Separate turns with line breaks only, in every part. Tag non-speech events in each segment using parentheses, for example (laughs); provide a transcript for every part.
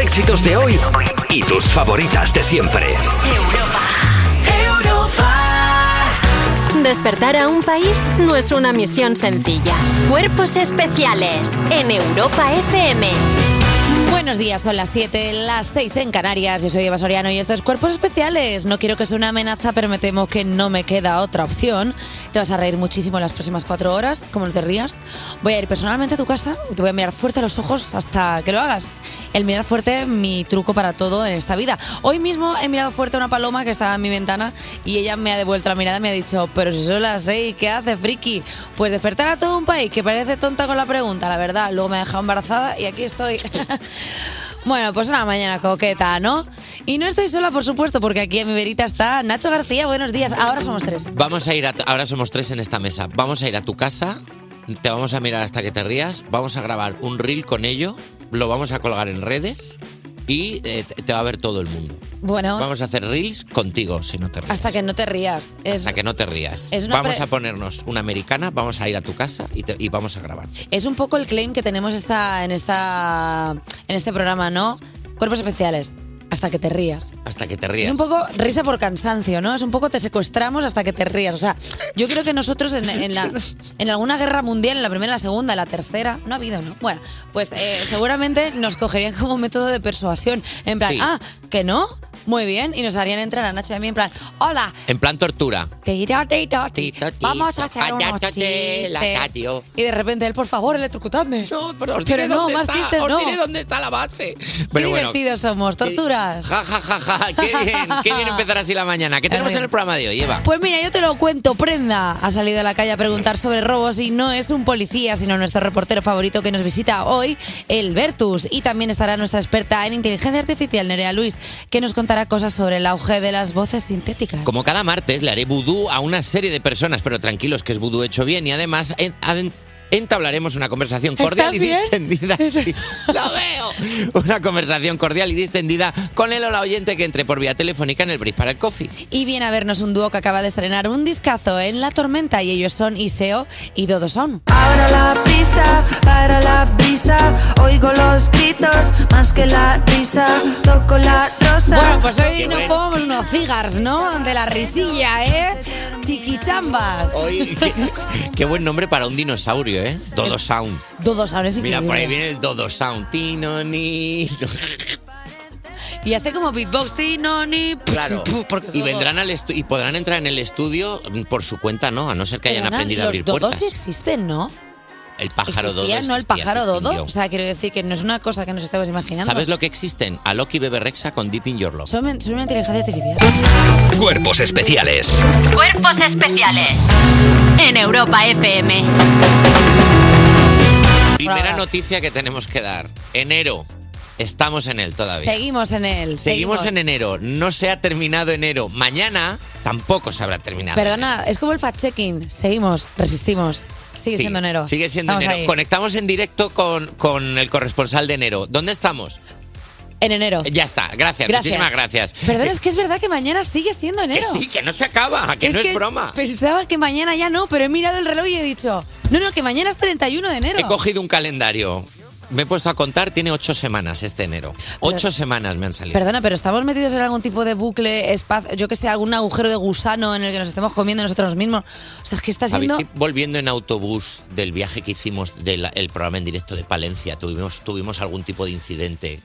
éxitos de hoy y tus favoritas de siempre.
Despertar a un país no es una misión sencilla. Cuerpos especiales en Europa FM.
Buenos días, son las 7, las 6 en Canarias. Yo soy Eva Soriano y esto es Cuerpos Especiales. No quiero que sea una amenaza, pero me temo que no me queda otra opción. Te vas a reír muchísimo las próximas cuatro horas, como no te rías. Voy a ir personalmente a tu casa y te voy a mirar fuerte a los ojos hasta que lo hagas. El mirar fuerte, mi truco para todo en esta vida. Hoy mismo he mirado fuerte a una paloma que estaba en mi ventana y ella me ha devuelto la mirada y me ha dicho, pero si son las 6, ¿qué hace, friki? Pues despertar a todo un país que parece tonta con la pregunta, la verdad. Luego me ha dejado embarazada y aquí estoy. (laughs) Bueno, pues una mañana coqueta, ¿no? Y no estoy sola, por supuesto, porque aquí en mi verita está Nacho García. Buenos días. Ahora somos tres.
Vamos a ir a. Ahora somos tres en esta mesa. Vamos a ir a tu casa, te vamos a mirar hasta que te rías, vamos a grabar un reel con ello, lo vamos a colgar en redes y eh, te te va a ver todo el mundo.
Bueno,
Vamos a hacer reels contigo si no te ríes.
hasta que no te rías. Es,
Hasta que no te rías.
es una
Vamos
pre-
a ponernos una americana, vamos a ir a tu casa y, te- y vamos a grabar.
es un poco el claim que tenemos esta, en, esta, en este programa, ¿no? Cuerpos especiales. Hasta que te rías.
Hasta que te rías.
Es un poco risa por cansancio, ¿no? Es un poco te secuestramos hasta que te rías. O sea, yo creo que nosotros en, en la- en alguna guerra mundial, en la primera, la segunda, la tercera, no ha habido, ¿no? Bueno, pues eh, seguramente nos cogerían como método de persuasión. En plan,
Sí.
ah, que no, muy bien. Y nos harían entrar a Nacho y a mí en plan, hola,
En plan tortura. (laughs)
tira, tira, tira,
tito,
vamos a echar unos
cállate, la
chistes".
radio.
Y de repente él, por favor, electrocutadme.
No, pero os diré
no,
dónde
más
está,
chistes
os
no.
diré dónde está la base.
Qué
Pero bueno, eh,
divertidos somos, torturas.
Ja, ja, ja, ja. Qué bien, qué bien empezar así la mañana. ¿Qué tenemos en el programa de hoy, Eva?
Pues mira, yo te lo cuento. Prenda ha salido a la calle a preguntar sobre robos y no es un policía, sino nuestro reportero favorito que nos visita hoy, el Bertus. Y también estará nuestra experta en inteligencia artificial, Nerea Luis, que nos contará cosas sobre el auge de las voces sintéticas.
Como cada martes le haré vudú a una serie de personas, pero tranquilos que es vudú hecho bien y además en- aden- entablaremos una conversación cordial y distendida. Sí, ¡Lo veo! (laughs) Una conversación cordial y distendida con el o la oyente que entre por vía telefónica en el Bris para el Coffee.
Y viene a vernos un dúo que acaba de estrenar un discazo en La Tormenta y ellos son Iseo y Dodo Son.
Ahora la prisa, para la brisa, oigo los gritos más que la risa, toco la rosa.
Bueno, pues hoy nos fumamos unos cigars, ¿no? De la risilla, ¿eh? Chiquichambas.
Hoy, qué, qué buen nombre para un dinosaurio, ¿eh? Dodo Sound.
Dodo Son es
Mira, por ahí
increíble.
viene el Dodo Sound. Tino, ni...
Y hace como beatbox, sí, no, ni...
Claro.
(laughs) Porque
y
luego-
vendrán al estu- y podrán entrar en el estudio mm, por su cuenta, ¿no? A no ser que hayan
Perdona,
aprendido a
los
abrir
dodos
puertas.
sí existen, ¿no?
El pájaro dodo.
Existía, ¿no? El
existía,
pájaro
se
dodo.
extinguió.
O sea, quiero decir que no es una cosa que nos estamos imaginando.
¿Sabes lo que existen? A Loki Bebe Rexa con Deep in Your Love.
Son, men- son una inteligencia artificial.
Cuerpos especiales
Cuerpos especiales en Europa FM.
Primera noticia que tenemos que dar. Enero. Estamos en él todavía.
Seguimos en él.
Seguimos en enero. No se ha terminado enero. Mañana tampoco se habrá terminado.
Perdona, es como el fact-checking. Seguimos, resistimos. Sigue
Sí,
siendo enero.
Sigue siendo
Vamos
enero.
ahí.
Conectamos en directo con, con el corresponsal de enero. ¿Dónde estamos?
En enero.
Ya está. Gracias.
Gracias.
Muchísimas gracias. Eh,
Perdona, es que es verdad que mañana sigue siendo
Que
enero.
sí, que no se acaba, que no es broma.
Pensaba que mañana ya no, pero he mirado el reloj y he dicho, no, no, que mañana es 31 de enero.
He cogido un calendario. Me he puesto a contar, tiene ocho semanas este enero. Ocho semanas me han salido.
Perdona, pero estamos metidos en algún tipo de bucle, espacio, yo que sé, algún agujero de gusano en el que nos estemos comiendo nosotros mismos. O sea, es que está
¿Sabéis?
siendo.
si volviendo en autobús del viaje que hicimos del el programa en directo de Palencia, tuvimos, tuvimos algún tipo de incidente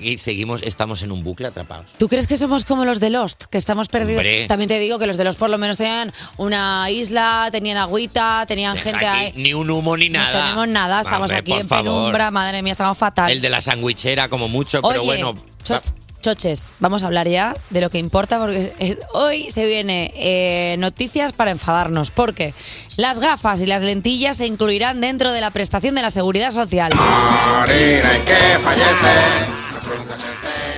y seguimos, estamos en un bucle atrapados.
¿Tú crees que somos como los de Lost, que estamos perdidos?
Hombre.
También te digo que los de Lost por lo menos tenían una isla, tenían agüita, tenían gente
Aquí
ahí.
ni un humo ni nada.
No tenemos nada, estamos
Hombre,
aquí
por
en
favor.
penumbra, madre mía, estamos fatal.
El de la sandwichera como mucho, pero
Oye,
bueno.
cho- choches, vamos a hablar ya de lo que importa porque eh, hoy se viene eh, noticias para enfadarnos porque las gafas y las lentillas se incluirán dentro de la prestación de la seguridad social.
Morir hay que fallecer.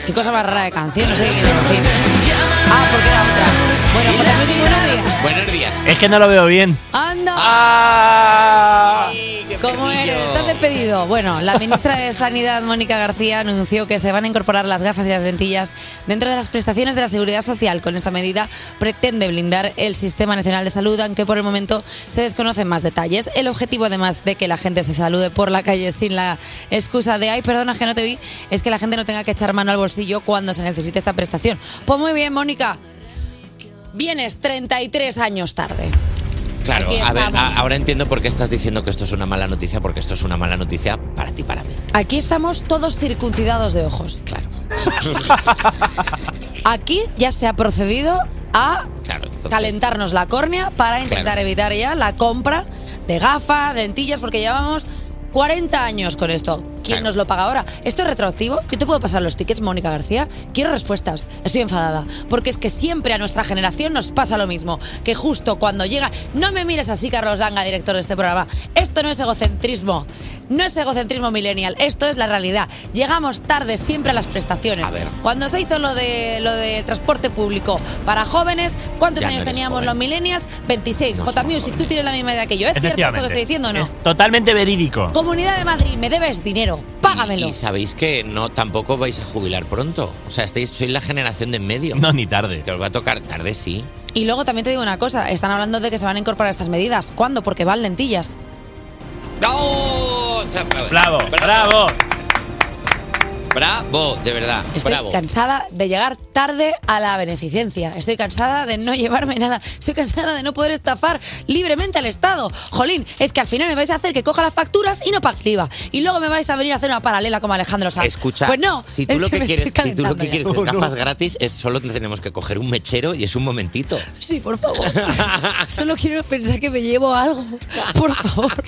Qué cosa más rara de canción, no sé qué quiere decir. Ah, porque era otra. Bueno, pues Jota Music, buenos días.
Buenos días.
Es que no lo veo bien.
Anda.
¡Ah! Sí, qué
¿Cómo eres? ¿Estás despedido? Bueno, la ministra de Sanidad, Mónica García, anunció que se van a incorporar las gafas y las lentillas dentro de las prestaciones de la Seguridad Social. Con esta medida pretende blindar el Sistema Nacional de Salud, aunque por el momento se desconocen más detalles. El objetivo, además de que la gente se salude por la calle sin la excusa de ay, perdona que no te vi, es que la gente no tenga que echar mano al bolsillo cuando se necesite esta prestación. Pues muy bien, Mónica. Vienes 33 años tarde.
Claro,
Aquí
a ver,
estamos.
a- ahora entiendo por qué estás diciendo que esto es una mala noticia, porque esto es una mala noticia para ti, para mí.
Aquí estamos todos circuncidados de ojos.
(laughs)
Claro. Aquí ya se ha procedido a
Claro, entonces-
calentarnos la córnea para intentar
Claro.
evitar ya la compra de gafas, lentillas, porque llevamos 40 años con esto. ¿Quién
Claro.
nos lo paga ahora? ¿Esto es retroactivo? ¿Yo te puedo pasar los tickets, Mónica García? Quiero respuestas. Estoy enfadada. Porque es que siempre a nuestra generación nos pasa lo mismo. Que justo cuando llega... No me mires así, Carlos Langa, director de este programa. Esto no es egocentrismo. No es egocentrismo millennial. Esto es la realidad. Llegamos tarde siempre a las prestaciones.
A ver.
Cuando se hizo lo de, lo de transporte público para jóvenes, ¿cuántos
Ya no
años
eres
teníamos
joven.
los millennials? 26.
No
J
somos
Music, tú
jóvenes.
tienes la misma edad que yo. ¿Es cierto esto que estoy diciendo o no?
Es totalmente verídico.
Comunidad de Madrid, me debes dinero. Págamelo.
Y sabéis que no tampoco vais a jubilar pronto. O sea, estáis, sois la generación de en medio.
No, ni tarde.
Que os va a tocar tarde, sí.
Y luego también te digo una cosa, están hablando de que se van a incorporar estas medidas. ¿Cuándo? Porque van lentillas.
¡No!
Bravo, bravo.
Bravo, de verdad.
Estoy
bravo.
cansada de llegar tarde a la beneficencia. Estoy cansada de no llevarme nada. Estoy cansada de no poder estafar libremente al Estado. Jolín, es que al final me vais a hacer que coja las facturas y no pague el IVA. Y luego me vais a venir a hacer una paralela como Alejandro Sanz.
Escucha,
Pues no.
si tú
es
lo que,
me estoy
quieres, si tú lo
calentando
que
ya.
quieres
Oh,
es gafas gratis, es solo tenemos que coger un mechero y es un momentito.
Sí, por (laughs) favor. Solo quiero pensar que me llevo algo. Por favor.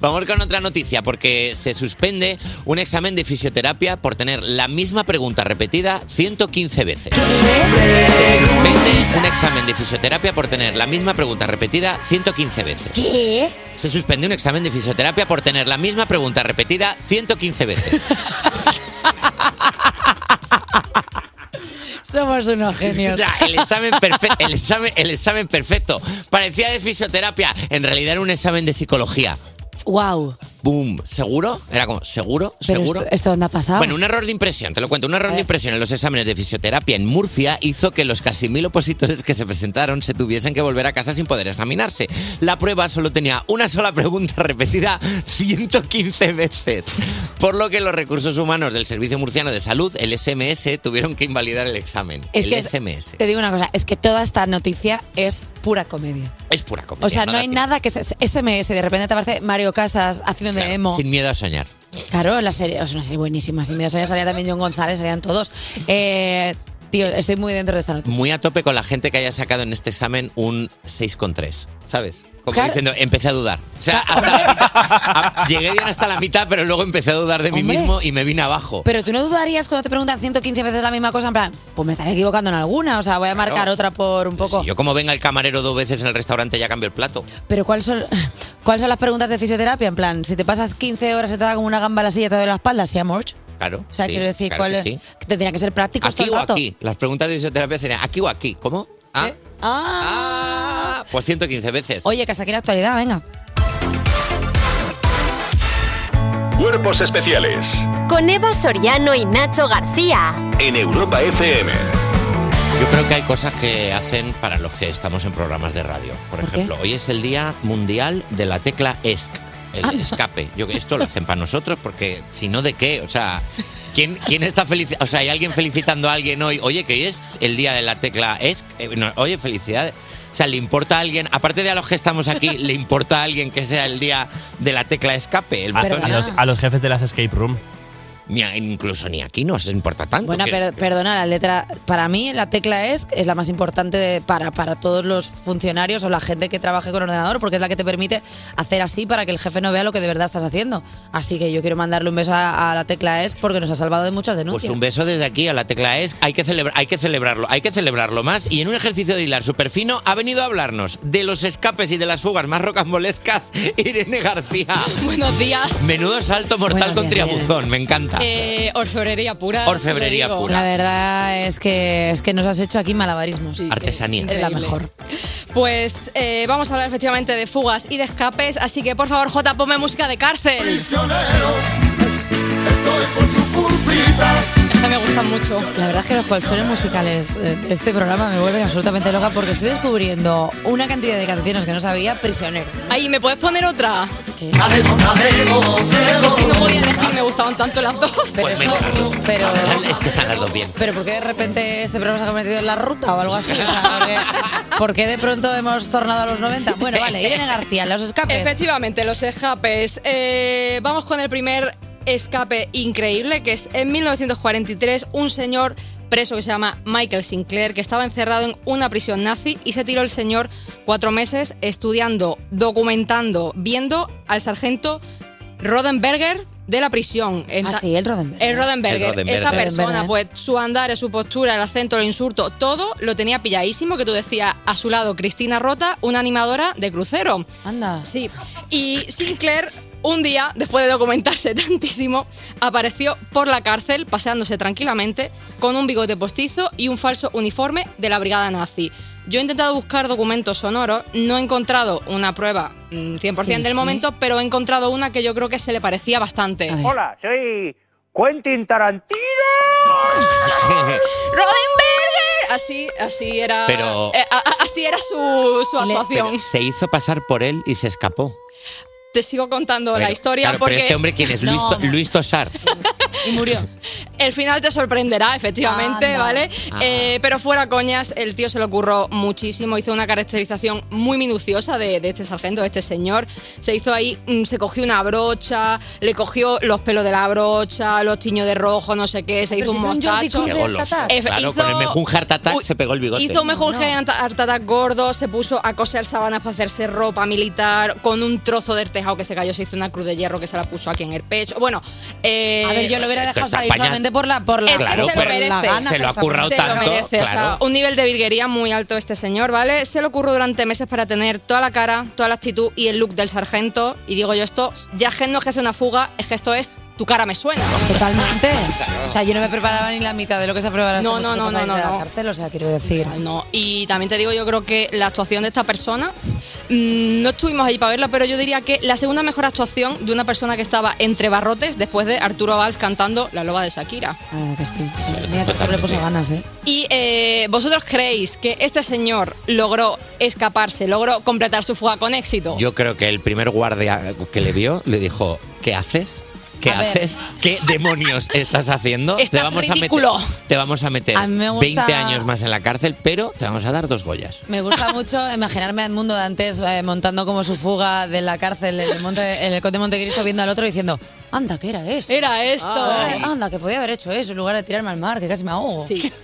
Vamos con otra noticia, porque se suspende un examen de fisioterapia por tener la misma pregunta repetida 115 veces. Se suspende un examen de fisioterapia por tener la misma pregunta repetida 115 veces.
¿Qué?
Se suspende un examen de fisioterapia por tener la misma pregunta repetida 115 veces.
Somos unos (laughs)
O
genios.
sea, el examen, perfe- el, examen, el examen perfecto. Parecía de fisioterapia. En realidad era un examen de psicología.
Wow.
Boom. ¿Seguro? Era como, ¿seguro?
Pero
¿Seguro?
esto, esto dónde ha pasado.
Bueno, un error de impresión, te lo cuento. Un error de impresión en los exámenes de fisioterapia en Murcia hizo que los casi mil opositores que se presentaron se tuviesen que volver a casa sin poder examinarse. La prueba solo tenía una sola pregunta (laughs) repetida 115 veces, por lo que los recursos humanos del Servicio Murciano de Salud, el SMS, tuvieron que invalidar el examen.
Es
el
que es-
SMS.
Te digo una cosa, es que toda esta noticia es pura comedia.
Es pura comedia.
O sea, no hay
tiene-
nada que se- SMS, de repente te aparece Mario Casas haciendo
Claro,
de emo.
Sin miedo a soñar.
Claro, la serie es una serie buenísima, sin miedo. Salía salía también John González, salían todos. Eh, tío, estoy muy dentro de esta noticia.
Muy a tope con la gente que haya sacado en este examen un 6,3, ¿sabes? Como
Claro.
diciendo, empecé a dudar. O sea, hasta la mitad- a- llegué bien hasta la mitad, pero luego empecé a dudar de mí
Hombre.
mismo y me vine abajo.
Pero tú no dudarías cuando te preguntan 115 veces la misma cosa, en plan, pues me estaré equivocando en alguna, o sea, voy a marcar otra por un poco.
Si yo como venga el camarero dos veces en el restaurante ya cambio el plato.
Pero ¿cuáles son, (laughs) ¿cuáles son las preguntas de fisioterapia? En plan, si te pasas 15 horas se te da como una gamba a la silla, te doy la espalda, sí, amor.
Claro.
O sea,
sí,
quiero decir,
claro
¿cuál
que
es?
sí.
que tendría que ser práctico
Aquí
todo
o
el rato.
aquí. Las preguntas de fisioterapia serían aquí o aquí. ¿Cómo? ¿Ah?
Ah.
ah, Pues 115 veces.
Oye, que hasta aquí la actualidad, venga.
Cuerpos especiales
Con Eva Soriano y Nacho García.
en Europa FM.
Yo creo que hay cosas que hacen para los que estamos en programas de radio. Por
¿Por qué?
ejemplo, hoy es el Día Mundial de la tecla ESC, el
Anda.
escape. Yo que esto lo hacen para nosotros porque si no de qué, o sea, ¿quién, quién está felicitando? O sea, hay alguien felicitando a alguien hoy. Oye, que hoy es el Día de la tecla ESC. Eh, no, oye, felicidades. O sea, ¿le importa a alguien, aparte de a los que estamos aquí, le importa a alguien que sea el día de la tecla escape? El
A,
botón-
a los, a los jefes de las escape room.
Ni a- incluso ni aquí no se importa tanto.
Bueno,
que-
per-
que-
perdona, la letra. Para mí, la tecla ESC es la más importante de- para, para todos los funcionarios o la gente que trabaje con ordenador, porque es la que te permite hacer así para que el jefe no vea lo que de verdad estás haciendo. Así que yo quiero mandarle un beso a, a la tecla ESC porque nos ha salvado de muchas
Pues
denuncias.
un beso desde aquí a la tecla es. Hay que, celebra- hay que celebrarlo, hay que celebrarlo más. Y en un ejercicio de hilar superfino ha venido a hablarnos de los escapes y de las fugas más rocambolescas (laughs) Irene García.
Buenos días.
Menudo salto mortal
Buenos
con
días,
triabuzón, me encanta.
Eh, orfebrería pura.
Orfebrería
lo digo.
pura.
La verdad es que, es que nos has hecho aquí malabarismos.
Sí,
Artesanía.
Eres la
increíble.
mejor.
Pues eh, vamos a hablar efectivamente de fugas y de escapes, así que por favor, J, ponme música de cárcel. Esta me gusta mucho.
La verdad es que los colchones musicales eh, de este programa me vuelven absolutamente loca porque estoy descubriendo una cantidad de canciones que no sabía, prisionero.
Ahí, ¿me puedes poner otra?
¿Qué?
Es que no podía elegir, me gustaban tanto las dos.
Pero
Pues
esto-
venga, Carlos.
pero,
Es que están las
(laughs)
dos bien.
pero ¿por qué de repente este programa se ha convertido en la ruta o algo así? O sea, ¿por, qué, por qué de pronto hemos tornado a los 90? Bueno, vale, Irene García, los escapes.
Efectivamente, los escapes. Eh, vamos con el primer escape increíble, que es en 1943 un señor preso que se llama Michael Sinclair, que estaba encerrado en una prisión nazi y se tiró el señor cuatro meses estudiando, documentando, viendo al sargento Rodenberger de la prisión. En
Ah,
ta-
sí, el Rodenberg.
el Rodenberger,
El Rodenberger.
esta
Rodenberger.
persona, pues su andar, su postura, el acento, el insulto, todo lo tenía pilladísimo, que tú decías a su lado Cristina Rota, una animadora de crucero.
Anda.
Sí. Y Sinclair, un día, después de documentarse (laughs) tantísimo, apareció por la cárcel paseándose tranquilamente con un bigote postizo y un falso uniforme de la brigada nazi. Yo he intentado buscar documentos sonoros, no he encontrado una prueba mm, 100%
Sí,
del
sí.
momento, pero he encontrado una que yo creo que se le parecía bastante.
Ay.
Hola, soy Quentin Tarantino.
¡Rodenberger! Así, así era.
Pero-
eh, a- a- así era su, su
Pero
actuación.
se hizo pasar por él y se escapó.
Te sigo contando la
Bueno,
historia
claro,
porque.
Pero este hombre, ¿quién es?
No.
Luis, To- Luis Tosar.
Y murió.
(laughs) El final te sorprenderá, efectivamente,
Anda.
¿vale?
Ah.
Eh, pero fuera coñas, el tío se lo ocurrió muchísimo, hizo una caracterización muy minuciosa de, de este sargento, de este señor. Se hizo ahí, mm, se cogió una brocha, le cogió los pelos de la brocha, los tiños de rojo, no sé qué, se
Pero
hizo
si
un
es un Jordi
mostacho.
Cruz
Qué
de
goloso.
Tatar.
Efe-
Claro, con el mejunjar tatán
Uy,
se pejó el bigote.
Hizo mejor que
No.
Anta- Artatas gordo, se puso a coser sábanas para hacerse ropa militar, con un trozo del tejado que se cayó, se hizo una cruz de hierro que se la puso aquí en el pecho. Bueno, eh,
A ver, yo lo hubiera
esto
dejado
está
salir
apañado.
solamente por la, por la,
Es que
Claro,
se lo
por
pero
la
merece.
gana.
se lo
que
ha
está
currado
se
pasando.
lo
tanto.
merece, o sea,
claro.
un nivel de virguería muy alto este señor, ¿vale? Se le ocurrió durante meses para tener toda la cara, toda la actitud y el look del sargento. Y digo yo esto, ya gen no es que sea una fuga, es que esto es tu cara me suena.
Totalmente.
(laughs)
O sea, yo no me preparaba ni la mitad de lo que se ha preparado.
No,
esta
no, no,
mujer para
no,
salir de
no,
la
no.
cárcel, o sea, quiero decir.
No, y también te digo, yo creo que la actuación de esta persona, mm, no estuvimos allí para verla, pero yo diría que la segunda mejor actuación de una persona que estaba entre barrotes después de Arturo Valls cantando La Loba de Shakira.
Ah, que sí. Mira, que le puso ganas, ¿eh?
¿Y eh, vosotros creéis que este señor logró escaparse, logró completar su fuga con éxito?
Yo creo que el primer guardia que le vio le dijo, ¿qué haces? ¿Qué
A ver.
haces? ¿Qué demonios
(laughs)
estás haciendo?
Estás
a
ridículo.
meter, te vamos a meter
A mí me gusta-
20 años más en la cárcel, pero te vamos a dar dos Goyas.
Me gusta mucho imaginarme al mundo de antes eh, montando como su fuga de la cárcel en el, monte, en el Conde de Montecristo viendo al otro diciendo, anda, ¿qué era eso?
Era esto.
Ay, Anda, que podía haber hecho eso en lugar de tirarme al mar, que casi me ahogo.
Sí.
(laughs)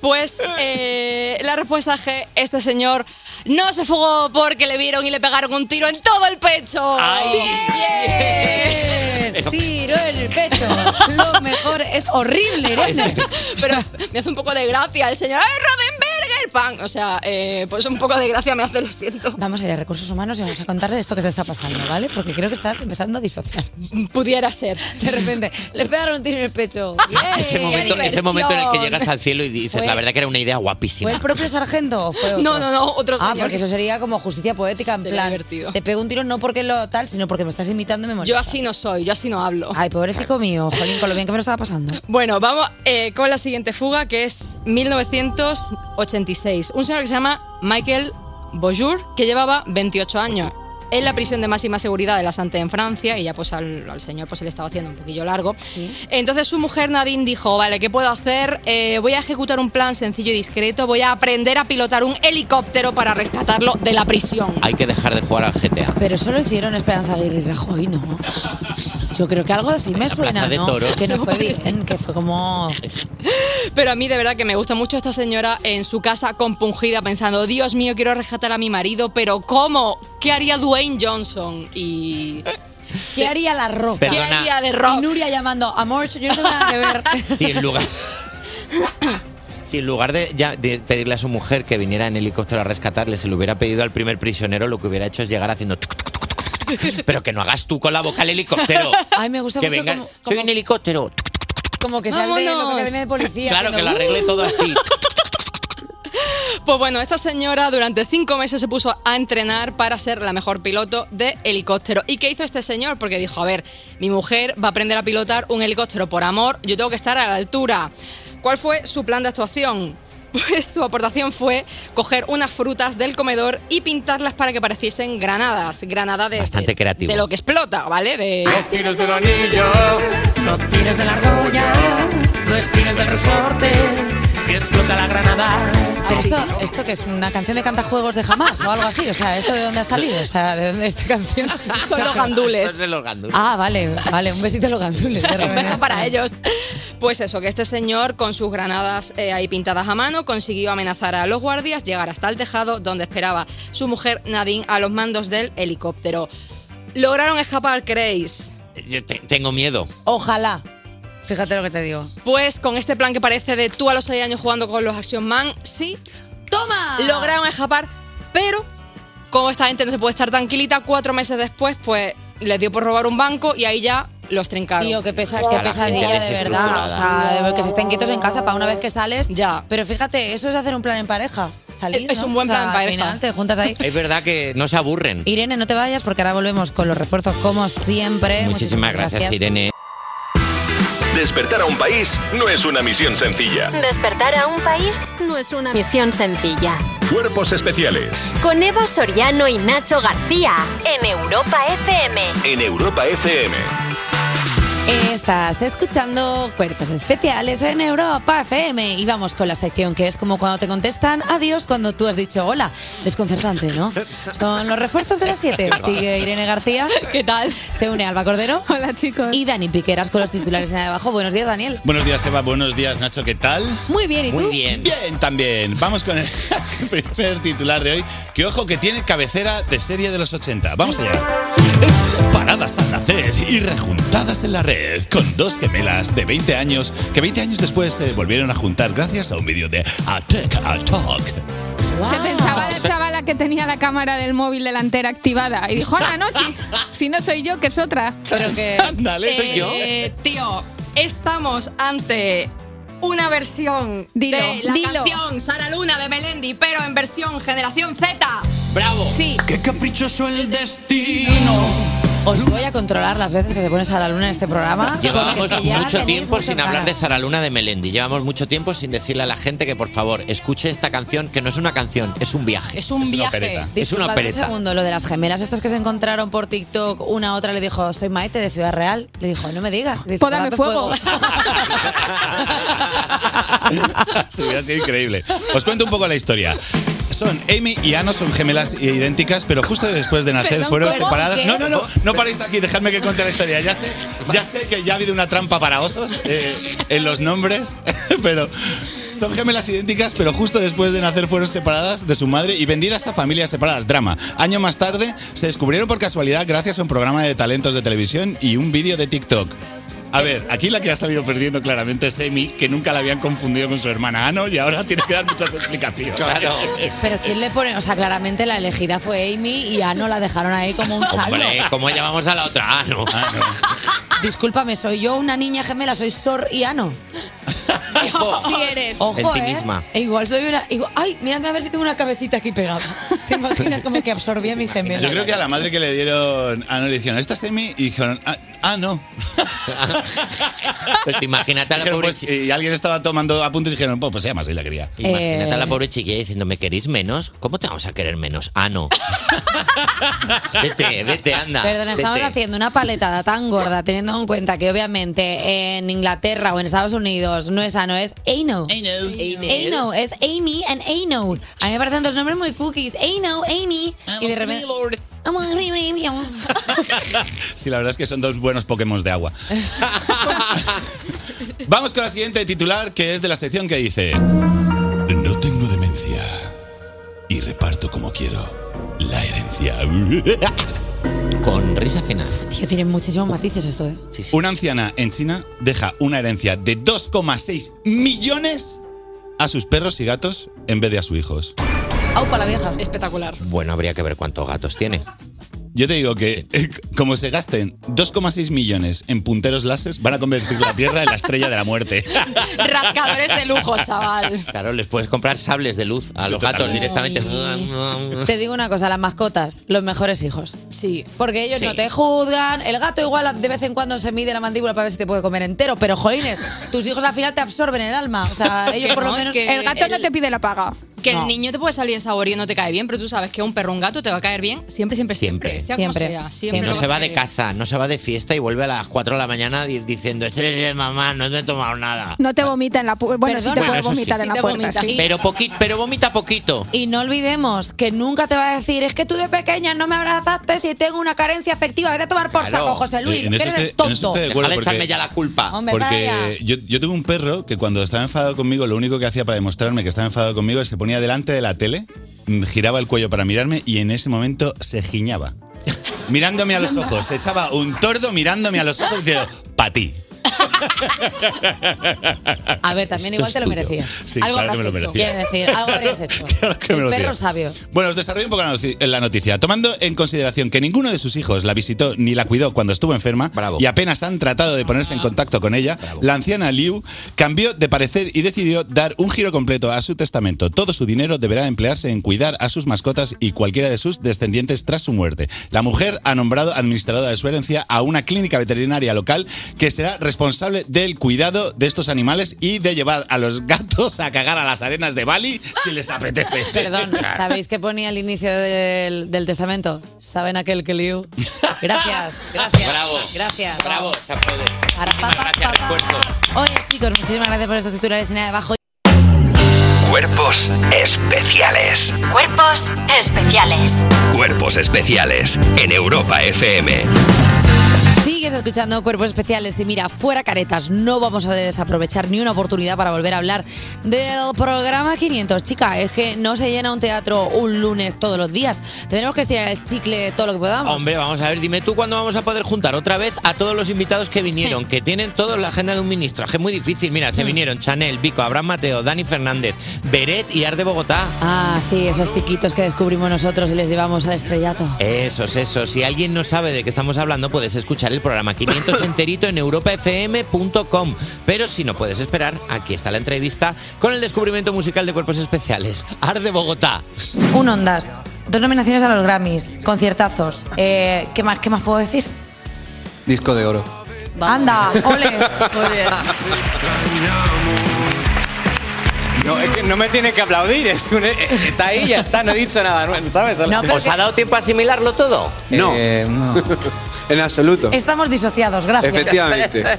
Pues eh, la respuesta es que este señor no se fugó porque le vieron y le pegaron un tiro en todo el pecho.
Ay.
¡Bien!
pues, El Tiro en el
(laughs)
pecho. Lo mejor es horrible, Irene.
(laughs) Pero me hace un poco de gracia el señor ¡Ay, Rodenberger! ¡Pan! O sea, eh, pues un poco de gracia me hace, lo siento.
Vamos a ir a recursos humanos y vamos a contarle esto que te está pasando, ¿vale? Porque creo que estás empezando a disociar.
Pudiera ser.
De repente, le pegaron un tiro en el
(laughs)
pecho. ¡Yay!
Ese momento, ese
diversión!
momento en el que llegas al cielo y dices,
Fue-
la verdad que era una idea
¿Fue
guapísima.
el propio sargento o fue otro?
No, no, no, otro
Ah,
señor.
porque eso sería como justicia poética, en
Sería
plan.
divertido.
Te pego un tiro no porque lo tal, sino porque me estás imitando y me molesta.
Yo así no soy, yo así no hablo.
Ay, pobrecito mío, jolín, con lo bien que me lo estaba pasando.
Bueno, vamos eh, con la siguiente fuga que es 1986. Un señor que se llama Michael Bonjour, que llevaba 28 años en la prisión de máxima seguridad de la Sante en Francia y ya pues al, al señor pues se le estaba haciendo un poquillo largo. Entonces su mujer Nadine dijo, vale, ¿qué puedo hacer? Eh, voy a ejecutar un plan sencillo y discreto, voy a aprender a pilotar un helicóptero para rescatarlo de la prisión.
Hay que dejar de jugar al GTA.
Pero eso lo hicieron Esperanza Aguirre y Rajoy, ¿no? Yo creo que algo así me
la
suena,
Plaza de
¿no?
Toros.
Que no fue
(laughs)
bien, que fue como...
Pero a mí de verdad que me gusta mucho esta señora en su casa compungida pensando, Dios mío, quiero rescatar a mi marido, pero ¿cómo? ¿Qué haría Dwayne Johnson? Y...
¿Qué haría la roca?
¿Qué
Perdona.
haría de rock?
Y Nuria llamando, amor, yo no tengo nada que ver.
Si en lugar. Si en lugar de, ya, de pedirle a su mujer que viniera en helicóptero a rescatarle, se lo hubiera pedido al primer prisionero, lo que hubiera hecho es llegar haciendo. tuc, tuc, tuc, tuc, tuc, Pero que no hagas tú con la boca el helicóptero.
Ay, (laughs) me gusta
que
mucho
venga.
como-
Soy
como-
un helicóptero.
(laughs)
Como que sale de la
Vámonos.
academia de policía. "Uh". (laughs)
Claro, que lo
haciendo,
arregle todo así.
Pues bueno, esta señora durante cinco meses se puso a entrenar para ser la mejor piloto de helicóptero. ¿Y qué hizo este señor? Porque dijo, a ver, mi mujer va a aprender a pilotar un helicóptero por amor, yo tengo que estar a la altura. ¿Cuál fue su plan de actuación? (laughs) Pues su aportación fue coger unas frutas del comedor y pintarlas para que pareciesen granadas, granadas de,
Bastante creativo. Ah.
de lo que explota, ¿vale? De...
Tires del anillo, no tires de la argolla, no estires del resorte, que explota la granada.
(laughs)
Ah,
A ver, ¿Esto, ¿Esto que es una canción de cantajuegos de jamás o algo así? O sea, ¿esto de dónde ha salido? O sea, ¿de dónde esta canción?
(laughs) Son los gandules.
de los gandules.
Ah, vale, vale, un besito a los gandules.
(laughs)
de
Un beso
repente.
para ellos. Pues eso, que este señor con sus granadas eh, ahí pintadas a mano consiguió amenazar a los guardias, llegar hasta el tejado donde esperaba su mujer Nadine a los mandos del helicóptero. Lograron escapar, ¿creéis?
Yo te- tengo miedo.
Ojalá. Fíjate lo que te digo.
Pues con este plan que parece de tú a los 6 años jugando con los Action Man, sí.
¡Toma!
Lograron escapar, pero como esta gente no se puede estar tranquilita, cuatro meses después, pues les dio por robar un banco y ahí ya los trincaron.
Tío, qué, pesa- qué pesadilla, de verdad. O sea, de ver que se estén quietos en casa para una vez que sales. Ya. Pero fíjate, eso es hacer un plan en pareja. Salir,
Es- es
¿no?
un buen
O sea,
plan en
al
pareja.
final te juntas ahí.
Es verdad que no se aburren.
Irene, no te vayas porque ahora volvemos con los refuerzos como siempre.
Muchísimas gracias, Irene.
Despertar a un país no es una misión sencilla.
Despertar a un país no es una misión sencilla.
Cuerpos especiales
Con Eva Soriano y Nacho García en Europa FM.
en Europa FM.
Estás escuchando Cuerpos Especiales en Europa FM y vamos con la sección que es como cuando te contestan adiós cuando tú has dicho hola. Desconcertante, ¿no? Son los refuerzos de las 7. Sigue Irene García. ¿Qué tal? Se une Alba Cordero. Hola, chicos. Y Dani Piqueras con los titulares en abajo. Buenos días, Daniel.
Buenos días, Eva. Buenos días, Nacho. ¿Qué tal?
Muy bien, ¿y tú?
Bien, también. Vamos con el (laughs) primer titular de hoy. Que ojo que tiene cabecera de serie de los 80. Vamos allá. Paradas al nacer y rejuntadas en la red con dos gemelas de 20 años que 20 años después se volvieron a juntar gracias a un vídeo de Attack a Talk.
Se pensaba la chavala que tenía la cámara del móvil delantera activada y dijo, hola, no,
(laughs)
si, si no soy yo, que es otra.
Pero que...
Ándale, soy yo.
Eh, Tío, estamos ante una versión
Dilo,
de la
dilo.
canción Sara Luna de Melendi, pero en versión Generación Z.
¡Bravo!
Sí.
Qué caprichoso el destino.
Os voy a controlar las veces que te pones a la luna en este programa.
Llevábamos
porque si ya
mucho
tenéis
tiempo
muchas
sin hablar
ganas.
de Sara Luna de Melendi. Llevamos mucho tiempo sin decirle a la gente que por favor escuche esta canción, que no es una canción, es un viaje.
Es un viaje.
Es
Disculpad
una
Un
opereta.
segundo, lo de las gemelas estas que se encontraron por TikTok, una a otra le dijo, soy Maite de Ciudad Real. Le dijo, no me digas. Dice,
Pódame
"Dame
fuego".
(laughs) Se hubiera sido increíble. Os cuento un poco la historia. Son Amy y Anna son gemelas idénticas, pero justo después de nacer
Perdón,
fueron
¿cómo?
separadas.
¿Qué?
No, no, no, no paréis aquí, dejadme que cuente la historia. Ya sé, ya sé que ya ha habido una trampa para osos eh, en los nombres, (laughs) pero son gemelas idénticas, pero justo después de nacer fueron separadas de su madre y vendidas a familias separadas. Drama. Año más tarde se descubrieron por casualidad gracias a un programa de talentos de televisión y un vídeo de TikTok. A ver, aquí la que ha salido perdiendo claramente es Amy, que nunca la habían confundido con su hermana Ano y ahora tiene que dar muchas explicaciones.
Claro.
(laughs) Pero ¿quién le pone? O sea, claramente la elegida fue Amy y Ano la dejaron ahí como un jalo.
Hombre, ¿cómo llamamos a la otra? Ah, no.
Discúlpame, ¿soy yo una niña gemela? ¿Soy Sor y Ano? (laughs)
Sí eres.
Ojo,
En ti
¿eh?
misma.
E igual soy una... igual- ay, mirad a ver si tengo una cabecita aquí
(laughs)
pegada. ¿Te imaginas como que absorbía mi gemela?
Yo creo que a la madre que le dieron Ano le dijeron, ¿esta es Amy? Y dijeron, ah, ah, no.
Pues imagínate a la
Dijeron,
pobre
pues, y alguien estaba tomando apuntes y dijeron, pues, pues se llama así la quería.
(laughs) Imagínate a
Eh.
la pobre chiquilla diciendo, ¿me queréis menos? ¿Cómo te vamos a querer menos? Ah,
(laughs)
no. vete, vete, anda.
Perdona, estamos
vete.
haciendo una paletada tan gorda, teniendo en cuenta que obviamente en Inglaterra o en Estados Unidos no es ano, es Ano. Ano, es Amy and Ano. A mí me parecen dos nombres muy cookies. Ano, Amy. Y de repente. I'm a free lord.
Sí, la verdad es que son dos buenos Pokémon de agua. (laughs) Vamos con la siguiente titular, que es de la sección que dice... No tengo demencia y reparto como quiero la herencia. (laughs)
Con risa final.
Tío, tienen muchísimos matices esto, ¿eh?
Una anciana en China deja una herencia de 2,6 millones a sus perros y gatos en vez de a sus hijos.
Aupa la vieja.
Espectacular.
Bueno, habría que ver cuántos gatos tiene.
Yo te digo que eh, como se gasten 2,6 millones en punteros láser, van a convertir la Tierra en la estrella de la muerte.
Rascadores de lujo, chaval.
Claro, les puedes comprar sables de luz a
Sí,
los gatos
totalmente.
directamente. (laughs)
Te digo una cosa, las mascotas, los mejores hijos. Sí. Porque ellos
Sí.
no te juzgan. El gato igual de vez en cuando se mide la mandíbula para ver si te puede comer entero. Pero, joines, tus hijos al final te absorben el alma. O
(laughs)
sea, ellos
Que
por lo
no,
menos...
que El gato no el-
te pide la paga.
Que
No.
el niño te puede salir en sabor y no te cae bien, pero tú sabes que un perro, un gato te va a caer bien siempre, siempre, siempre. sea como
Siempre.
sea,
Que
siempre
no
lo
se
vas
va
a
de
querer.
casa, no se va de fiesta y vuelve a las 4 de la mañana di- diciendo, "Eh, mamá, no te he tomado nada.
No te vomita en la puerta. Bueno, sí te
Perdona.
puede
Bueno, eso
vomitar
sí.
en la
Sí te
puerta,
vomita.
sí.
Pero, poqui- pero vomita poquito.
Y no olvidemos que nunca te va a decir, es que tú de pequeña no me abrazaste si tengo una carencia afectiva. Vete a tomar por
Claro.
saco, José Luis.
Eh,
que eres
estoy- en eso
tonto.
estoy de acuerdo
Deja de
porque-
echarme ya la culpa.
Hombre, vaya.
Porque yo, yo tuve un perro que cuando estaba enfadado conmigo, lo único que hacía para demostrarme que estaba enfadado conmigo es se ponía delante de la tele, mm, giraba el cuello para mirarme y en ese momento se giñaba. Mirándome a los ojos. Se Echaba un tordo mirándome a los ojos diciendo, pa' ti.
A ver, también
Esto
igual
es
te lo
tuyo.
merecía.
Sí,
algo
claro
habrás
que me lo
hecho.
merecía.
Quiero decir, algo
(laughs)
habrías hecho.
Claro que me
El
lo
perro
merecía.
sabio.
Bueno, os desarrollo un poco la, noci- la noticia. Tomando en consideración que ninguno de sus hijos la visitó ni la cuidó cuando estuvo enferma y apenas han tratado de ponerse en contacto con ella, la anciana Liu cambió de parecer y decidió dar un giro completo a su testamento. Todo su dinero deberá emplearse en cuidar a sus mascotas y cualquiera de sus descendientes tras su muerte. La mujer ha nombrado administradora de su herencia a una clínica veterinaria local que será responsable del cuidado de estos animales y de llevar a los gatos a cagar a las arenas de Bali si les apetece. (laughs)
Perdón, ¿sabéis qué ponía al inicio del, del testamento? ¿Saben aquel que liu? Gracias, gracias.
Bravo.
Gracias.
Bravo, se aplaude.
Ahora, pa, pa,
Gracias,
pa, pa.
recuerdo.
Oye, chicos, muchísimas gracias por estos titulares en ahí abajo.
Cuerpos especiales.
Cuerpos especiales.
Cuerpos especiales en Europa FM.
Sigues escuchando Cuerpos Especiales y mira, fuera caretas, no vamos a desaprovechar ni una oportunidad para volver a hablar del programa 500. Chica, es que no se llena un teatro un lunes todos los días. Tendremos que estirar el chicle todo lo que podamos.
Hombre, vamos a ver, dime tú cuándo vamos a poder juntar otra vez a todos los invitados que vinieron, que tienen todos la agenda de un ministro. Es que es muy difícil, mira, se vinieron Chanel, Vico, Abraham Mateo, Dani Fernández, Beret y Ar de Bogotá.
Ah, sí, esos chiquitos que descubrimos nosotros y les llevamos al estrellato.
Esos, esos. Si alguien no sabe de qué estamos hablando, puedes escuchar el programa 500 enterito en europafm.com. Pero si no puedes esperar, aquí está la entrevista con el descubrimiento musical de cuerpos especiales. Ar de Bogotá.
Un Ondas, dos nominaciones a los Grammys, conciertazos. Eh, ¿qué, más, ¿Qué más puedo decir?
Disco de oro.
Anda, Ah, ole. Muy bien.
No, es que no me tiene que aplaudir. es un- eh, está ahí, ya está, no he dicho nada, nuevo, ¿sabes?
No, pero ¿Os que- ha dado tiempo a asimilarlo todo?
No. Eh, (laughs) en absoluto.
Estamos disociados, gracias.
Efectivamente.
(laughs)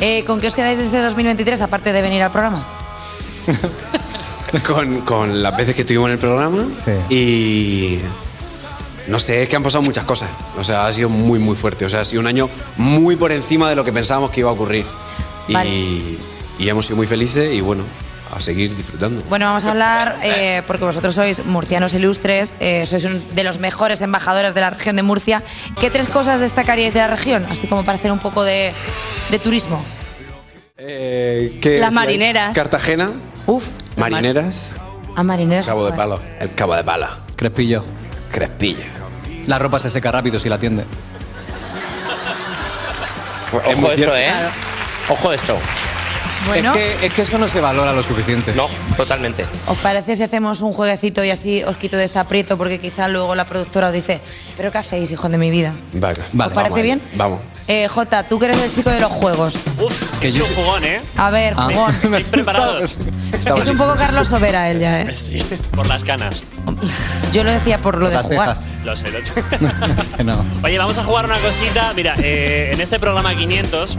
Eh, ¿Con qué os quedáis desde 2023 aparte de venir al programa?
con, con las veces que estuvimos en el programa y no sé, es que han pasado muchas cosas. O sea, ha sido muy, muy fuerte. O sea, ha sido un año muy por encima de lo que pensábamos que iba a ocurrir. Y, y hemos sido muy felices y bueno, a seguir disfrutando.
Bueno, vamos a hablar, eh, porque vosotros sois murcianos ilustres, eh, sois un- de los mejores embajadores de la región de Murcia. ¿Qué tres cosas destacaríais de la región? Así como para hacer un poco de, de turismo.
Eh, ¿qué-
Las marineras.
Cartagena.
Uf.
Marineras.
A marineros.
Cabo de palo. El cabo de pala. Crespillo. Crespillo. La ropa se seca rápido si la tiende. Pues,
Ojo esto, ¿eh? Ojo esto.
Bueno.
Es, que, es que eso no se valora lo suficiente.
No, totalmente.
¿Os parece si hacemos un jueguecito y así os quito de este aprieto? Porque quizá luego la productora os dice, ¿pero qué hacéis, hijo de mi vida?
Vale,
parece vamos ahí. bien?
Vamos.
Eh, Jota, tú que eres el chico de los juegos.
Uf,
Que
que
yo-
yo jugón, ¿eh?
A ver,
Ah. (laughs)
jugón.
¿Estáis preparados?
Es un poco Carlos Sobera él ya, ¿eh?
Sí, por las canas.
Yo lo decía por lo de jugar.
Lo sé, lo sé. (laughs) Oye, vamos a jugar una cosita. Mira, eh, en este programa 500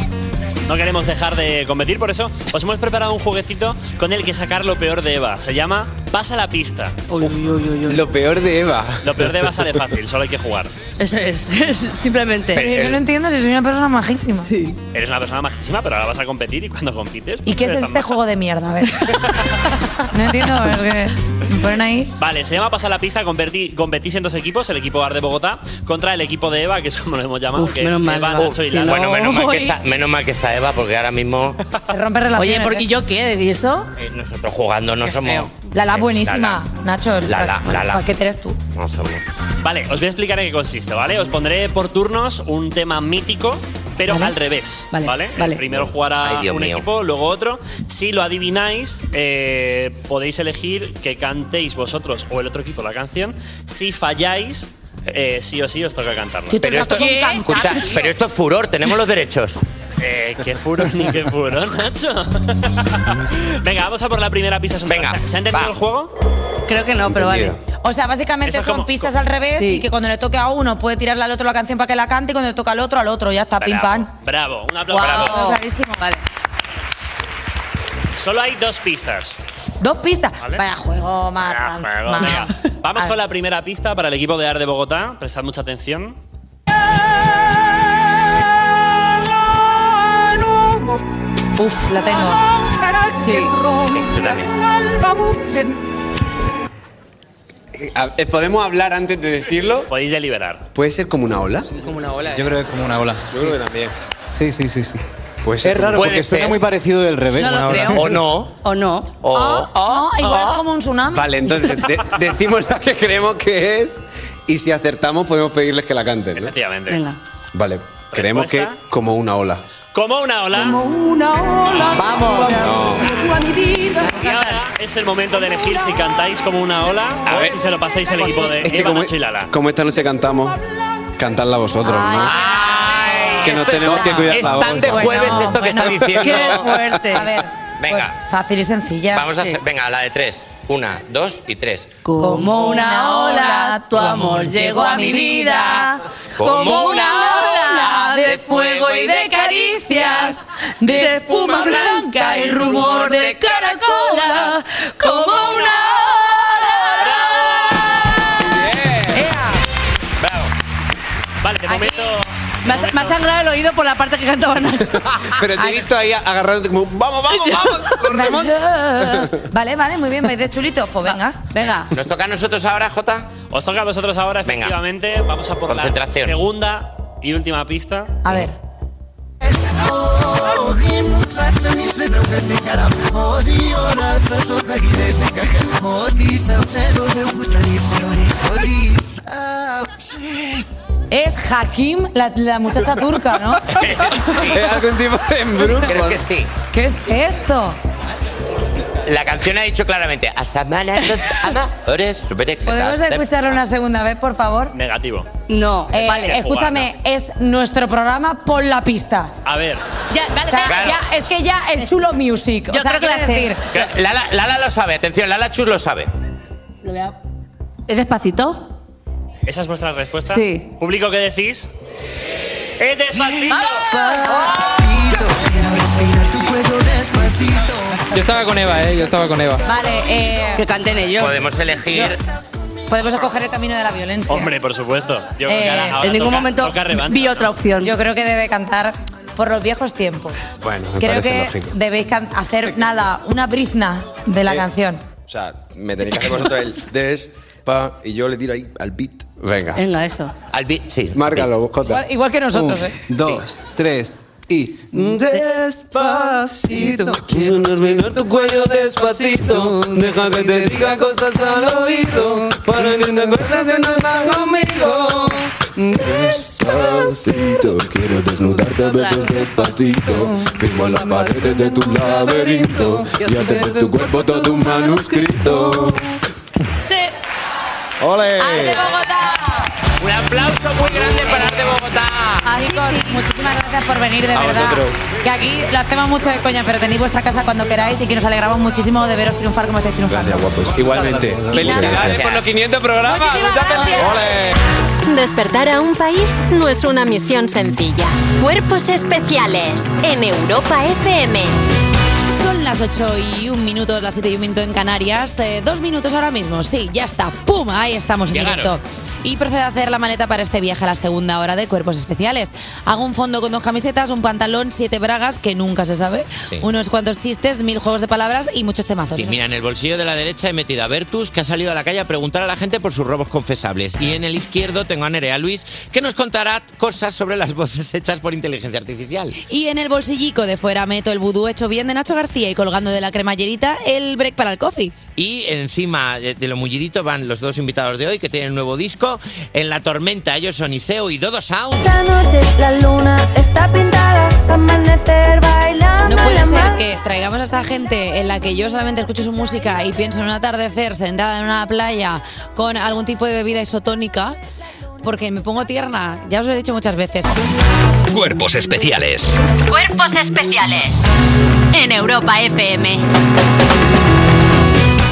no queremos dejar de competir, por eso os hemos preparado un jueguecito con el que sacar lo peor de Eva. Se llama Pasa la pista.
Lo peor de Eva.
Lo peor de
(laughs)
Eva sale fácil, solo hay que jugar.
Eso es, simplemente.
Pero yo no entiendo si soy una persona majísima.
Eres una persona majísima, pero ahora vas
pues
a competir y cuando compites.
¿Y qué es
eres
este
tan maja.
juego de mierda? A ver. No entiendo. es que- Me ponen ahí.
Vale, se llama Pasar la Pista. Competí, competís en dos equipos, el equipo Ar de Bogotá contra el equipo de Eva, que es como lo hemos llamado.
Uf,
que
menos
es
mal,
Eva,
Eva.
Nacho y Lara.
Bueno, menos mal, (laughs) que está, menos mal que está Eva, porque ahora mismo
Se rompe relaciones.
Oye, porque
¿eh?
yo qué, ¿y eso?
eh, nosotros jugando no somos.
La la buenísima, Nacho. el
Lala,
pa-
Lala.
Paquete eres tú.
No somos.
Vale, os voy a explicar en qué consiste, ¿vale? Os pondré por turnos un tema mítico, pero al revés, ¿vale? El Primero jugará
Ay, Dios
un
mío.
equipo, luego otro. Si lo adivináis, eh, podéis elegir que cantéis vosotros o el otro equipo la canción. Si falláis, eh, sí o sí os toca cantarla.
pero, esto, escucha, pero esto es furor, tenemos los derechos.
Eh, qué furón ni qué (laughs) furón, Nacho. Venga, vamos a por la primera pista. Venga, ¿se ha entendido el juego?
Creo que no, pero vale.
O sea, básicamente
Eso es
son
como-
pistas al revés
Sí.
y que cuando le toque a uno puede tirarle al otro la canción para que la cante y cuando le toca al otro al otro. Ya está, pim
Bravo,
pam.
bravo, un aplauso.
Guau,
bravo.
clarísimo. Vale.
Solo hay dos pistas.
Dos pistas.
Vale.
Vaya juego, más.
Ah, fuego, venga. Vamos con la primera pista para el equipo de AR de Bogotá. Prestad mucha atención.
Uf, la tengo.
A- eh, ¿Podemos hablar antes de decirlo?
Podéis deliberar.
¿Puede ser como una ola? eh.
Como una ola.
Yo creo que es como una ola.
Yo creo que también.
Sí, sí, sí, sí.
Puede
es raro
Puede
porque
ser.
suena muy parecido del revés.
No lo
una
creo.
hora.
O no.
¿O no?
Ah.
O-
Oh, igual
oh.
es como un tsunami.
Vale, entonces de- decimos la que creemos que es y si acertamos podemos pedirles que la canten. ¿no?
Efectivamente.
Vale, creemos que
Respuesta.
como una ola.
Como una ola.
Vamos.
Y ahora es el momento de elegir si cantáis como una ola o si se lo pasáis al equipo de
Es que
Eva,
como,
Nacho y Lala.
como esta noche cantamos, cantadla vosotros, ¿no? que nos
esto es
tenemos
como-
que cuidar
es
la
tan
voz.
de jueves esto que está diciendo.
Qué fuerte. A ver.
Venga.
pues, fácil y sencilla.
Vamos a
Sí.
hacer, venga, a la de tres. Una, dos y tres.
Como una ola, tu amor llegó a mi vida. Como una ola de fuego y de caricias, de espuma blanca y rumor de caracola. Como una
Vale, de momento.
Me ha, me ha sangrado el oído por la parte que cantaba Nacho.
Ah,
Pero te he visto ahí agarrándote como, vamos,
(laughs)
vamos, vamos.
Vale, vale, muy bien. ¿Vais de chulitos? Pues venga. Venga.
¿Nos toca a nosotros ahora, Jota?
Os toca a vosotros ahora, efectivamente. Vamos a por la
Concentración.
segunda y última pista.
A ver. Es Hakim, la, la muchacha turca, ¿no?
Es algún tipo de embrujo.
(laughs) Creo que sí.
¿Qué es esto?
La canción ha dicho claramente. Asamana, dos, ama, ores, supere,
¿Podemos
ta, ta".
escucharlo una segunda vez, por favor?
Negativo.
No,
Vale.
vale, Eh, escúchame, es nuestro programa por la pista.
A ver.
Ya, vale,
ya, Claro.
es que ya el chulo music. o sea,
creo que
quiero
voy a
decir.
Lala, Lala lo sabe, atención, Lala Chus lo sabe.
¿Es despacito?
¿Esa es vuestra respuesta?
Sí.
¿Público qué decís? ¡Es despacito!
Yo estaba con Eva, ¿eh? Yo estaba con Eva.
Vale, eh,
Que canten ellos.
Podemos elegir.
podemos escoger el camino de la violencia.
(laughs) Hombre, por supuesto. Yo creo que
Eh,
ahora- ahora
en ningún
toca-
momento
toca revancha.
vi otra opción.
Yo creo que debe cantar por los viejos tiempos.
Bueno,
Creo que debéis can- hacer nada, una brizna de la
Eh.
canción.
O sea, me tenéis que hacer vosotros el des, pa, y yo le tiro ahí al beat.
Venga.
Venga, eso.
Al beat, sí.
Márgalo, Jota.
Igual, igual que nosotros,
Un,
¿eh?
dos, tres y...
Despacito, quiero mirar tu cuello despacito. Deja que te diga cosas al oído. Para que te acuerdes de no estar conmigo.
Despacito, quiero desnudarte a besos despacito. Firmo las paredes de tu laberinto y hacer de tu cuerpo todo un manuscrito. ¡Ole!
Un aplauso muy grande para Arte Bogotá.
Chicos, muchísimas gracias por venir, de
A
verdad.
vosotros.
Que aquí lo hacemos mucho de coña, pero tenéis vuestra casa cuando queráis y que nos alegramos muchísimo de veros triunfar como estáis triunfando.
Igualmente. Felicidades por los 500 programas. Muchas felicidades.
Despertar a un país no es una misión sencilla. Cuerpos especiales en Europa FM.
Son las 8 y un minuto, las 7 y un minuto en Canarias. Eh, dos minutos ahora mismo, sí, ya está. ¡Pum! Ahí estamos en
Llegaron.
directo. y procede a hacer la maleta para este viaje a la segunda hora de cuerpos especiales. Hago un fondo con dos camisetas, un pantalón, siete bragas, que nunca se sabe,
Sí.
unos cuantos chistes, mil juegos de palabras y muchos temazos.
Sí, mira, en el bolsillo de la derecha he metido a Bertus, que ha salido a la calle a preguntar a la gente por sus robos confesables. Y en el izquierdo tengo a Nerea Luis, que nos contará cosas sobre las voces hechas por inteligencia artificial.
Y en el bolsillico de fuera meto el vudú hecho bien de Nacho García y colgando de la cremallerita el break para el coffee.
Y encima de, de lo mullidito van los dos invitados de hoy, que tienen un nuevo disco. En La Tormenta, ellos son Iseo y Dodo Sound.
Esta noche la luna está pintada, pa' amanecer bailando.
No puede
la
ser
mar.
que traigamos a esta gente en la que yo solamente escucho su música y pienso en un atardecer sentada en una playa con algún tipo de bebida isotónica, porque me pongo tierna. Ya os lo he dicho muchas veces.
Cuerpos especiales.
Cuerpos especiales en Europa FM.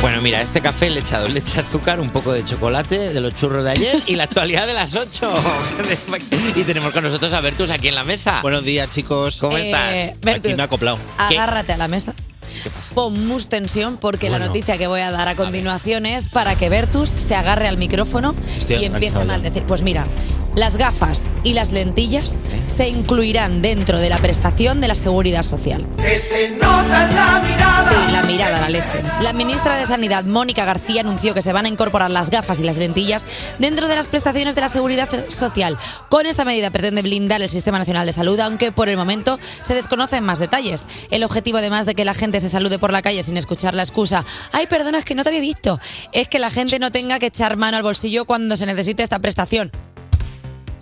Bueno, mira, a este café le he echado leche, azúcar, un poco de chocolate de los churros de ayer y la actualidad de las 8. (laughs) y tenemos con nosotros a Bertus aquí en la mesa. Buenos días, chicos. ¿Cómo
Eh,
estás?
Bertus.
Aquí me ha acoplado.
Agárrate a la mesa. Pon mus tensión porque la
Bueno.
noticia que voy a dar a continuación es para que Bertus se agarre al micrófono
Estoy
y empiece a
enganchado ya.
maldecir. Pues mira, las gafas y las lentillas
¿Eh?
se incluirán dentro de la prestación de la seguridad social. Sí, la mirada, la leche. La ministra de Sanidad, Mónica García, anunció que se van a incorporar las gafas y las lentillas dentro de las prestaciones de la seguridad social. Con esta medida pretende blindar el Sistema Nacional de Salud, aunque por el momento se desconocen más detalles. El objetivo, además de que la gente se salude por la calle sin escuchar la excusa, ay, perdona, es que no te había visto, es que la gente no tenga que echar mano al bolsillo cuando se necesite esta prestación.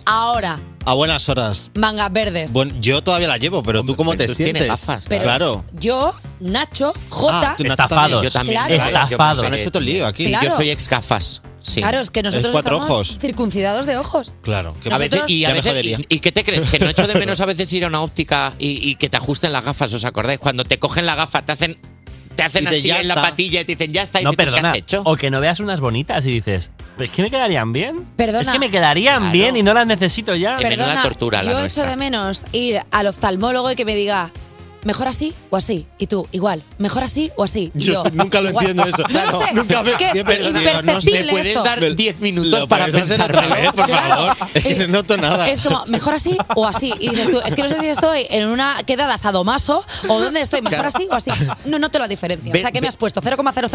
Ahora,
A buenas horas.
mangas verdes.
Bueno, yo todavía la llevo, pero tú cómo te
tú tienes
sientes.
gafas,
Pero
claro.
Yo, Nacho, Jota.
Ah, tú, Nacho, también.
Claro.
Yo también. Yo te lío aquí.
Sí, Claro. yo soy
ex gafas.
Claro, es que nosotros
cuatro
estamos
ojos.
circuncidados de ojos.
Claro.
A veces- Nosotros-
y, a
Ya me
veces-
jodería.
y- ¿y qué te crees? Que no echo de menos a veces ir a una óptica y, y que te ajusten las gafas, ¿os acordáis? Cuando te cogen la gafa, te hacen, te hacen
Y te
así
ya
en la
está.
patilla y te dicen, ya está, y
No,
dices, ¿qué has
perdona.
hecho?
O que no veas unas bonitas y dices, es que me quedarían bien.
Perdona.
Es que me quedarían
Claro.
bien y no las necesito ya.
Perdona, yo echo de menos ir al oftalmólogo y que me diga, mejor así o así. Y tú, igual, mejor así o así. Y
Yo (laughs) nunca lo
"Igual".
entiendo eso.
(laughs) No lo
(laughs)
sé,
Nunca me-
que es
siempre digo, no sé,
imperceptible
¿me puedes
esto.
dar
10
(laughs)
minutos
para pensar otra vez, por favor. Es que no noto nada.
Es como, mejor así o así. Y dices tú, es que no sé si estoy en una quedada sadomaso o dónde estoy, mejor
Claro.
así o así. No noto la diferencia. o
Ve-
sea, que
ve-
me has puesto?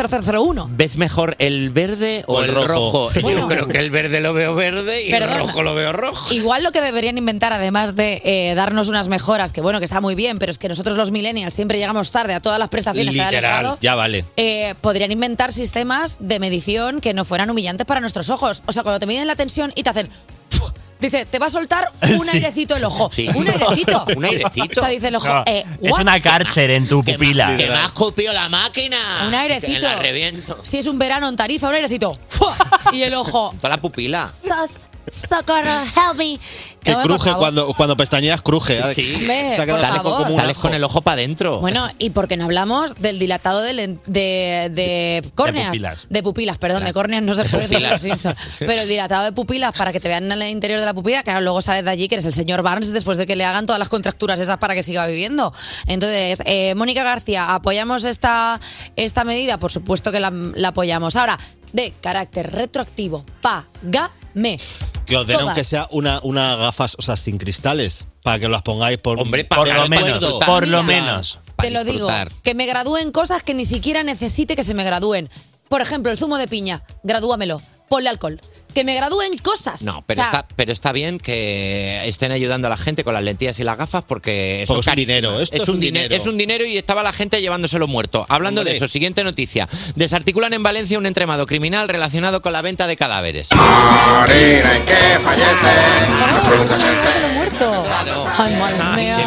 0,00001.
¿Ves mejor el verde o, el rojo?
(laughs)
Yo creo que el verde lo veo verde y
Perdona.
el rojo lo veo rojo.
Igual lo que deberían inventar, además de eh, darnos unas mejoras, que bueno, que está muy bien, pero es que nosotros los millennials siempre llegamos tarde a todas las prestaciones que da el
Literal.
Estado.
Ya vale.
eh, podrían inventar sistemas de medición que no fueran humillantes para nuestros ojos. O sea, cuando te miden la tensión y te hacen. ¡fuf! Dice, te va a soltar un airecito el ojo. Un
(laughs)
airecito.
(laughs) Un airecito.
O sea, dice el ojo.
No,
eh,
es
¿what?
una cárcel en tu pupila.
Que me ha escupido la máquina.
Un airecito.
Que la reviento.
Si es un verano en tarifa, un airecito. (laughs) ¡fua! Y el ojo.
Toda la pupila.
Socorro, help me.
Que
No, por
cruje
favor.
cuando, cuando pestañeas, cruje.
Hombre,
Te ha quedado un poco
por favor.
como un
Sales
ajo.
Con el ojo para adentro.
Bueno, y porque no hablamos del dilatado de, len- de, de córneas.
pupilas.
De pupilas, perdón, de córneas
(laughs)
no se
De
puede saber los
pupilas.
Simpson. Pero el dilatado de pupilas para que te vean en el interior de la pupila, claro, luego sales de allí que eres el señor Barnes después de que le hagan todas las contracturas esas para que siga viviendo. Entonces, eh, Mónica García, apoyamos esta, esta medida, por supuesto que la, la apoyamos. Ahora, de carácter retroactivo, págame.
Que os den
Todas.
aunque sea una, una gafas, o sea, sin cristales, para que las pongáis por... Hombre,
por lo menos, por lo menos.
Te lo digo,
disfrutar.
que me gradúen cosas que ni siquiera necesite que se me gradúen. Por ejemplo, el zumo de piña, gradúamelo, ponle alcohol. Que me gradúen cosas.
No, pero,
O sea,
está, pero está bien que estén ayudando a la gente con las lentillas y las gafas porque, son
Porque es un
carísimas.
dinero, esto es un
dine-
dinero.
Es un dinero y estaba la gente llevándoselo muerto. Hablando
Hombre.
de eso, siguiente noticia. Desarticulan en Valencia un entremado criminal relacionado con la venta de cadáveres.
Morir hay que fallecer.
muerto. Ay, madre mía.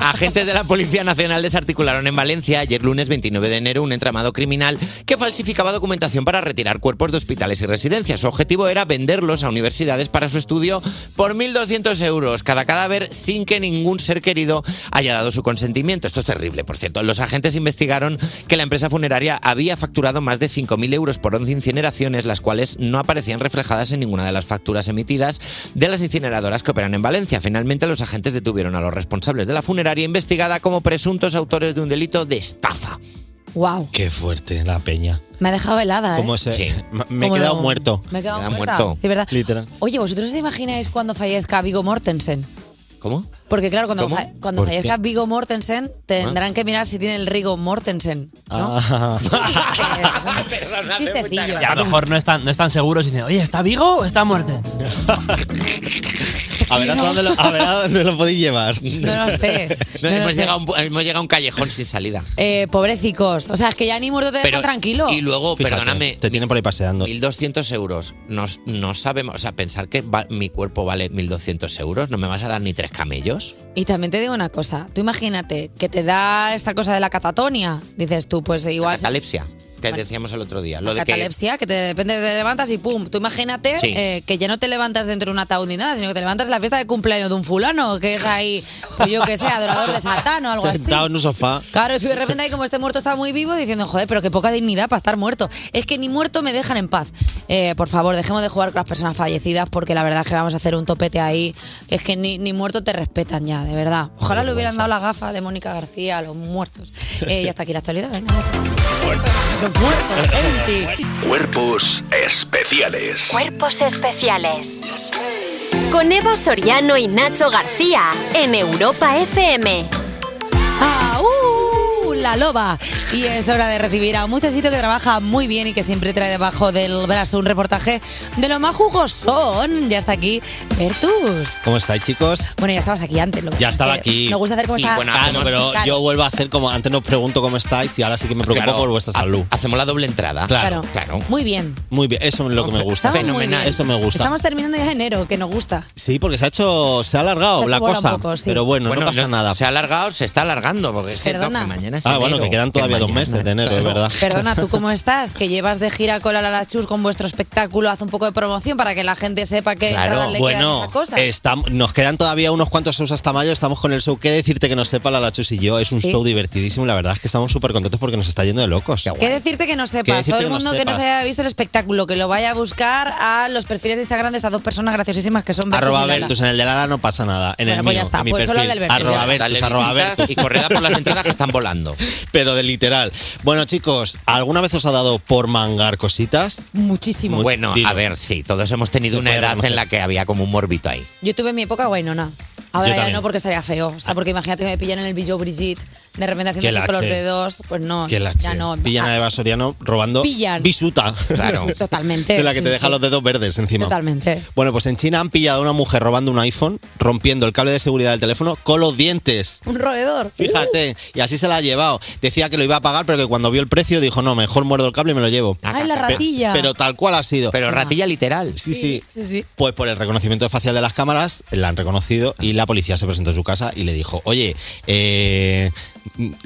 Agentes de la Policía Nacional desarticularon en Valencia ayer lunes 29 de enero un entramado criminal que falsificaba documentación para retirar cuerpos de hospitales y residencias. Su objetivo era venderlos a universidades para su estudio por 1.200 euros cada cadáver sin que ningún ser querido haya dado su consentimiento. Esto es terrible, por cierto. Los agentes investigaron que la empresa funeraria había facturado más de 5.000 euros por 11 incineraciones, las cuales no aparecían reflejadas en ninguna de las facturas emitidas de las incineradoras que operan en Valencia. Finalmente, los agentes detuvieron a los responsables de la funeraria investigada como presuntos autores de un delito de estafa.
Wow.
Qué fuerte la peña.
Me ha dejado helada, ¿eh?
Como ese. (laughs) Me- Me he
Como-
quedado muerto.
Me he quedado muerta. Sí, verdad.
Literal.
Oye, ¿vosotros os imagináis cuando fallezca Vigo Mortensen?
¿Cómo?
Porque claro, cuando,
¿Cómo?
fa- cuando
¿Por
fallezca
qué?
Vigo Mortensen, tendrán que mirar si tiene el Rigo Mortensen. Eh,
Ah.
Chistecillo.
Y a lo mejor no están, no están seguros y dicen, oye, ¿está Vigo o está
(laughs)
muerto?
A ver, ¿a dónde lo, a ver a dónde Ah, lo podéis llevar.
No lo sé.
(laughs) No,
No lo
hemos,
sé.
llegado a un, pu- hemos llegado a un callejón sin salida.
Eh, pobrecicos. O sea, es que ya ni muerto te deja tranquilo.
Y luego,
Fíjate,
perdóname.
Te tienen por ahí paseando.
1.200 euros. No, no sabemos. O sea, pensar que va- mi cuerpo vale 1.200 euros. ¿No me vas a dar ni tres camellos?
Y también te digo una cosa. Tú imagínate que te da esta cosa de la catatonia. Dices tú, pues igual...
Catalepsia, que decíamos el otro día. Lo de que
catalepsia, que te, de repente te levantas y pum. Tú imagínate
Sí.
eh, que ya no te levantas dentro de un ataúd ni nada, sino que te levantas en la fiesta de cumpleaños de un fulano, que es ahí, pues yo que sé, adorador de Satán o algo así.
Sentado en un sofá.
Claro, y tú de repente ahí como este muerto está muy vivo diciendo, joder, pero qué poca dignidad para estar muerto. Es que ni muerto me dejan en paz. Eh, por favor, dejemos de jugar con las personas fallecidas porque la verdad es que vamos a hacer un topete ahí. Es que ni, ni muerto te respetan ya, de verdad. Ojalá le hubieran dado la gafa de Mónica García a los muertos. Eh, y hasta aquí la actualidad, venga. Los muertos, gente.
Cuerpos especiales.
Cuerpos especiales. Con Eva Soriano y Nacho García en Europa FM.
¡Aú! La loba. Y es hora de recibir a un muchachito que trabaja muy bien y que siempre trae debajo del brazo un reportaje de lo más jugosón. Ya está aquí, Bertus.
¿Cómo estáis, chicos?
Bueno, ya estabas aquí antes. Lo que
Ya
pasa
estaba
es que
aquí.
Nos Eh, gusta hacer como
Y
está.
bueno, claro, pero
Claro.
yo vuelvo a hacer como antes nos pregunto cómo estáis y ahora sí que me preocupo
Claro,
por vuestra salud.
hacemos la doble entrada.
Claro,
claro.
Muy bien.
Muy bien, eso es lo que me gusta.
Estamos muy bien.
Esto me gusta.
Estamos terminando ya enero, que nos gusta.
Sí, porque se ha hecho, se ha alargado
Se ha
la
hecho bola
cosa,
un poco, sí.
pero bueno, no
Bueno,
pasa nada.
se ha alargado, se está alargando. Porque es que, no,
Perdona.
que mañana es
Ah, bueno, que quedan todavía dos meses de enero, es verdad.
Perdona, ¿tú cómo estás? Que llevas de gira con la Lalachus con vuestro espectáculo. Haz un poco de promoción para que la gente sepa que entradas le quedan a
bueno,
esa cosa.
estam- nos quedan todavía unos cuantos shows hasta mayo. Estamos con el show. ¿Qué decirte que nos sepa la Lachus y yo? Es un
Sí.
show divertidísimo. La verdad es que estamos súper contentos porque nos está yendo de locos.
¿Qué decirte que no sepas?
decirte
Todo el
que no
mundo que no se
sepas?
haya visto el espectáculo, que lo vaya a buscar a los perfiles de Instagram de estas dos personas graciosísimas que son Bertus
Arroba
y Lola.
Bertus, en el de Lara no pasa nada. En
Bueno,
el
pues ya
mío,
está,
en mi
pues solo
perfil.
el del Bertus,
Arroba
ya está.
Bertus,
Dale
arroba
visitas
Bertus.
y corredá por las entradas que están volando.
(laughs) Pero de literal. Bueno, chicos, ¿alguna vez os ha dado por mangar cositas?
Muchísimo.
Bueno, a ver, sí, todos hemos tenido una edad en la que había como un morbito ahí.
Yo tuve mi época guaynona. Ahora
Yo
ya
también.
no, porque estaría feo. O sea, porque imagínate que me pillan en el Billo Brigitte, de repente
Ah. Qué
haciendo así con los
lache.
dedos. Pues no,
Que la
ya no.
pillan
(laughs)
a Eva Soriano robando
Pillan.
bisuta.
Claro. Totalmente.
(laughs) De la que
Sí,
te
sí,
deja
sí.
los dedos verdes encima.
Totalmente.
Bueno, pues en China han pillado a una mujer robando un iPhone, rompiendo el cable de seguridad del teléfono con los dientes.
Un roedor.
Fíjate, y así se la ha llevado. Decía que lo iba a pagar, pero que cuando vio el precio dijo, no, mejor muerdo el cable y me lo llevo.
Ay, la
Pe-
ratilla.
Pero, tal cual ha sido.
Pero ratilla literal.
Sí, sí.
Sí, sí.
Pues por el reconocimiento facial de las cámaras, la han reconocido y la policía se presentó en su casa y le dijo, oye, eh,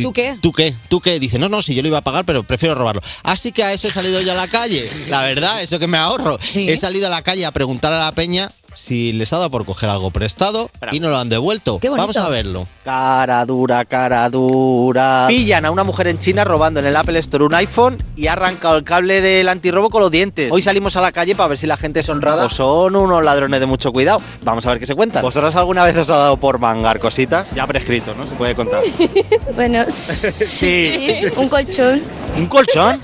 ¿Tú qué?
¿Tú qué? ¿Tú qué? Dice, no, no, si yo lo iba a pagar, pero prefiero robarlo. Así que a eso he salido yo a la calle. La verdad, eso que me ahorro. He salido a la calle a preguntar a la peña si les ha dado por coger algo prestado y no lo han devuelto.
Qué bonito.
Vamos a verlo.
Cara dura, cara dura. Pillan a una mujer en China robando en el Apple Store un iPhone y ha arrancado el cable del antirrobo con los dientes. Hoy salimos a la calle para ver si la gente es honrada. O Pues son unos ladrones de mucho cuidado. Vamos a ver qué se cuentan. ¿Vosotras alguna vez os ha dado por mangar cositas? Ya prescrito, ¿no? Se puede contar.
(laughs) Bueno,
Sí.
un colchón
(laughs) ¿Un colchón?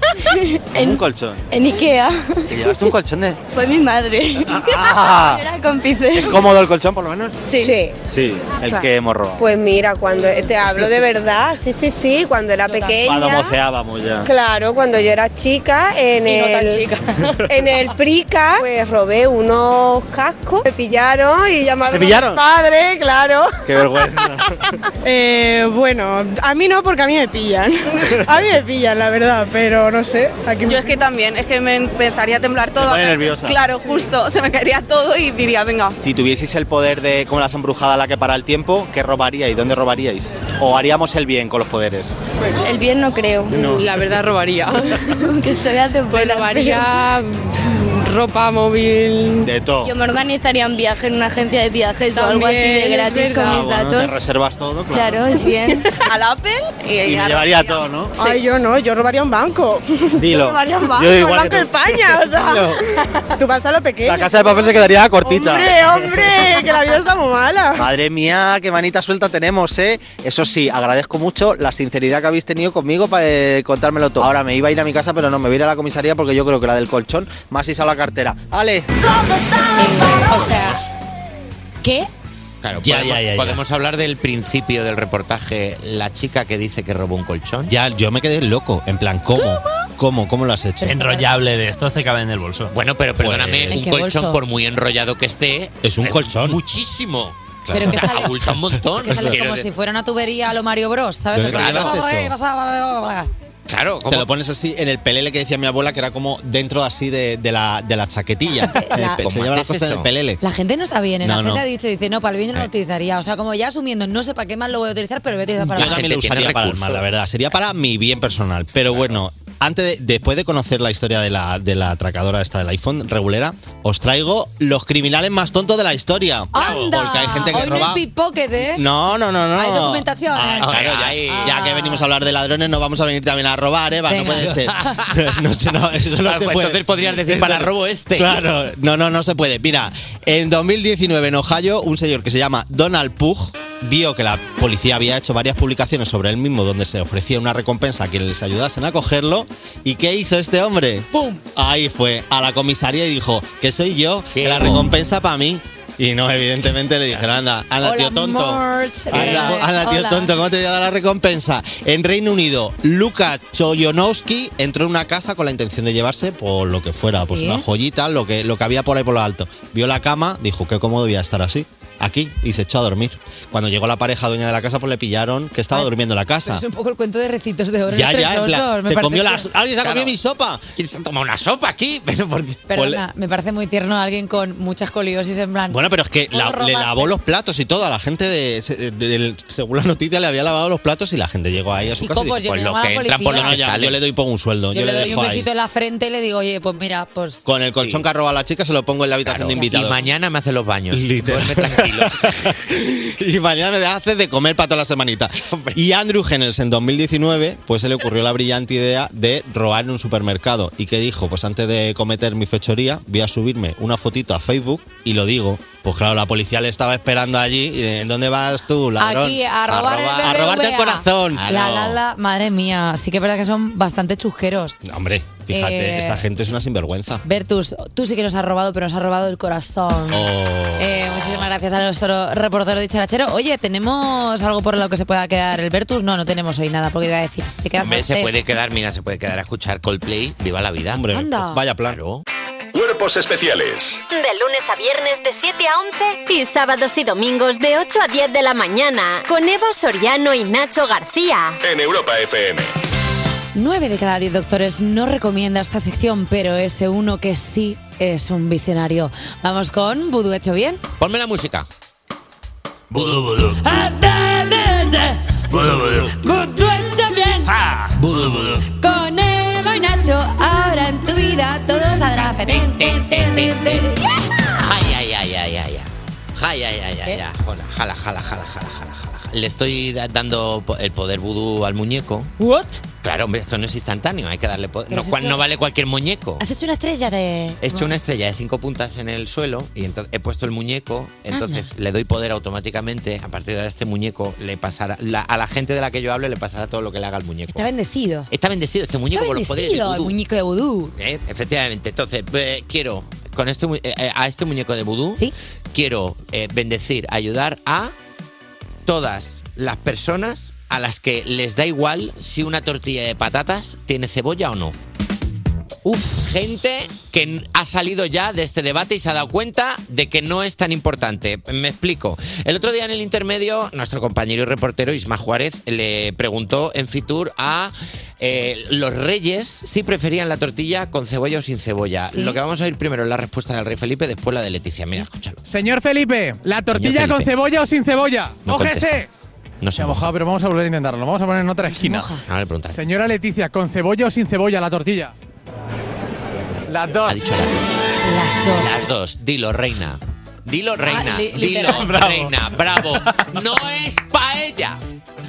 en,
¿Un colchón?
en Ikea.
¿Te llevaste un colchón
(laughs)
de...?
Fue mi madre.
Ah.
Era cómpice.
¿Es cómodo el colchón, por lo menos?
Sí.
Sí, el que hemos robado.
Pues mira, cuando te hablo de verdad, sí, sí, sí, cuando era
Cuando
pequeña.
moceábamos ya.
Claro, cuando yo era chica en
Y no tan
el (laughs) en el Prica, pues robé unos cascos, me pillaron y llamaron
¿Te pillaron?
a mi padre, claro. (laughs)
Qué vergüenza.
Eh, bueno, a mí no porque a mí me
(laughs)
pillan. A mí me pillan, la verdad, pero no sé.
Yo es que también, es que me empezaría a temblar todo.
pone nerviosa.
Claro, justo, se me caería todo y diría, venga.
Si tuvieseis el poder de como las embrujadas la que para el tiempo, ¿qué robaríais? ¿Dónde robaríais? ¿O haríamos el bien con los poderes?
El bien no creo.
No. La
verdad robaría. que estoy a temporadas,
Ah,
Pues robaría,
pero-
ropa, móvil.
De todo.
Pues, Yo me organizaría un viaje en una agencia de viajes o algo así
También,
de
es
gratis con
verdad.
mis
Bueno, te
datos.
reservas todo, claro.
Claro, es bien.
Al Apple
Y me llevaría todo, ¿no?
Ay, yo no, yo robaría un banco. (laughs)
Dilo.
Yo robaría un
Yo
banco,
igual
un banco
que
de
(laughs)
tú.
España, o sea. (laughs) tú vas a lo pequeño.
La casa de papel se quedaría cortita.
Hombre, hombre, que la vida está muy mala.
Madre mía, qué manita suelta tenemos, ¿eh? Eso sí, agradezco mucho la sinceridad que habéis tenido conmigo para eh, contármelo todo. Ahora me iba a ir a mi casa, pero no, me voy a ir a la comisaría porque yo creo que la del colchón más si a la cartera. Ale.
O sea, ¿qué?
Claro,
Ya,
podemos,
ya, ya, ya.
podemos hablar del principio del reportaje, la chica que dice que robó un colchón.
Ya, yo me quedé loco. En plan, ¿cómo? ¿Cómo? ¿Cómo lo has (laughs) hecho?
Enrollable de estos te cabe en el bolso. Bueno, pero perdóname,
Pues- ¿En qué
un colchón,
bolso?
por muy enrollado que esté, es un colchón. Muchísimo.
Claro. Pero que
O sea,
sale-
abulta un montón.
Que sale
Quiero
como
decir-
si fuera una tubería a lo Mario Bros, ¿sabes?
¿Dónde te llevas
Oh, eh,
esto?
pasa-
Claro,
Te lo pones así en el pelele que decía mi abuela, que era como dentro así de, de la, de la chaquetilla. En el pe-
¿Cómo
se lleva las
haces
cosas en
eso?
el pelele.
La gente no está bien, ¿eh? la
No,
gente
no.
ha dicho, dice, no, para el bien no lo utilizaría. O sea, como ya asumiendo, no sé para qué más lo voy a utilizar, pero lo voy a utilizar para
Yo
mal.
también lo usaría para el
recursos.
mal, la verdad. Sería para mi bien personal. Pero bueno, antes de- después de conocer la historia de la, de la atracadora esta del iPhone regulera, os traigo los criminales más tontos de la historia.
¡Anda!
Porque hay gente que
Hoy no
roba.
es pickpocket, Ah, ¿eh?
No, no, no, no.
Hay documentación.
Ah, claro, ya, ya que venimos a hablar de ladrones, no vamos a venir también a robar, Eva,
Venga.
no puede
(laughs)
ser. (laughs) No sé, no, eso no
Claro,
se
pues
puede.
entonces podrías decir,
Esto-
para robo este.
Claro, no, no, no se puede. Mira, en 2019 en Ohio, un señor que se llama Donald Pug vio que la policía había hecho varias publicaciones sobre él mismo donde se ofrecía una recompensa a quienes les ayudasen a cogerlo. ¿Y qué hizo este hombre?
¡Pum!
Ahí fue, a la comisaría y dijo, que soy yo, que la recompensa para mí. Y no, evidentemente le dijeron, anda, anda,
Hola,
tío tonto.
March. Eh,
Anda, anda, tío
hola.
tonto, ¿cómo te voy a dar la recompensa? En Reino Unido, Luca Choyonowski entró en una casa con la intención de llevarse, por lo que fuera, pues
Sí.
una joyita, lo que, lo que había por ahí por lo alto. Vio la cama, dijo, qué cómodo voy a estar así, aquí, y se echó a dormir. Cuando llegó la pareja dueña de la casa, pues le pillaron que estaba durmiendo en la
Pero
casa.
es un poco el cuento de recitos de oro.
Ya,
los tres
ya, en plan,
osos, me
se
parece
comió
que-
las- alguien se ha comido mi sopa.
¿Quién se ha tomado una sopa aquí? (laughs) Pero por qué?
Perdona, me parece muy tierno alguien con muchas coliosis en plan.
Bueno, pero es que la-
Todo
le
romántico.
lavó los platos y todo. A la gente, de, se- del- según la noticia, le había lavado los platos y la gente llegó ahí a su
Chico,
casa. y dijo,
pues yo le llamo a la policía.
no, ya, Yo le doy pongo un sueldo.
yo,
Yo,
le doy
dejo
un
ahí.
besito en la frente y le digo, oye, pues mira, pues.
Con el colchón que ha robado la chica se lo pongo en la habitación de invitados.
Y mañana me hace los baños. Duerme tranquilo.
(laughs) y mañana me haces de comer para toda la
(laughs)
semanita. Y Andrew Hennels en 2019, pues se le ocurrió la brillante idea de robar en un supermercado. ¿Y qué dijo? Pues antes de cometer mi fechoría, voy a subirme una fotito a Facebook y lo digo. Pues claro, la policía le estaba esperando allí. y, ¿En dónde vas tú, ladrón?
Aquí, a robar, el
A
BBVA.
robarte el corazón.
La, la, la, madre mía. Sí que es verdad que son bastante chusqueros.
No, Hombre, fíjate,
Eh,
esta gente es una sinvergüenza.
Bertus, tú sí que nos has robado, pero nos has robado el corazón.
Oh.
Eh, muchísimas gracias a nuestro reportero dicharachero. Oye, ¿tenemos algo por lo que se pueda quedar el Bertus? No, no tenemos hoy nada, porque iba a decir, si te quedas
Hombre,
más
se
te-
puede quedar, mira, se puede quedar a escuchar Coldplay. Viva la vida. Hombre,
Anda.
vaya plan.
Cuerpos especiales
De lunes a viernes de 7 a 11 y sábados y domingos de 8 a 10 de la mañana con Eva Soriano y Nacho García.
en Europa FM.
9 de cada 10 doctores no recomienda esta sección, pero ese uno que sí es un visionario. Vamos con Vudú Hecho Bien.
Ponme la música.
Vudú, vudú. Vudú, vudú.
Vudú hecho bien.
Vudú, vudú.
Con Eva y Nacho, ahora en tu vida todo saldrá feliz.
Ay, ay, ay, ay, ay, ay. Ay, ay, ay, ay, ay. Jala, jala, jala, jala, jala, jala, jala. Le estoy da- dando po- el poder vudú al muñeco.
¿What?
Claro, hombre, esto no es instantáneo, hay que darle poder.
Pero
No,
has
cual-
hecho-
no vale cualquier muñeco.
Has hecho una estrella de...
He hecho una estrella de cinco puntas en el suelo y entonces he puesto el muñeco, entonces le doy poder automáticamente. A partir de este muñeco le pasará la- a la gente de la que yo hable le pasará todo lo que le haga al muñeco.
Está bendecido.
Está bendecido este muñeco
Está
por los poderes de
bendecido el
vudú.
muñeco de vudú.
¿eh? Efectivamente. Entonces, eh, quiero, con este, mu- eh, eh, a este muñeco de vudú, quiero eh, bendecir, ayudar a todas las personas a las que les da igual si una tortilla de patatas tiene cebolla o no. Uf. Gente que n- ha salido ya de este debate y se ha dado cuenta de que no es tan importante. Me explico. El otro día en el intermedio, nuestro compañero y reportero Isma Juárez le preguntó en Fitur a eh, los reyes si preferían la tortilla con cebolla o sin cebolla.
Sí.
Lo que vamos a oír primero es la respuesta del rey Felipe, después la de Leticia. Mira, escúchalo.
Señor Felipe, ¿la tortilla
Felipe.
con cebolla o sin cebolla?
No
¡Cógese!
No se
ha mojado, pero vamos a volver a intentarlo. Vamos a poner en otra esquina.
Ahora le preguntaré.
Señora Leticia, ¿con cebolla o sin cebolla la tortilla? Las dos.
Las dos. Ah,
Las dos. Dilo, reina. Dilo, reina.
li-
Dilo,
literal. Bravo.
reina.
(laughs)
Bravo. No es paella.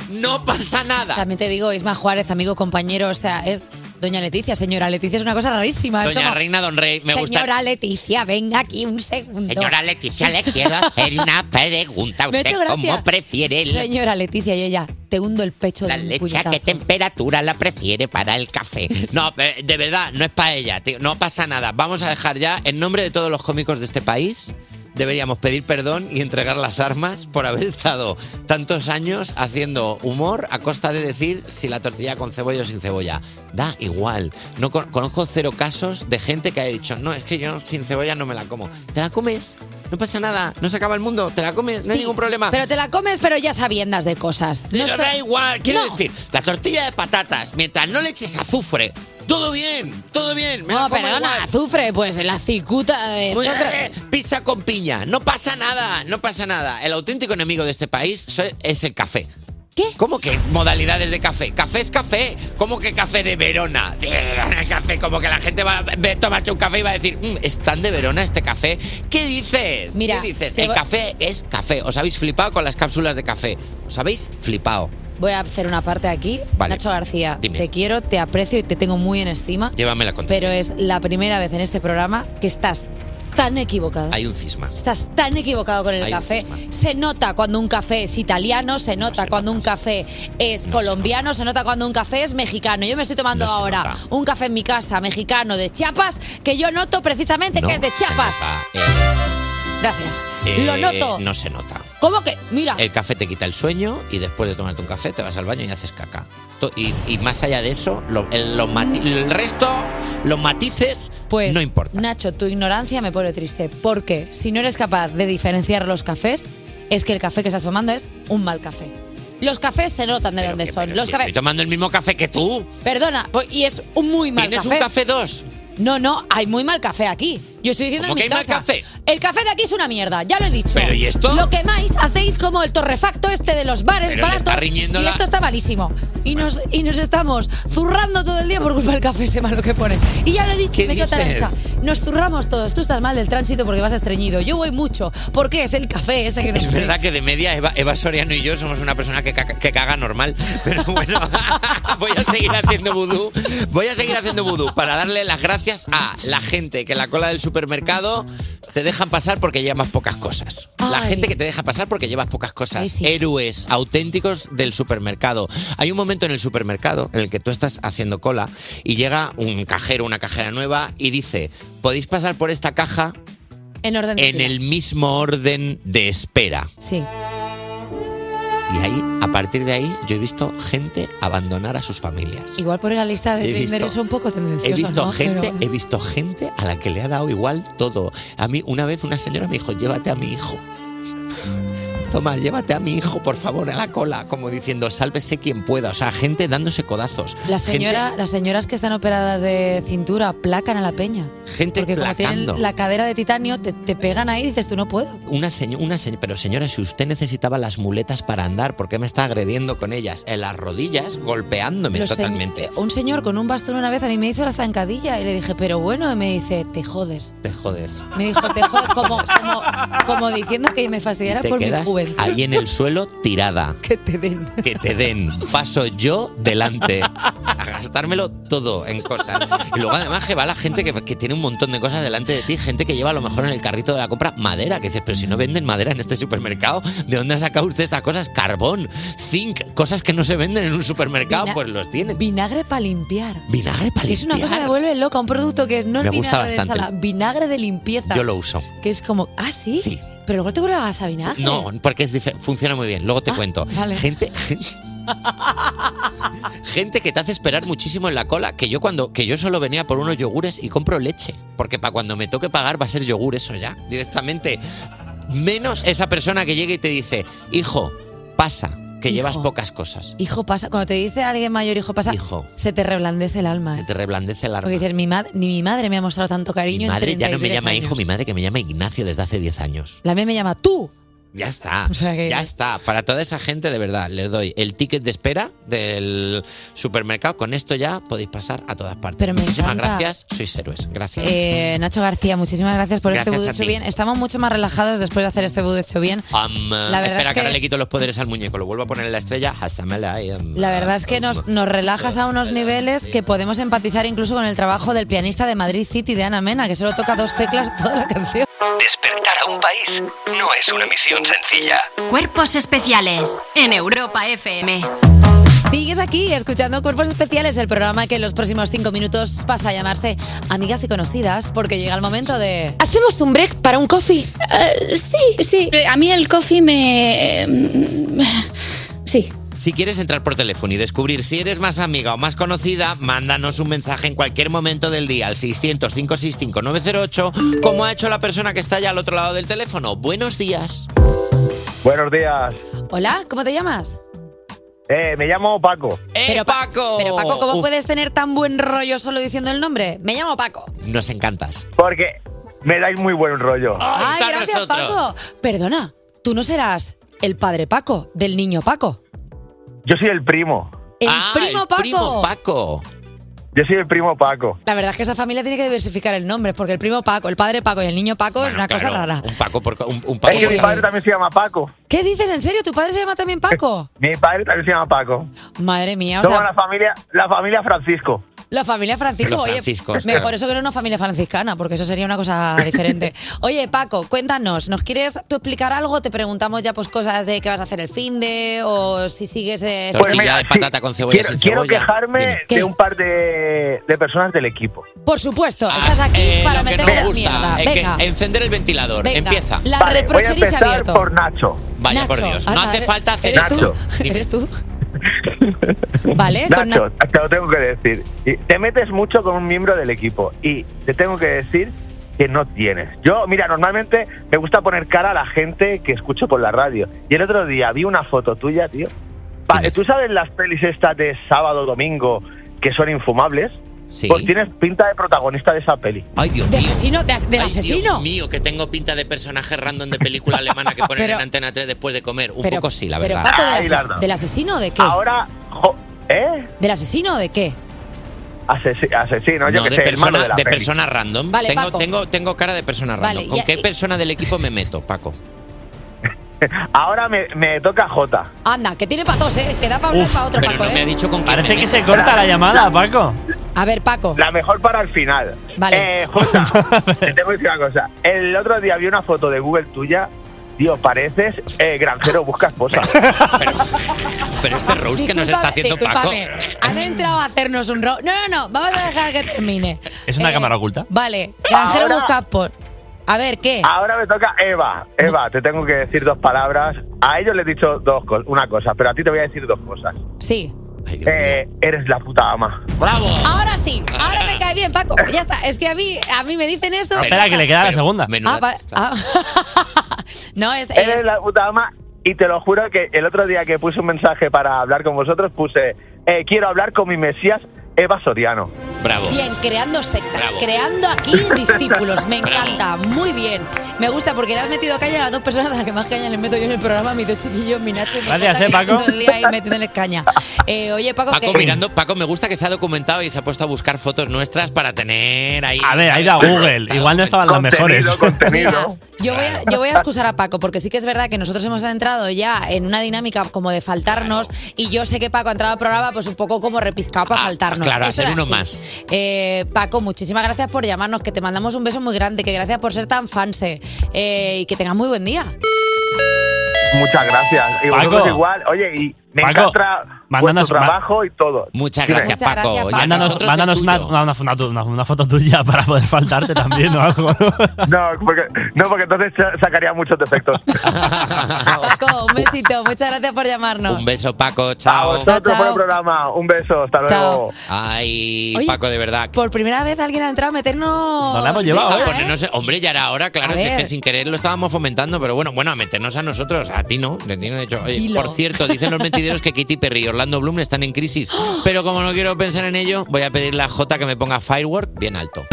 No pasa nada.
También te digo, Isma Juárez, amigo, compañero, o sea, es doña Leticia, señora Leticia, es una cosa rarísima. es
Doña
como,
Reina, don Rey, me gusta.
Señora Leticia, venga aquí un segundo.
Señora Leticia, le quiero
(laughs)
hacer (laughs) una pregunta.
Me ha
¿Usted
hecho gracia.
cómo prefiere la,
Señora Leticia y ella, te hundo el pecho
la
de un
leche? ¿A
puñetazo.
qué temperatura la prefiere para el café? No, eh, de verdad, no es paella, tío. No pasa nada. Vamos a dejar ya, en nombre de todos los cómicos de este país, deberíamos pedir perdón y entregar las armas por haber estado tantos años haciendo humor a costa de decir si la tortilla con cebolla o sin cebolla. Da igual. No con- conozco cero casos de gente que haya dicho, no, es que yo sin cebolla no me la como. ¿Te la comes? No pasa nada, no se acaba el mundo, te la comes, no hay
Sí,
ningún problema.
Pero te la comes, pero ya sabiendas de cosas. No
Pero
está-
da igual, quiero decir, la tortilla de patatas, mientras no le eches azufre, todo bien, todo bien. me la
No,
como
Oh, perdona,
igual. eh.
azufre, pues la cicuta es
Muy
otra-
bien, Pizza con piña, no pasa nada, no pasa nada. El auténtico enemigo de este país so- es el café.
¿Qué?
¿Cómo que modalidades de café? Café es café. ¿Cómo que café de Verona? (laughs) De Verona café, como que la gente va a ve- tomarse un café y va a decir, "Mm, ¿es tan de Verona este café? ¿Qué dices?
Mira,
¿Qué dices?
te
El
voy-
café es café. Os habéis flipado con las cápsulas de café. Os habéis flipado.
Voy a hacer una parte aquí.
Vale.
Nacho García,
Dime.
te quiero, te aprecio y te tengo muy en estima.
Llévamela con
Pero es la primera vez en este programa que estás tan equivocado.
Hay un cisma.
Estás tan equivocado con el
Hay un
café. Se nota cuando un café es italiano, se nota cuando un café es colombiano, se nota cuando un café es mexicano. Yo me estoy tomando
No se
ahora
nota.
un café en mi casa mexicano de Chiapas que yo noto precisamente
No
que es de
se
Chiapas.
nota, eh,
Gracias.
eh,
Lo noto.
No Eh, se nota.
¿Cómo que? Mira,
El café te quita el sueño y después de tomarte un café te vas al baño y haces caca. To- Y, y más allá de eso, lo- el, los mati- el resto, los matices,
Mm. Pues,
no importa.
Nacho, tu ignorancia me pone triste, porque si no eres capaz de diferenciar los cafés, es que el café que estás tomando es un mal café. Los cafés se notan de dónde son. Los
Si
cafés.
Estoy tomando el mismo café que tú.
Perdona, pues, y es un muy mal
¿Tienes
café.
un café dos?
No, no, hay muy mal café aquí. Yo estoy diciendo
¿Cómo
en mi
que hay mal
casa.
café?
El café de aquí es una mierda, ya lo he dicho.
¿Pero y esto?
Lo quemáis, hacéis como el torrefacto este de los bares
Pero le
baratos.
está riñendo
y
la-
esto está malísimo. Y nos, y nos estamos zurrando todo el día por culpa del café ese malo que pone. Y ya lo he dicho, me quedo tan
dices?
ancha. Nos zurramos todos. Tú estás mal del tránsito porque vas estreñido. Yo voy mucho porque es el café ese que nos
Es verdad que de media Eva, Eva Soriano y yo somos una persona que caga, que caga normal, pero bueno, (laughs) voy a seguir haciendo vudú. Voy a seguir haciendo vudú para darle las gracias a la gente que en la cola del supermercado te dejan pasar porque llevas pocas cosas. La
Ay.
gente que te deja pasar porque llevas pocas cosas. Héroes auténticos del supermercado. Hay un momento en el supermercado en el que tú estás haciendo cola y llega un cajero, una cajera nueva y dice, podéis pasar por esta caja
En orden de
en
día.
el mismo orden de espera.
Sí.
Y ahí, a partir de ahí, yo he visto gente abandonar a sus familias.
Igual por la lista de
He visto-
Tinder es un poco tendencioso.
He visto
¿no?
gente,
Pero-
he visto gente a la que le ha dado igual todo. A mí una vez una señora me dijo, "Llévate a mi hijo." Toma, llévate a mi hijo, por favor, a la cola, como diciendo, sálvese quien pueda. O sea, gente dándose codazos.
La
Gente-
señora, las señoras que están operadas de cintura placan a la peña.
Gente
Porque como
placando.
tienen la cadera de titanio, te, te pegan ahí y dices, tú no puedo.
Una señora, una seño- pero señora, si usted necesitaba las muletas para andar, ¿por qué me está agrediendo con ellas? En las rodillas, golpeándome
Los señ-
totalmente.
eh, un señor con un bastón una vez a mí me hizo la zancadilla y le dije, pero bueno, y me dice, te jodes.
Te jodes.
Me dijo, te jodes, como, como, como diciendo que me fastidiara
te
por mi
quedas
juventud.
ahí en el suelo
(laughs)
tirada.
Que (laughs) te den.
Que te den. Paso yo delante. A gastármelo todo en cosas. Y luego además que va la gente que, que tiene un montón de cosas delante de ti. Gente que lleva a lo mejor en el carrito de la compra madera. Que dices, pero si no venden madera en este supermercado, ¿de dónde ha sacado usted estas cosas? Carbón, zinc, cosas que no se venden en un supermercado,
Vina-
pues los tienen.
Vinagre para limpiar.
Vinagre para
Que Es una cosa que me vuelve loca, un producto que no
Me
es
gusta
vinagre de
bastante.
sala, vinagre de limpieza.
Yo lo uso.
Que es como, ah, sí. Pero luego te vuelve a gas a vinagre.
No, porque es dife- funciona muy bien. Luego te cuento.
Ah, vale.
Gente, (laughs) gente, gente que te hace esperar muchísimo en la cola. Que yo cuando que yo solo venía por unos yogures y compro leche, porque para cuando me toque pagar va a ser yogur eso ya directamente. Menos esa persona que llega y te dice, hijo, pasa, que llevas pocas cosas.
Hijo pasa, cuando te dice alguien mayor, hijo pasa,
Hijo.
se te reblandece el alma. ¿eh?
Te reblandece el arma.
Porque dices, mi madre, ni mi madre me ha mostrado tanto cariño.
Mi
en
madre ya no me
33
llama
años".
hijo, mi madre que me llama Ignacio desde hace 10 años.
La mía me llama tú.
Ya está, ya está. Para toda esa gente, de verdad, les doy el ticket de espera del supermercado. Con esto ya podéis pasar a todas partes.
Pero me
Muchísimas
encanta.
gracias, sois héroes. Gracias.
Eh, Nacho García, muchísimas gracias por
Gracias
este
a
Vudú Hecho
ti.
Bien. Estamos mucho más relajados después de hacer este Vudú Hecho Bien.
Am,
la verdad
espera,
es
que ahora
que-
le quito los poderes al muñeco. Lo vuelvo a poner en la estrella. eh. Hazamela, ay, am.
La verdad es que nos, nos relajas a unos niveles que podemos empatizar incluso con el trabajo del pianista de Madrid City, de Ana Mena, que solo toca dos teclas toda la canción.
Despertar a un país no es una misión sencilla.
Cuerpos especiales en Europa FM.
Sigues aquí escuchando Cuerpos Especiales, el programa que en los próximos cinco minutos pasa a llamarse Amigas y Conocidas, porque llega el momento de...
¿Hacemos un break para un coffee? sí, sí. A mí el coffee me...
Em,
Sí.
Si quieres entrar por teléfono y descubrir si eres más amiga o más conocida, mándanos un mensaje en cualquier momento del día al 600 565 908, como ha hecho la persona que está allá al otro lado del teléfono. Buenos días.
Buenos días.
Hola, ¿cómo te llamas?
Eh, me llamo Paco.
pero Pa- Pero Paco, ¿cómo
Uf.
puedes tener tan buen rollo solo diciendo el nombre? Me llamo Paco.
Nos encantas.
Porque me dais muy buen rollo.
Ay, gracias, Paco. Perdona, tú no serás el padre Paco, del niño Paco.
Yo soy el primo.
El primo Paco.
Ah, Paco.
Yo soy el primo Paco.
La verdad es que esa familia tiene que diversificar el nombre, porque el primo Paco, el padre Paco y el niño Paco es Pues una cosa
Claro,
rara.
Un Paco por un, un Paco
es que
por
mi padre también se llama Paco.
¿Qué dices? ¿En serio? ¿Tu padre se llama también Paco?
Mi padre también se llama Paco.
Madre mía, o
Somos
sea,
la familia, la familia Francisco.
la familia Francisco,
Los
oye,
Franciscos.
mejor eso que no una familia franciscana, porque eso sería una
(laughs)
cosa diferente. Oye, Paco, cuéntanos, ¿nos quieres tú explicar algo? Te preguntamos ya pues cosas de qué vas a hacer el fin de o si sigues... eh,
Tortilla
mira,
de patata con cebolla
Quiero,
sin
quiero
cebolla.
quejarme de un par de, de personas del equipo.
Por supuesto,
Ah,
estás aquí
eh,
para
lo que
meter
no me gusta
mierda.
es que
Venga.
encender el ventilador.
Venga.
Empieza.
La Vale, voy a reprochería empezar abierto. por
Nacho.
Vaya por
Nacho,
Dios. No
anda,
hace
eres-
falta hacer
¿Eres
Nacho.
tú? (laughs) ¿Eres tú? Vale, con
Nacho, te lo tengo que decir. Y Te metes mucho con un miembro del equipo y te tengo que decir que no tienes. Yo, mira, normalmente me gusta poner cara a la gente que escucho por la radio. Y el otro día vi una foto tuya, tío. Pa- ¿Tú sabes las pelis estas de sábado, domingo, que son infumables?
Sí.
Pues tienes pinta de protagonista de esa peli.
Ay, Dios
De asesino, de, as- del
Ay,
asesino.
Dios mío, que tengo pinta de personaje random de película alemana que ponen
Pero-
en Antena 3 después de comer. Un
Pero-
poco sí, la
pero
verdad.
Paco, del, ases- del asesino o de qué?
Ahora, ¿eh?
¿Del asesino o de qué?
Asesi- asesino, yo
No,
que
de
sé,
persona-
hermano de la
de
peli.
persona random.
Vale,
tengo,
Paco.
Tengo, tengo cara de persona
Vale,
random. ¿Con
ya-
qué
y-
persona del equipo me meto, Paco?
(laughs) Ahora me, me toca Jota.
Anda, que tiene para dos, ¿eh? Que da para hablar para otro,
pero
Paco,
no me ha
¿eh?
dicho con quién
Parece
me
que
meto.
se corta la llamada, Paco.
A ver, Paco.
La mejor para el final.
Vale.
Eh, Jota,
(laughs)
te tengo que decir una cosa. El otro día vi una foto de Google tuya. Tío, pareces eh, granjero busca esposa.
Pero este roast que nos está haciendo Paco.
discúlpame. Han entrado a hacernos un robo. No, no, no, vamos a dejar que termine.
¿Es una cámara oculta?
Vale, granjero
Ahora-
busca por. A ver, ¿qué?
Ahora me toca Eva. Eva, te tengo que decir dos palabras. A ellos les he dicho dos cos- una cosa, pero a ti te voy a decir dos cosas.
Sí.
Eh, eres la puta ama.
Ahora sí, ahora me cae bien, Paco. Ya está, es que a mí, a mí me dicen eso.
Espera, que le queda la segunda.
Ah, va- ah. (laughs) no, es,
Eres
es-
la puta ama y te lo juro que el otro día que puse un mensaje para hablar con vosotros puse eh, quiero hablar con mi mesías Eva Soriano.
Bravo.
Bien, creando sectas,
Bravo.
creando aquí
(laughs)
discípulos, me encanta, muy bien. Me gusta porque le has metido caña a las dos personas a las que más caña les meto yo en el programa, mis dos chiquillos, mi Nacho. y mi
Gracias,
Jota,
eh,
que
Paco.
todo el día ahí metiéndoles caña. Eh, oye, Paco,
Paco
que-
mirando, Paco, me gusta que se ha documentado y se ha puesto a buscar fotos nuestras para tener ahí.
A ver, ha ido a Google. Igual no estaban las mejores.
Yo voy, a, yo voy a excusar a Paco, porque sí que es verdad que nosotros hemos entrado ya en una dinámica como de faltarnos, y yo sé que Paco ha entrado al programa pues un poco como repizcado para faltarnos.
Ah, Claro,
Eso
hacer
era
uno
así.
más.
Eh, Paco, muchísimas gracias por llamarnos, que te mandamos un beso muy grande, que gracias por ser tan fanse eh, y que tengas muy buen día.
Muchas gracias. Y vosotros
Paco.
igual, oye, y me
Paco,
encanta vuestro
mándanos- ma-
trabajo y todo.
Muchas
Dime.
gracias, Muchas
Paco.
Oye,
Mándanos,
nosotros
mándanos
el
una,
tuyo.
una, una foto, una, una foto tuya (laughs) para poder faltarte también o algo.
No, porque, no, porque entonces sa- sacaría muchos defectos.
Paco, un besito, muchas gracias por llamarnos.
Un beso, Paco. Chao.
Vosotros por el programa. Un beso. Hasta
Chao.
luego.
Ay,
Oye,
Paco, de verdad.
Por primera vez alguien ha entrado a meternos.
A
Venga, ¿eh?
ponernos- hombre, ya era hora, claro,
A
si es
ver.
que sin querer lo estábamos fomentando, pero bueno, bueno, a meternos a nosotros, a ti no, le tiene de hecho. Oye,
Dilo.
por cierto, dicen los mentideros que Katy Perry y Orlando Orlando Bloom están
(gasps)
en crisis. Pero como no quiero pensar en ello, voy a pedirle a Jota que me ponga Firework bien alto.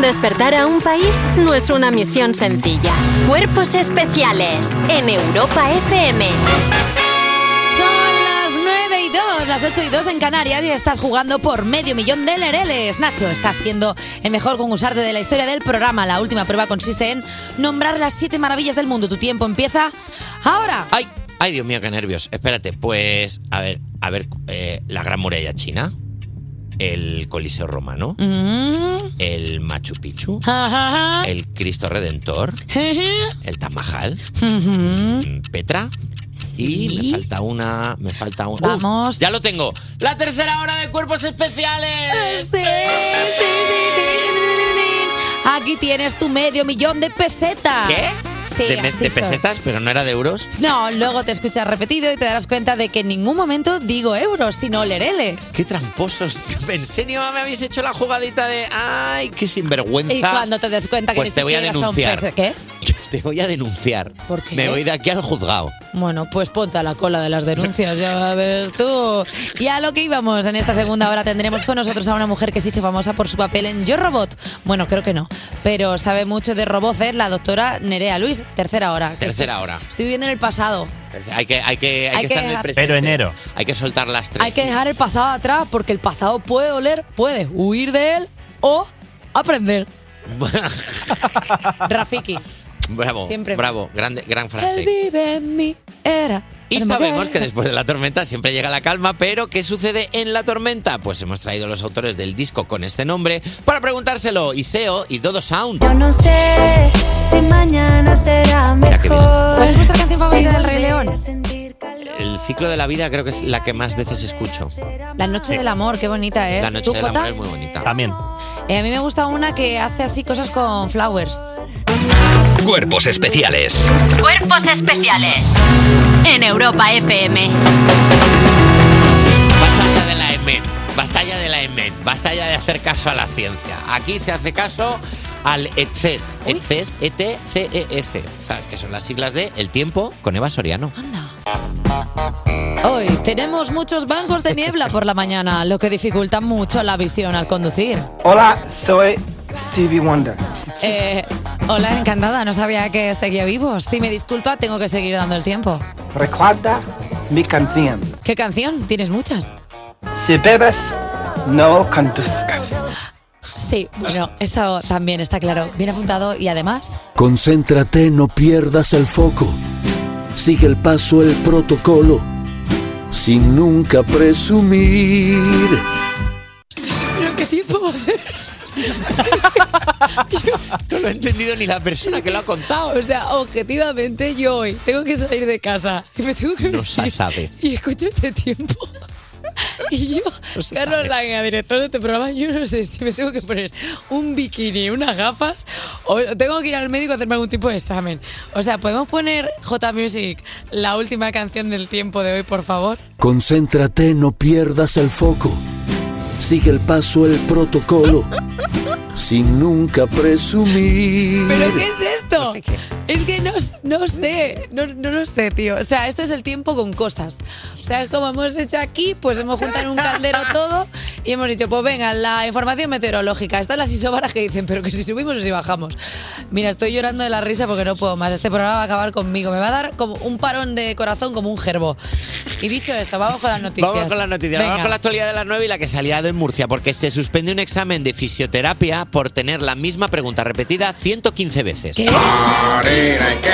Despertar a un país no es una misión sencilla. Cuerpos especiales en Europa FM.
Son las 9 y 2, las 8 y 2 en Canarias y estás jugando por medio millón de lereles. Nacho, estás siendo el mejor concursante de la historia del programa. La última prueba consiste en nombrar las siete maravillas del mundo. Tu tiempo empieza ahora.
¡Ay! Ay, Dios mío, qué nervios. Espérate, pues, a ver, a ver, eh, la Gran Muralla China, el Coliseo Romano,
Mm.
el Machu Picchu,
Eh,
el Cristo Redentor, el Taj Mahal, Mm. Petra. Y me falta una, me falta una. Vamos. ya lo tengo. La tercera hora de cuerpos especiales.
Sí, sí, sí. Aquí tienes tu medio millón de pesetas.
¿Qué?
Sí,
de, mes-
así
de
soy.
pesetas, pero no era de euros.
No, luego te escuchas repetido y te darás cuenta de que en ningún momento digo euros, sino lereles.
Qué tramposos. En serio, me habéis hecho la jugadita de. ¡Ay, qué sinvergüenza!
Y cuando te des cuenta que
Pues
ni
te voy a
siquiera son
denunciar.
pesetas- ¿Qué?
(laughs) Te voy a denunciar.
¿Por qué?
Me voy de aquí al juzgado.
Bueno, pues ponte a la cola de las denuncias, ya ves tú. Y a lo que íbamos, en esta segunda hora tendremos con nosotros a una mujer que se hizo famosa por su papel en Yo Robot. Bueno, creo que no, pero sabe mucho de robots, es la doctora Nerea Luis, tercera hora. que
Tercera
estoy-
hora.
Estoy viviendo en el pasado.
Hay que, hay que, hay
Hay
que
que
estar en el
dejar-
presente.
Pero enero.
Hay que soltar las tres.
Hay que dejar el pasado atrás porque el pasado puede oler, puedes huir de él o
(laughs)
aprender. Rafiki.
Bravo,
Siempre.
bravo. Grande, gran
Él
frase.
vive en mi era.
Y sabemos que después de la tormenta siempre llega la calma, pero ¿qué sucede en la tormenta? Pues hemos traído a los autores del disco con este nombre para preguntárselo. Iseo y Dodo Sound.
Yo no sé si mañana será mejor.
¿Cuál es vuestra canción favorita del Rey León?
El ciclo de la vida creo que es la que más veces escucho.
La noche del amor, qué bonita es.
La noche
¿Eh? ¿Tú,
del amor
Jota?
es muy bonita. También.
Eh, a mí me gusta una que hace así cosas con flowers.
Cuerpos especiales.
Cuerpos especiales en Europa FM.
Basta ya de la EMET, basta ya de la EMET, basta ya de hacer caso a la ciencia. Aquí se hace caso al E ETCES, ETCES, E-T-C-E-S, E o sea, que son las siglas de El Tiempo con Eva Soriano.
Hoy tenemos muchos bancos de niebla por la mañana, lo que dificulta mucho la visión al conducir.
Hola, soy Stevie Wonder.
Eh, hola, encantada, no sabía que seguía vivo. Si me disculpa, tengo que seguir dando el tiempo.
Recuerda mi canción.
¿Qué canción? Tienes muchas.
Si bebes, no conduzcas.
Sí, bueno, eso también está claro. Bien apuntado y además,
Concéntrate, no pierdas el foco. Sigue el paso, el protocolo, sin nunca presumir.
¿Pero qué tiempo va a hacer?
(laughs) No lo he entendido ni la persona que lo ha contado.
o sea, objetivamente yo hoy tengo que salir de casa y me tengo que
(laughs) No se sabe.
y escucho este tiempo. (laughs) Y yo, Carlos Langa, director de este programa, yo no sé si me tengo que poner un bikini, unas gafas, o tengo que ir al médico a hacerme algún tipo de examen. O sea, ¿podemos poner J Music, la última canción del tiempo de hoy, por favor?
Concéntrate, no pierdas el foco. Sigue el paso, el protocolo, sin nunca presumir.
¿Pero qué es
(laughs)
esto? es. que no, no sé, no, no lo sé, tío. O sea, esto es el tiempo con cosas. O sea, es como hemos hecho aquí, pues hemos juntado en un
(laughs)
caldero todo y hemos dicho, pues venga, la información meteorológica. Están las isobaras que dicen, pero que si subimos o si bajamos. Mira, estoy llorando de la risa porque no puedo más. Este programa va a acabar conmigo. Me va a dar como un parón de corazón como un gerbo. Y dicho esto, vamos con las noticias.
Vamos con las noticias, vamos
Venga.
con la actualidad de las 9 y la que salía de Murcia, porque se suspende un examen de fisioterapia por tener la misma pregunta repetida 115 veces.
Marina, ¿y qué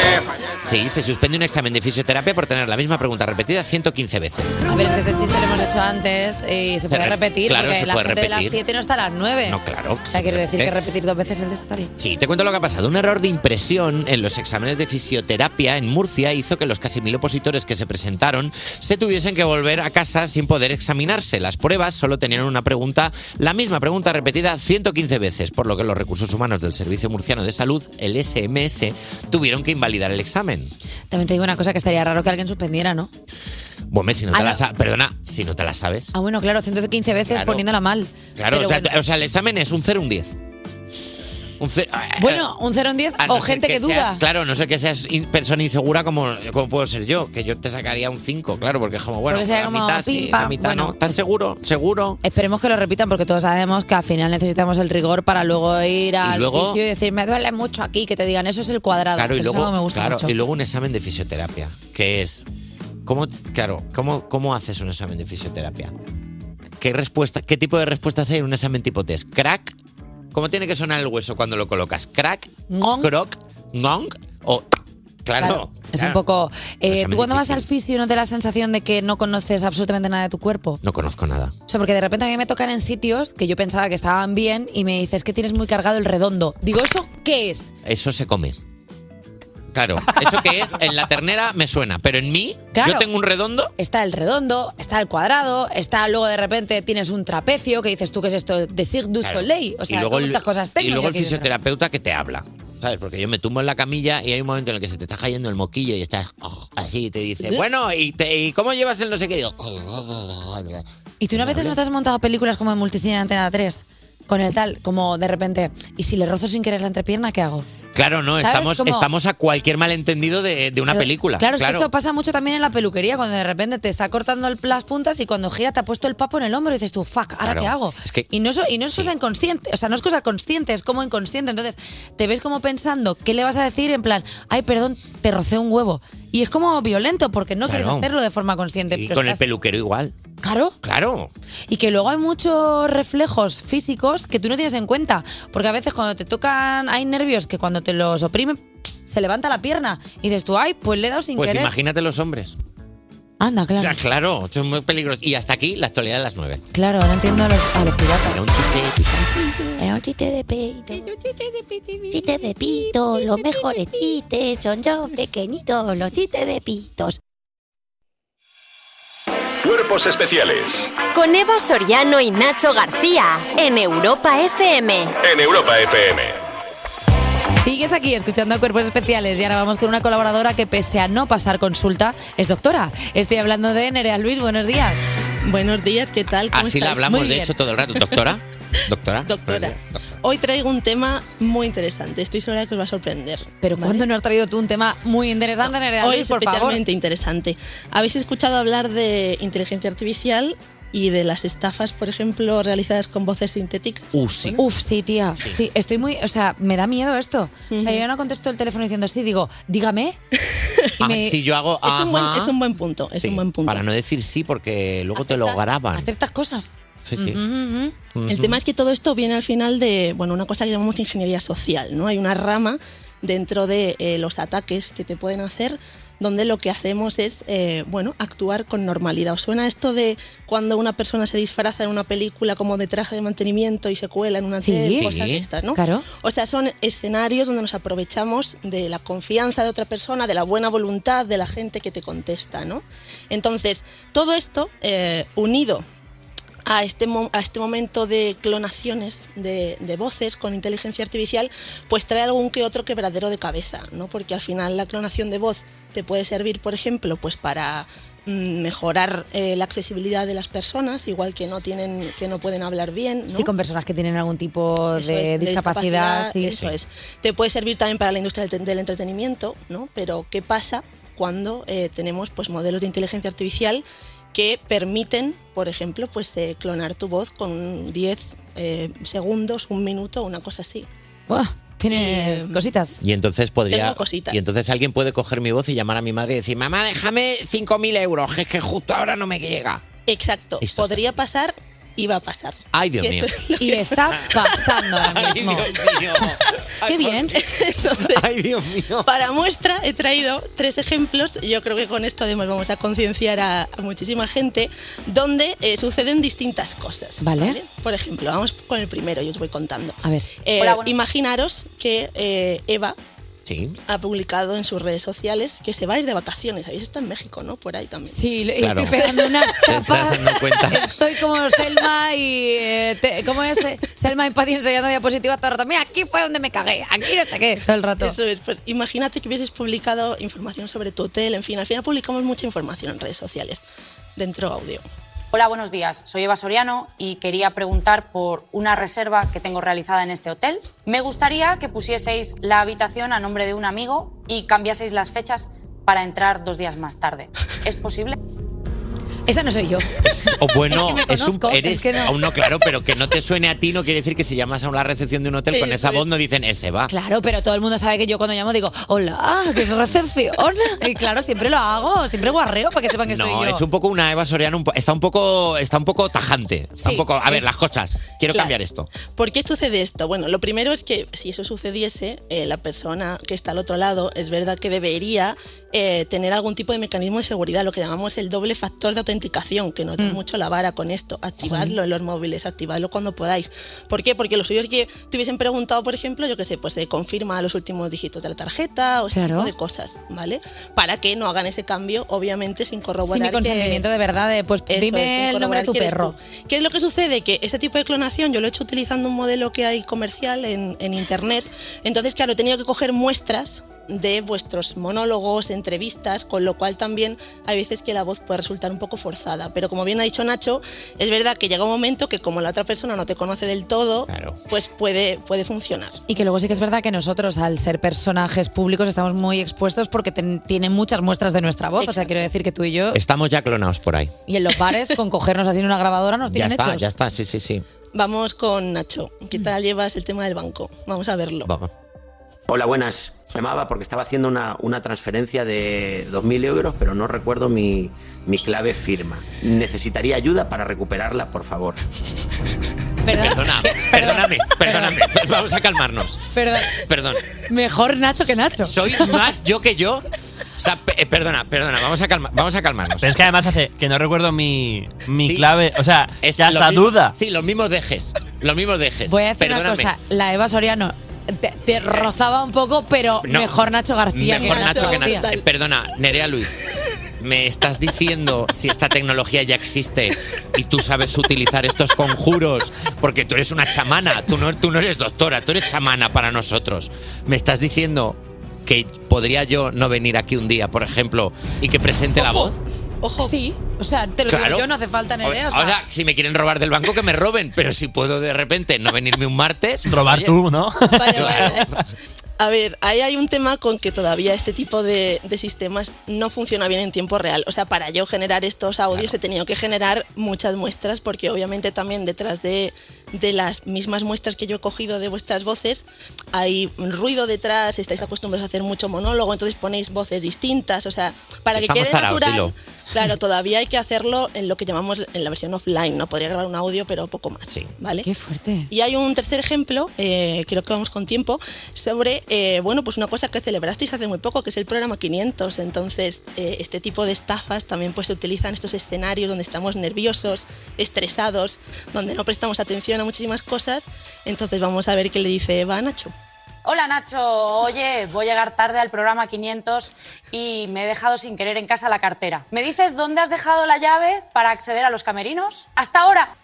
Sí, se suspende un examen de fisioterapia por tener la misma pregunta repetida 115 veces.
A ver, es que este chiste lo hemos hecho antes y se puede
re-
repetir
Eh, claro,
porque
se
la
puede
gente de las
repetir.
7 no está a las 9.
No, claro.
O sea, quiero decir
¿Eh?
que repetir dos veces antes está bien.
Sí, te cuento lo que ha pasado. Un error de impresión en los exámenes de fisioterapia en Murcia hizo que los casi mil opositores que se presentaron se tuviesen que volver a casa sin poder examinarse. Las pruebas solo tenían una pregunta, la misma pregunta repetida 115 veces, por lo que los recursos humanos del Servicio Murciano de Salud, el SMS, tuvieron que invalidar el examen.
También te digo una cosa que estaría raro que alguien suspendiera, ¿no?
Bueno, si no te
Ah,
la
no.
sa- perdona, si no te la sabes.
Ah, bueno, claro, 115 veces
Claro.
poniéndola mal.
Claro,
Pero
o sea,
bueno.
o sea, el examen es un 0 un 10. Un ce-
Bueno, un 0 en 10
A Ah,
o
no ser
gente que,
seas-
duda.
claro, no sé que seas in- persona insegura como, como puedo ser yo, que yo te sacaría un 5, claro, porque es como, bueno,
Porque sería
a
como,
mitad sí,
pim,
a
pam,
mitad
bueno.
no. ¿Estás seguro? ¿Seguro?
Esperemos que lo repitan porque todos sabemos que al final necesitamos el rigor para luego ir al
luego-
fisio y decir, me duele mucho aquí, que te digan, eso es el cuadrado.
Claro, y
Eso es
luego,
algo que me gusta
claro,
mucho.
y luego un examen de fisioterapia, que es, ¿cómo, claro, ¿cómo, cómo haces un examen de fisioterapia? ¿Qué, respuesta, ¿Qué tipo de respuestas hay en un examen tipo test? ¿Crack? ¿Cómo tiene que sonar el hueso cuando lo colocas? ¿Crack?
Ngong.
¿Croc? ¿Ngong? O... Claro,
Claro, Es un
claro.
poco. eh,
examen
¿Tú cuando vas
difícil.
al fisio no te da la sensación de que no conoces absolutamente nada de tu cuerpo?
No conozco nada.
O sea, porque de repente a mí me tocan en sitios que yo pensaba que estaban bien y me dices que tienes muy cargado el redondo. Digo, ¿eso qué es?
Eso se come. Claro, eso que es en la ternera me suena, pero en mí
Claro.
yo tengo un redondo.
Está el redondo, está el cuadrado, está luego de repente tienes un trapecio que dices tú que es esto de Cirque du
Claro.
Soleil. O sea, ¿cuántas cosas tengo
y luego
yo
el
aquí dentro?
fisioterapeuta que te habla. ¿Sabes? Porque yo me tumbo en la camilla y hay un momento en el que se te está cayendo el moquillo y estás oh, así y te dice,
Ugh.
bueno, ¿y, te- y cómo llevas el no sé qué? Y yo,
¿Y tú una veces no te has montado películas como en Multicine en Antena 3? Con el tal, como de repente, ¿y si le rozo sin querer la entrepierna, qué hago?
Claro, no,
¿Sabes?
estamos,
Como-
estamos a cualquier malentendido de, de una
Pero-
película.
Claro, es que esto pasa mucho también en la peluquería, cuando de repente te está cortando el- las puntas y cuando gira te ha puesto el papo en el hombro y dices tú, fuck, ¿ahora
Claro.
qué hago?
Es que-
y no, es- y no es cosa inconsciente, o sea, no es cosa consciente, es como inconsciente. Entonces, te ves como pensando, ¿qué le vas a decir? En plan, ay, perdón, te rocé un huevo. Y es como violento porque no quieres
Claro.
hacerlo de forma consciente.
Y
pero
con el
estás-
peluquero igual.
Claro.
Claro.
Y que luego hay muchos reflejos físicos que tú no tienes en cuenta. Porque a veces cuando te tocan, hay nervios que cuando te los oprimen, se levanta la pierna. Y dices tú, ay, pues le he dado sin
Pues
querer.
imagínate los hombres.
Anda, claro.
Ya, (laughs) claro, esto es muy peligroso. Y hasta aquí la actualidad de las nueve.
Claro, no entiendo a los, Eh, a los piratas.
Era un chiste picante.
Era un chiste de pito. Chiste de pito. Los mejores chistes son yo pequeñitos. Los chistes de pitos.
Cuerpos especiales
Con Eva Soriano y Nacho García en Europa FM.
en Europa FM.
Sigues aquí escuchando Cuerpos Especiales y ahora vamos con una colaboradora que pese a no pasar consulta, es doctora. Estoy hablando de Nerea Luis, buenos días.
Buenos días, ¿qué tal? ¿Cómo
Así la
estáis?
hablamos,
Muy
de
bien.
hecho, todo el
(laughs)
rato. Doctora. Doctora. Doctora.
Hoy traigo un tema muy interesante. Estoy segura que os va a sorprender.
Pero ¿cuándo nos has traído tú un tema muy interesante, Nerea
Hoy
Luis,
es
por favor?
especialmente interesante. Habéis escuchado hablar de inteligencia artificial y de las estafas, por ejemplo, realizadas con voces sintéticas.
Uh, sí.
Uf, sí, tía. Sí, estoy muy. O sea, me da miedo esto. O sea,
Ujú.
yo no contesto el teléfono diciendo sí, digo, dígame. Y
Ah,
me-
si yo hago.
Es un, buen,
ajá.
es un buen punto, es
Sí,
un buen punto.
Para no decir sí, porque luego te lo graban.
Aceptas cosas.
Sí, sí.
El
Ujú.
tema es que todo esto viene al final de bueno, una cosa que llamamos ingeniería social. ¿no? Hay una rama dentro de eh, los ataques que te pueden hacer donde lo que hacemos es eh, bueno, actuar con normalidad. ¿Os suena esto de cuando una persona se disfraza en una película como de traje de mantenimiento y se cuela en una
Sí.
tele,
Sí.
cosas de estas? Pues ¿no?
Claro.
O sea, son escenarios donde nos aprovechamos de la confianza de otra persona, de la buena voluntad de la gente que te contesta. ¿no? Entonces, todo esto eh, unido a este, mo- a este momento de clonaciones de, de voces con inteligencia artificial, pues trae algún que otro quebradero de cabeza, ¿no? Porque al final la clonación de voz te puede servir, por ejemplo, pues para mm, mejorar eh, la accesibilidad de las personas, igual que no tienen, que no pueden hablar bien, ¿no?
Sí, con personas que tienen algún tipo
Eso es,
de, discapacidad. sí.
Eso es. Te puede servir también para la industria del, del entretenimiento, ¿no? Pero ¿qué pasa cuando eh, tenemos pues, modelos de inteligencia artificial que permiten, por ejemplo, pues, eh, clonar tu voz con 10 eh, segundos, un minuto, una cosa así?
Buah,
em,
tienes cositas.
Y entonces podría.
Tengo cositas.
Y entonces alguien puede coger mi voz y llamar a mi madre y decir: Mamá, déjame 5.000 euros, que es que justo ahora no me llega.
Exacto.
Esto está-
Podría pasar y va a pasar.
Ay, Dios
Que
mío.
eso es lo
Y
que-
está
(laughs)
pasando ahora mismo. Qué bien.
(laughs)
Ay, Dios mío.
Para muestra he traído tres ejemplos, yo creo que con esto además vamos a concienciar a, a muchísima gente, donde eh, suceden distintas cosas.
Vale.
Por ejemplo, vamos con el primero, yo os voy contando.
A ver.
Eh,
Hola, buenas-
Imaginaros que eh, Eva
Sí.
ha publicado en sus redes sociales que se va a ir de vacaciones, ahí está en México, ¿no? Por ahí también.
Sí, y
Claro.
estoy pegando
(laughs)
una
Te estás
estafa.
dando cuenta.
Estoy como Selma y. eh, te- ¿Cómo es? Eh, Selma y Patty enseñando diapositivas todo el rato. Mira, aquí fue donde me cagué. Aquí no sé qué. Todo el rato.
Eso es, pues imagínate que hubieses publicado información sobre tu hotel, en fin, al final publicamos mucha información en redes sociales, dentro audio.
Hola, buenos días. Soy Eva Soriano y quería preguntar por una reserva que tengo realizada en este hotel. Me gustaría que pusieseis la habitación a nombre de un amigo y cambiaseis las fechas para entrar dos días más tarde. ¿Es posible?
Esa no
(laughs)
soy yo.
O
(laughs)
bueno,
Es que me
es un,
conozco,
eres,
es que no.
aún no claro, pero que no te suene a ti no quiere decir que si llamas a una recepción de un hotel con
Eh,
esa
pues-
voz no dicen ese va.
Claro, pero todo el mundo sabe que yo cuando llamo digo, hola, que es recepción. Y claro, siempre lo hago, siempre guarreo para que sepan que
No,
soy yo.
es un poco una Eva Soriano, un po- está un poco, está un poco tajante. Está un
Sí,
poco, a ver,
es-
las cosas. Quiero
Claro.
cambiar esto.
¿Por qué sucede esto? Bueno, lo primero es que si eso sucediese, eh, la persona que está al otro lado es verdad que debería eh, tener algún tipo de mecanismo de seguridad, lo que llamamos el doble factor de autenticación, que nos da
Mm.
mucho la vara con esto. Activadlo en los móviles, activadlo cuando podáis. ¿Por qué? Porque los suyos que te hubiesen preguntado, por ejemplo, yo qué sé, pues se confirma los últimos dígitos de la tarjeta o ese
Claro.
tipo de cosas, ¿vale? Para que no hagan ese cambio, obviamente, sin corroborar
Sin mi
que-
consentimiento de verdad, de, pues
eso es, sin
dime el nombre
corroborar
de tu
quién eres
perro.
tú. ¿Qué es lo que sucede? Que este tipo de clonación yo lo he hecho utilizando un modelo que hay comercial en, en internet. Entonces, claro, he tenido que coger muestras de vuestros monólogos, entrevistas, con lo cual también hay veces que la voz puede resultar un poco forzada. Pero como bien ha dicho Nacho, es verdad que llega un momento que como la otra persona no te conoce del todo, pues puede, puede funcionar.
Y que luego sí que es verdad que nosotros, al ser personajes públicos, estamos muy expuestos porque ten- tienen muchas muestras de nuestra voz. O sea, quiero decir que tú y yo,
Estamos ya clonados por ahí.
y en los bares, con cogernos así en una grabadora, nos
Ya
tienen
está,
hechos.
ya está, sí, sí, sí.
Vamos con Nacho. ¿Qué tal llevas el tema del banco? Vamos a verlo.
Vamos.
Hola, buenas. Llamaba porque estaba haciendo una, una transferencia de 2.000 euros, pero no recuerdo mi, mi clave firma. Necesitaría ayuda para recuperarla, por favor.
(laughs)
Perdona, perdóname, perdóname. Pues Vamos a calmarnos.
Perdón.
Perdón.
Mejor Nacho que Nacho.
Soy más yo que yo. O sea, pe- eh, perdona, perdona, vamos a, calma- vamos a calmarnos.
Pero es que además hace que no recuerdo mi, mi
Sí.
clave. O sea,
(laughs) Es
ya
lo
hasta
mismo-
duda.
Sí, los mismos dejes. Los mismos dejes.
Voy a decir
perdóname.
una cosa. La Eva Soriano te, te rozaba un poco, pero
No.
mejor Nacho García
Mejor
que
Nacho, que Nacho.
García.
Eh, Perdona, Nerea Luis. Me estás diciendo si esta tecnología ya existe y tú sabes utilizar estos conjuros porque tú eres una chamana, tú no, tú no eres doctora, tú eres chamana para nosotros. Me estás diciendo que podría yo no venir aquí un día, por ejemplo, y que presente la voz.
Ojo. Sí, o sea, te lo
Claro.
digo yo, no hace falta Nerea.
O sea, si me quieren robar del banco, que me roben, pero si puedo de repente no venirme un martes.
Robar tú, ¿no?
A ver, ahí hay un tema con que todavía este tipo de, de sistemas no funciona bien en tiempo real. O sea, para yo generar estos audios he tenido que generar muchas muestras porque obviamente también detrás de, de las mismas muestras que yo he cogido de vuestras voces hay un ruido detrás, estáis acostumbrados a hacer mucho monólogo, entonces ponéis voces distintas. O sea, para
Si
que
estamos
quede
taraos,
natural...
dilo.
Claro, todavía hay que hacerlo en lo que llamamos en la versión offline, ¿no? Podría grabar un audio, pero poco más, ¿vale?
Qué fuerte.
Y hay un tercer ejemplo, eh, creo que vamos con tiempo, sobre, eh, bueno, pues una cosa que celebrasteis hace muy poco, que es el programa 500. Entonces, eh, este tipo de estafas también pues se utilizan estos escenarios donde estamos nerviosos, estresados, donde no prestamos atención a muchísimas cosas. Entonces, vamos a ver qué le dice Eva a Nacho.
Hola Nacho, oye, voy a llegar tarde al programa 500 y me he dejado sin querer en casa la cartera. ¿Me dices dónde has dejado la llave para acceder a los camerinos? Hasta
(laughs)
ahora.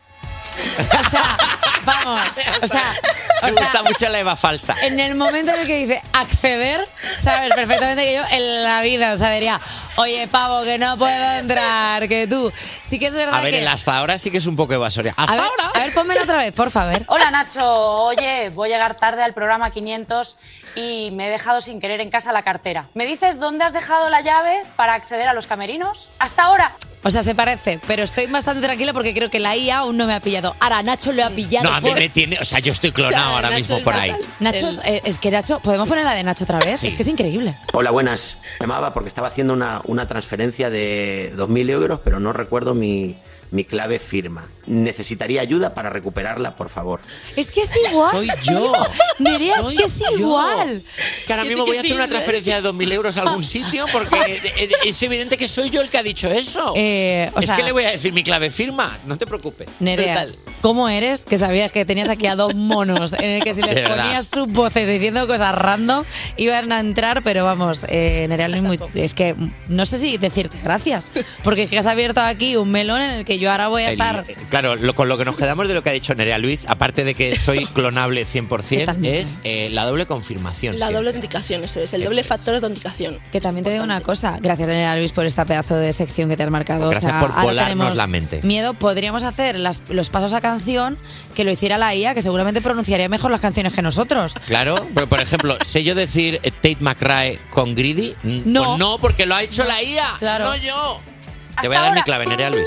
Vamos, o sea,
Me gusta mucho la Eva falsa.
en el momento en el que dice acceder, sabes perfectamente que yo en la vida, o sea, diría, oye, pavo, que no puedo entrar, que tú. Sí que es verdad
A ver,
que...
el hasta ahora sí que es un poco evasoria.
a, ver, a ver, pónmelo (laughs) otra vez, por favor.
Hola Nacho, oye, voy a llegar tarde al programa 500 y me he dejado sin querer en casa la cartera. ¿Me dices dónde has dejado la llave para acceder a los camerinos? Hasta ahora.
O sea, se parece, pero estoy bastante tranquila porque creo que la IA aún no me ha pillado. Ahora, Nacho lo ha pillado.
No, a mí
por-
me tiene. O sea, yo estoy clonado ahora mismo por ahí.
Nacho, eh, es que Nacho, ¿podemos poner la de Nacho otra vez? Es que es increíble.
Hola, buenas. Llamaba porque estaba haciendo una, una transferencia de 2.000 euros, pero no recuerdo mi, mi clave firma. Necesitaría ayuda para recuperarla, por favor.
Es que es igual. (laughs)
Soy yo.
Nerea, es
Soy
que es
yo.
igual.
Que ahora mismo voy a hacer una transferencia de 2.000 euros a
Ah.
algún sitio
(laughs)
porque eh, eh, es evidente que soy yo el que ha dicho eso.
Eh, o
es
sea-
que le voy a decir mi clave firma, no te preocupes.
Nerea, ¿cómo eres que sabías que tenías aquí a dos monos en el que si
De
les
verdad.
ponías sus voces diciendo cosas random iban a entrar? Pero vamos, eh, Nerea, es, muy- es que no sé si decirte gracias, porque es que has abierto aquí un melón en el que yo ahora voy a
El-
estar...
Claro, lo- con lo que nos quedamos de lo que ha dicho Nerea Luis, aparte de
(laughs)
que soy clonable 100%,
Totalmente.
es eh, la doble confirmación.
La
sí.
doble autenticación, eso es, el doble factor de autenticación.
Que también te digo una cosa. Gracias, Daniela Luis, por esta pedazo de sección que te has marcado. o
Gracias
sea,
por
ahora
volarnos
tenemos
la mente.
Miedo, podríamos hacer las- los pasos a canción que lo hiciera la IA, que seguramente pronunciaría mejor las canciones que nosotros.
Claro, pero por ejemplo, ¿sé yo decir eh, Tate McRae con Greedy? Mm,
No.
pues no, porque lo ha hecho la IA.
Claro.
No yo. Te voy a dar mi clave, Nerea Luis.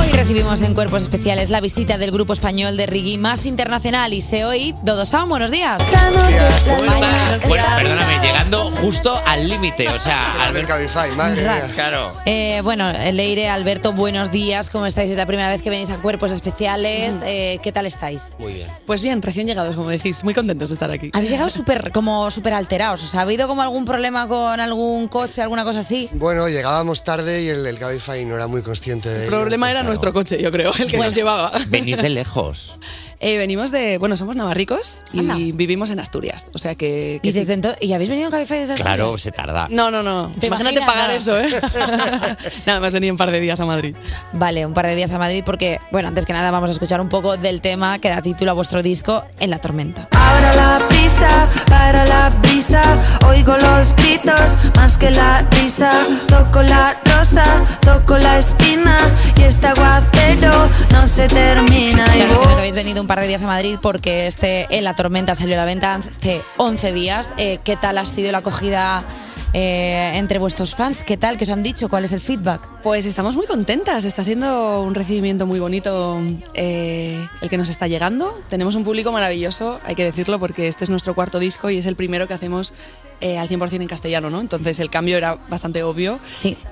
Hoy recibimos en Cuerpos Especiales la visita del grupo español de reggae más internacional, Iseoi Dodosao. Buenos días.
Bueno, perdóname, llegando justo al límite, o sea, al
madre mía.
Claro.
Eh, bueno, Leire, Alberto, buenos días. ¿Cómo estáis? Es la primera vez que venís a Cuerpos Especiales. Eh, ¿Qué tal estáis?
Muy bien. Pues bien, recién llegados, como decís, muy contentos de estar aquí.
Habéis llegado súper como súper alterados. O sea, ¿ha habido como algún problema con algún coche, alguna cosa así?
Bueno, llegábamos tarde y el, el Cabify no era muy consciente de
El
ello.
problema era nuestro coche, yo creo, el que nos llevaba. (laughs)
Venís de lejos.
Eh, venimos de, bueno, somos navarricos y
Anda.
vivimos en Asturias, o sea que... que
Y,
sí.
desde entonces, ¿Y habéis venido en Cabify desde
Claro, se tarda.
No, no, no.
¿Te
Imagínate
imaginas?
pagar
No.
eso, ¿eh? Nada, me has venido un par de días a Madrid.
Vale, un par de días a Madrid porque, bueno, antes que nada vamos a escuchar un poco del tema que da título a vuestro disco, En la tormenta.
Ahora la brisa, para la brisa, oigo los gritos más que la risa. Toco la rosa, toco la espina y este aguacero no se termina.
Claro,
Y voy-
entiendo que habéis venido un par de días a Madrid porque este En la tormenta salió a la venta hace 11 días. Eh, ¿Qué tal ha sido la acogida eh, entre vuestros fans? ¿Qué tal? ¿Qué os han dicho? ¿Cuál es el feedback?
Pues estamos muy contentas, está siendo un recibimiento muy bonito eh, el que nos está llegando. Tenemos un público maravilloso, hay que decirlo, porque este es nuestro cuarto disco y es el primero que hacemos eh, al 100% en castellano, ¿no? Entonces el cambio era bastante obvio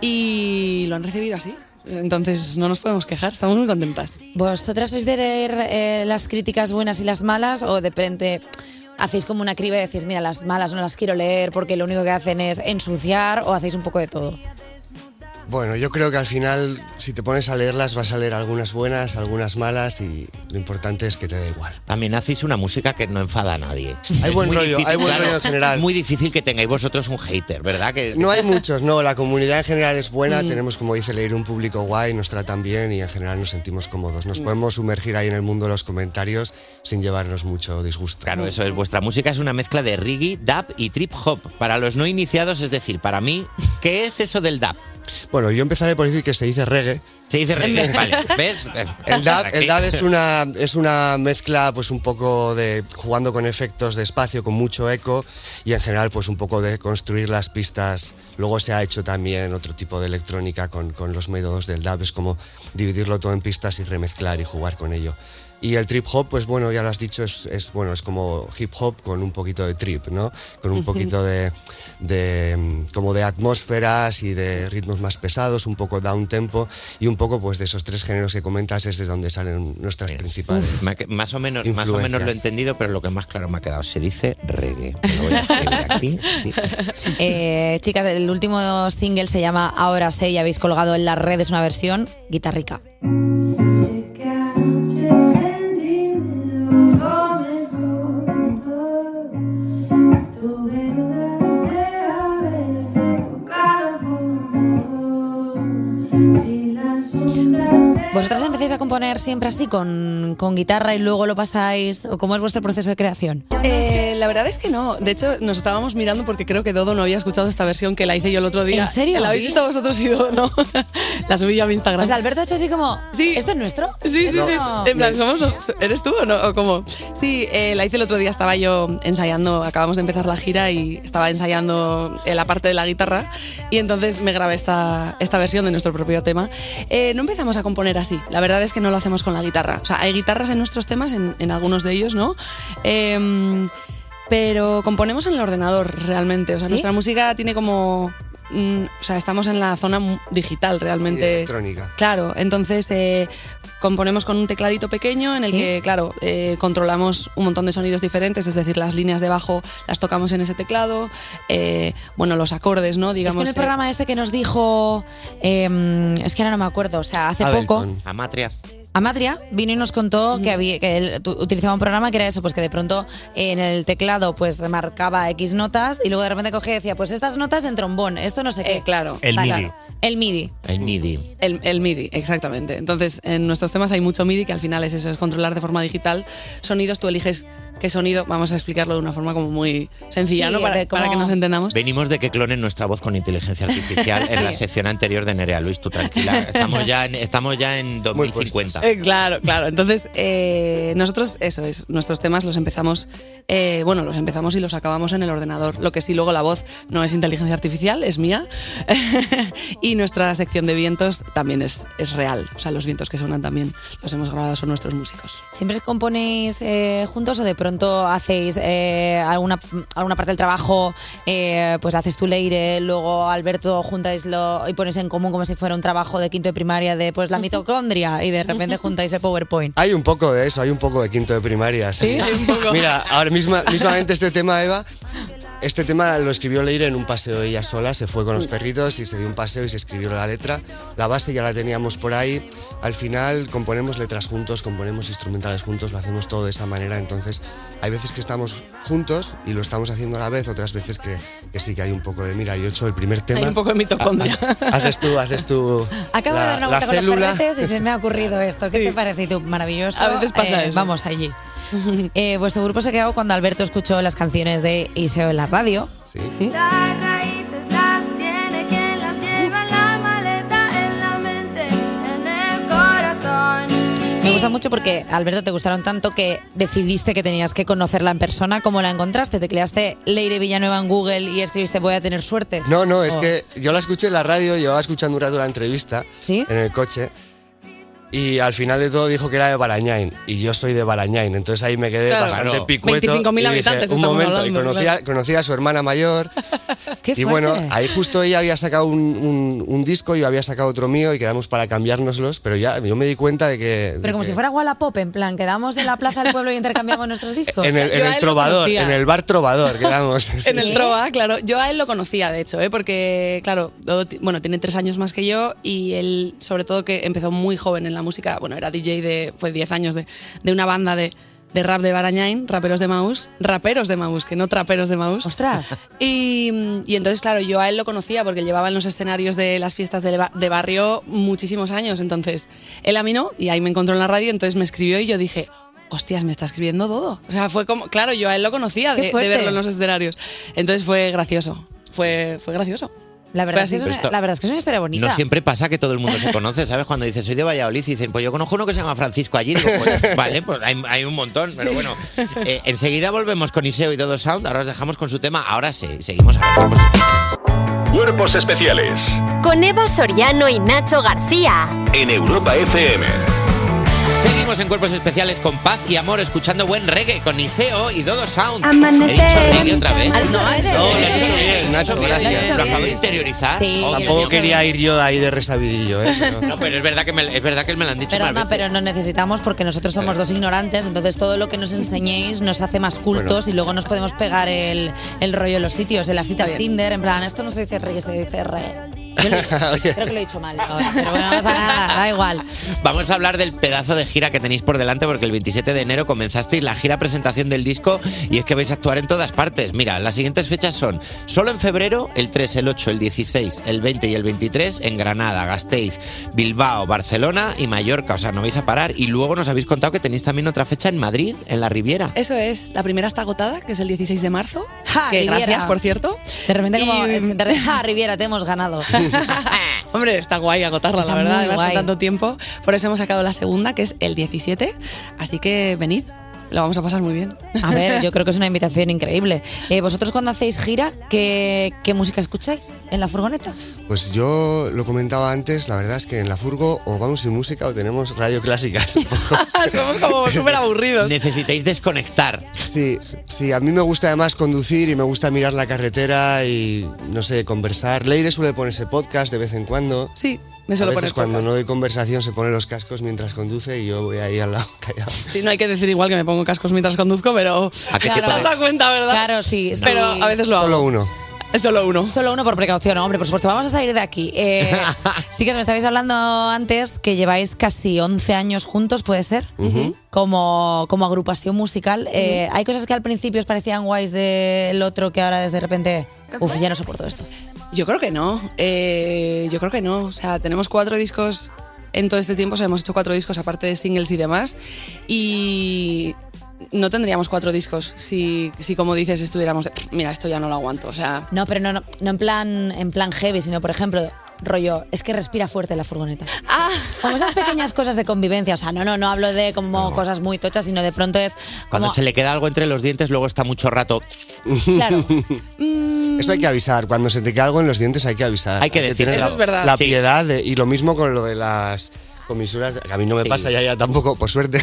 y lo han recibido así. Entonces no nos podemos quejar, estamos muy contentas.
¿Vosotras sois de leer eh, las críticas buenas y las malas o de repente hacéis como una criba y decís, mira, las malas no las quiero leer porque lo único que hacen es ensuciar o hacéis un poco de todo?
Bueno, yo creo que al final, si te pones a leerlas, vas a leer algunas buenas, algunas malas y lo importante es que te da igual.
También hacéis una música que no enfada a nadie.
Hay
Es
buen
muy
rollo, hay buen rollo en general.
Muy difícil que tengáis vosotros un hater, ¿verdad? Que,
No hay muchos, no, la comunidad en general es buena,
Mm.
tenemos, como dice leer un público guay, nos tratan bien y en general nos sentimos cómodos. Nos
Mm.
podemos sumergir ahí en el mundo de los comentarios sin llevarnos mucho disgusto.
Claro, eso
Mm.
es. Vuestra música es una mezcla de reggae, dub y trip hop. Para los no iniciados, es decir, para mí, ¿qué es eso del dub?
Bueno, yo empezaré por decir que se dice reggae.
Se dice
(laughs)
reggae, vale. ¿Ves? (laughs)
El dab,
Aquí.
el dab es, una, es una mezcla, pues un poco de jugando con efectos de espacio, con mucho eco y en general, pues un poco de construir las pistas. Luego se ha hecho también otro tipo de electrónica con, con los métodos del dab, es como dividirlo todo en pistas y remezclar y jugar con ello. Y el trip hop, pues bueno, ya lo has dicho, es, es, bueno, es como hip hop con un poquito de trip, ¿no? Con un
Ujú.
poquito de, de, mm, como de atmósferas y de ritmos más pesados, un poco down tempo y un poco pues de esos tres géneros que comentas es de donde salen nuestras principales.
Uf, me ha que- más, o menos, más o menos
Influencias.
lo he entendido, pero lo que más claro me ha quedado. Se dice reggae. Me lo voy a escribir aquí.
Eh, chicas, el último single se llama Ahora sé y habéis colgado en las redes una versión guitarrica. ¿Vosotras empecéis a componer siempre así, con, con guitarra y luego lo pasáis? ¿O cómo es vuestro proceso de creación?
Eh, la verdad es que no. De hecho, nos estábamos mirando porque creo que Dodo no había escuchado esta versión que la hice yo el otro día.
¿En serio?
¿La habéis visto vosotros y Dodo (laughs) no? la subí yo a mi Instagram.
O sea, Alberto ha hecho así como, ¿esto es nuestro?
Sí,
Es
sí, sí.
como-
En plan, ¿somos los- ¿eres tú o no? ¿O cómo? Sí, eh, la hice el otro día, estaba yo ensayando, acabamos de empezar la gira y estaba ensayando eh, la parte de la guitarra y entonces me grabé esta, esta versión de nuestro propio tema. Eh, no empezamos a componer así, la verdad es que no lo hacemos con la guitarra. O sea, hay guitarras en nuestros temas, en, en algunos de ellos, ¿no? Em, pero componemos en el ordenador realmente, o sea,
¿Sí?
nuestra música tiene como... mm, o sea, estamos en la zona mu- digital realmente.
electrónica.
Claro, entonces eh, componemos con un tecladito pequeño en el que, claro, eh, controlamos un montón de sonidos diferentes, es decir, las líneas de bajo las tocamos en ese teclado, eh, bueno, los acordes, ¿no?
Es que em,
Digamos.
en el
eh,
programa este que nos dijo, eh, es que ahora no me acuerdo, o sea, hace poco,
Amatria.
Amatria vino y nos contó que, había, que él tu- utilizaba un programa que era eso, pues que de pronto en el teclado pues marcaba X notas y luego de repente cogía y decía, pues estas notas en trombón, esto no sé qué.
claro.
El
Ah,
MIDI.
claro.
El MIDI.
El MIDI.
El, el MIDI, exactamente. Entonces, en nuestros temas hay mucho MIDI que al final es eso, es controlar de forma digital sonidos. Tú eliges qué sonido, vamos a explicarlo de una forma como muy sencilla,
Sí,
¿no? Para,
de cómo-
para que nos entendamos.
Venimos de que clonen nuestra voz con inteligencia artificial en la sección anterior de Nerea Luis, tú tranquila. Estamos ya en, estamos ya en 2050.
Eh, claro, claro. Entonces, eh, nosotros, eso es, nuestros temas los empezamos, eh, bueno, los empezamos y los acabamos en el ordenador. Lo que sí, luego la voz no es inteligencia artificial, es mía. (laughs) y nuestra sección de vientos también es, es real. O sea, los vientos que sonan también los hemos grabado, son nuestros músicos.
¿Siempre componéis eh, juntos o de pronto hacéis eh, alguna, alguna parte del trabajo, eh, pues la haces tú Leire, luego Alberto juntáis lo, y ponéis en común como si fuera un trabajo de quinto de primaria de pues la mitocondria y de (laughs) repente juntáis el PowerPoint?
Hay un poco de eso, hay un poco de quinto de primaria.
Sí, hay un poco.
Mira, ahora misma, mismamente este tema, Eva, este tema lo escribió Leire en un paseo ella sola, se fue con los perritos y se dio un paseo y se escribió la letra. La base ya la teníamos por ahí. Al final componemos letras juntos, componemos instrumentales juntos, lo hacemos todo de esa manera. Entonces, hay veces que estamos juntos y lo estamos haciendo a la vez, otras veces que, que sí que hay un poco de, mira, yo he hecho el primer tema.
Hay un poco de mitocondria.
Haces tú, haces tú.
Acabo de
la-
dar una
la
vuelta con los
célula.
perretes y se me
(laughs)
ha ocurrido esto. ¿Qué te parece? Y tú, maravilloso.
A veces pasa
Eh,
eso.
Vamos allí.
(laughs)
Eh, vuestro grupo se quedó cuando Alberto escuchó las canciones de Iseo en la radio.
Las raíces las tiene quien las lleva en la maleta, en la mente, en el corazón.
Me gusta mucho porque, Alberto, te gustaron tanto que decidiste que tenías que conocerla en persona. ¿Cómo la encontraste? ¿Tecleaste Leire Villanueva en Google y escribiste voy a tener suerte?
No, no, es
Oh.
que yo la escuché en la radio, llevaba escuchando un rato la entrevista
¿Sí?
en el coche y al final de todo dijo que era de Barañain y yo soy de Barañain, entonces ahí me quedé
Claro.
bastante
Claro.
picueto.
25.000
y dije,
habitantes
un
estamos
momento,
hablando,
y conocía,
claro.
conocía a su
(laughs)
hermana mayor y bueno,
fuerte.
ahí justo ella había sacado un, un- un disco, yo había sacado otro mío y quedamos para cambiárnoslos, pero ya yo me di cuenta de que... de
Pero como
que-
si fuera Wallapop, en plan, quedamos en la plaza del pueblo y
(laughs)
intercambiamos nuestros discos.
En el, en el trovador, en el bar trovador, quedamos.
(laughs)
(laughs)
En el Trova, claro. Yo a él lo conocía, de hecho, ¿eh? porque, claro, todo ti- bueno, tiene tres años más que yo y él, sobre todo, que empezó muy joven en la música. Bueno, era DJ de, fue 10 años de, de una banda de, de rap de Barañain, raperos de Maús, raperos de Maús, que no traperos de Maús.
¡Ostras!
Y, mm, y entonces, claro, yo a él lo conocía porque llevaba en los escenarios de las fiestas de, ba- de barrio muchísimos años. Entonces, él a mí no, y ahí me encontró en la radio, entonces me escribió y yo dije, hostias, me está escribiendo Dodo. O sea, fue como, claro, yo a él lo conocía
¡Qué
de, de
fuerte!
verlo en los escenarios. Entonces fue gracioso, fue, fue gracioso.
La verdad, es que es
Pero
una,
esto-
la verdad es que es una historia bonita.
No siempre pasa que todo el mundo se conoce, ¿sabes? Cuando dices soy de Valladolid, y dicen, pues yo conozco uno que se llama Francisco allí. Digo, pues, vale, pues hay, hay un montón, pero bueno. Eh, enseguida volvemos con Iseo y Dodo Sound. Ahora os dejamos con su tema. Ahora sí, seguimos hablando.
Cuerpos especiales
Con Eva Soriano y Nacho García.
en Europa FM.
Seguimos en Cuerpos Especiales con Paz y Amor, escuchando buen reggae con Iseo y Dodo Sound. He
Amanecer
dicho reggae
en
otra vez.
mi cama.
No, lo has hecho
Sí.
bien, Nacho,
Sí, lo has
gracias.
hecho
Lo acabo de
bien.
interiorizar.
Sí,
Tampoco quería ir yo de ahí de resabidillo,
(laughs)
¿eh? Pero-
No, pero es verdad que me, es verdad que me lo han dicho
Perdona,
mal.
pero nos necesitamos porque nosotros somos dos ignorantes, entonces todo lo que nos enseñéis nos hace más cultos
Bueno.
y luego nos podemos pegar el, el rollo en los sitios, en las citas Tinder, en plan, esto no se dice rey, se dice re. Yo
(laughs)
le-
Oye.
creo que lo he dicho mal, ahora, pero bueno, no pasa nada, da igual.
Vamos a hablar del pedazo de gira que tenéis por delante porque el 27 de enero comenzasteis la gira presentación del disco y es que vais a actuar en todas partes. Mira, las siguientes fechas son solo en febrero, el 3, el 8, el 16, el 20 y el 23 en Granada, Gasteiz, Bilbao, Barcelona y Mallorca. O sea, no vais a parar. Y luego nos habéis contado que tenéis también otra fecha en Madrid, en la Riviera.
Eso es, la primera está agotada, que es el 16 de marzo.
Ja,
que
Riviera.
gracias, por cierto.
De repente como, eh, te- ja, Riviera, te hemos
(laughs)
ganado.
(laughs) Hombre, está guay agotarla,
Está
la verdad,
muy
además con
guay.
tanto tiempo. Por eso hemos sacado la segunda, que es el 17. Así que venid, lo vamos a pasar muy bien.
A ver, yo creo
(laughs)
que es una invitación increíble. Eh, ¿Vosotros cuando hacéis gira, qué, qué música escucháis en la furgoneta?
Pues yo lo comentaba antes, la verdad es que en la furgo o vamos sin música o tenemos radio clásica. (laughs)
(laughs) Somos como súper aburridos.
Necesitáis desconectar.
Sí, sí, a mí me gusta además conducir y me gusta mirar la carretera y, no sé, conversar. Leire suele ponerse podcast de vez en cuando.
Sí, me suelo
a veces
poner
cuando
podcast.
no doy conversación se pone los cascos mientras conduce y yo voy ahí al lado (laughs) callado.
Sí, no hay que decir igual que me pongo cascos mientras conduzco, pero
¿A qué
te
Claro.
has dado cuenta, ¿verdad?
Claro, sí.
Pero a veces lo hago.
Solo uno.
Solo uno.
Solo uno por precaución, hombre, por supuesto. Vamos a salir de aquí. Eh, chicas, me estabais hablando antes que lleváis casi 11 años juntos, ¿puede ser?
Ujú.
como, como agrupación musical. Eh, ¿Hay cosas que al principio os parecían guays del otro que ahora desde repente... Uf, ya no soporto esto.
Yo creo que no. eh, yo creo que no. O sea, tenemos cuatro discos en todo este tiempo. O sea, hemos hecho cuatro discos aparte de singles y demás. Y no tendríamos cuatro discos si, si como dices, estuviéramos. de, Mira, esto ya no lo aguanto. O sea,
No, pero no, no, no en, plan, en plan heavy, sino por ejemplo, rollo, es que respira fuerte la furgoneta. Como esas pequeñas cosas de convivencia. O sea, no, no, no hablo de como cosas muy tochas, sino de pronto es...
Cuando
como-
se le queda algo entre los dientes, luego está mucho rato.
(laughs)
Claro.
Mm.
Eso hay que avisar. Cuando se te cae algo en los dientes hay que avisar.
Hay que decirlo.
tener
Eso
la,
es verdad.
La
Sí.
piedad de- y lo mismo con lo de las comisuras. que A mí no me pasa ya, ya tampoco,
(laughs)
por suerte.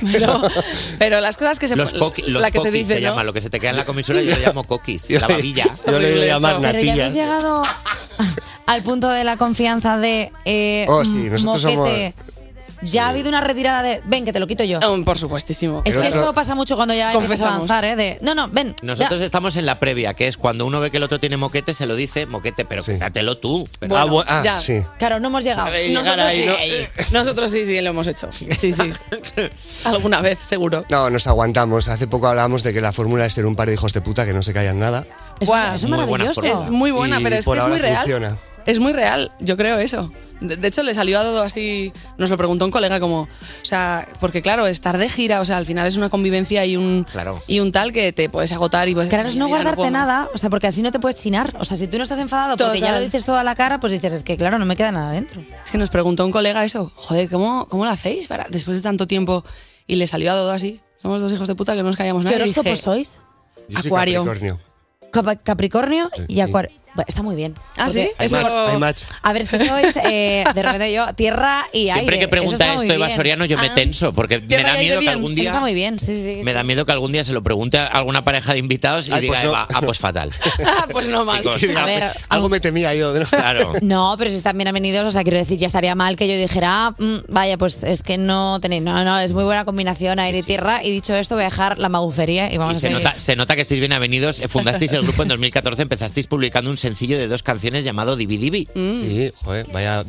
pero las cosas que se
Los, coqui- los
la que se
coquis
dice, ¿no?
llama, lo que se te queda en la comisura yo lo llamo coquis, la babilla.
(laughs) Yo le voy a llamar
Pero ya
natillas.
habéis llegado al punto de la confianza de... eh,
Oh, sí, nosotros
moquete. Ya ha habido una retirada de... Ven, que te lo quito yo.
por supuestísimo.
Es que
Pero-
esto pasa mucho cuando ya empiezas a
Confesamos.
avanzar, ¿eh? De, no, no, ven. ya.
Nosotros estamos en la previa, que es cuando uno ve que el otro tiene moquete, se lo dice moquete, pero quítatelo tú. Pero-
Bueno, Ah, bu- ah, ya. sí.
Claro, no hemos llegado.
Nosotros sí, nosotros sí, sí, lo hemos hecho. Sí,
(laughs)
sí. Alguna vez, seguro.
No, nos aguantamos. Hace poco hablábamos de que la fórmula es ser un par de hijos de puta que no se callan nada.
Buah,
es Muy buena maravilloso. fórmula.
Es muy buena,
Y
pero es que
por
es
ahora
muy real.
funciona.
Es muy real, yo creo eso. De, de hecho, le salió a Dodo así, nos lo preguntó un colega como, o sea, porque claro, estar de gira, o sea, al final es una convivencia y un y un tal que te puedes agotar y puedes
Claro, es no
"Mira,
guardarte
puedo más".
nada, o sea, porque así no te puedes chinar. O sea, si tú no estás enfadado porque ya
Total.
lo dices todo a la cara, pues dices, es que claro, no me queda nada dentro.
Es que nos preguntó un colega eso, joder, ¿cómo, cómo lo hacéis para, después de tanto tiempo? Y le salió a Dodo así, somos dos hijos de puta que no nos callamos
¿Qué
nada. y
horóscopo
dije,
sois?
Yo soy
Acuario.
Capricornio.
Capa- Capricornio y
Sí.
Acuario. Bueno, está muy bien.
¿Ah,
porque-
sí? Hay Eso- match, hay match.
A ver, es que sois, eh, de repente yo, tierra y aire.
Siempre que
Eso
pregunta
está
esto
muy
Eva
bien.
Soriano, yo me
Ah,
tenso, porque me da miedo que algún
Eso
día.
está muy bien, sí, sí. sí.
Me da miedo que algún día se lo pregunte a alguna pareja de invitados y
Ay,
diga
pues no.
Eva, ah,
(laughs)
pues fatal.
pues no
mal.
A ver,
Algo me temía yo. ¿no? (laughs)
Claro.
No, pero si están bien avenidos, o sea, quiero decir, ya estaría mal que yo dijera, "Ah, mm, vaya, pues es que no tenéis, no, no, es muy buena combinación aire y tierra. Y dicho esto, voy a dejar la magufería y vamos
Y
a
se,
seguir.
nota, se nota que estáis bien avenidos. Eh, Fundasteis el grupo en 2014, empezasteis publicando un sencillo de dos canciones llamado Divi Divi.
Mm.
Sí, joder, vaya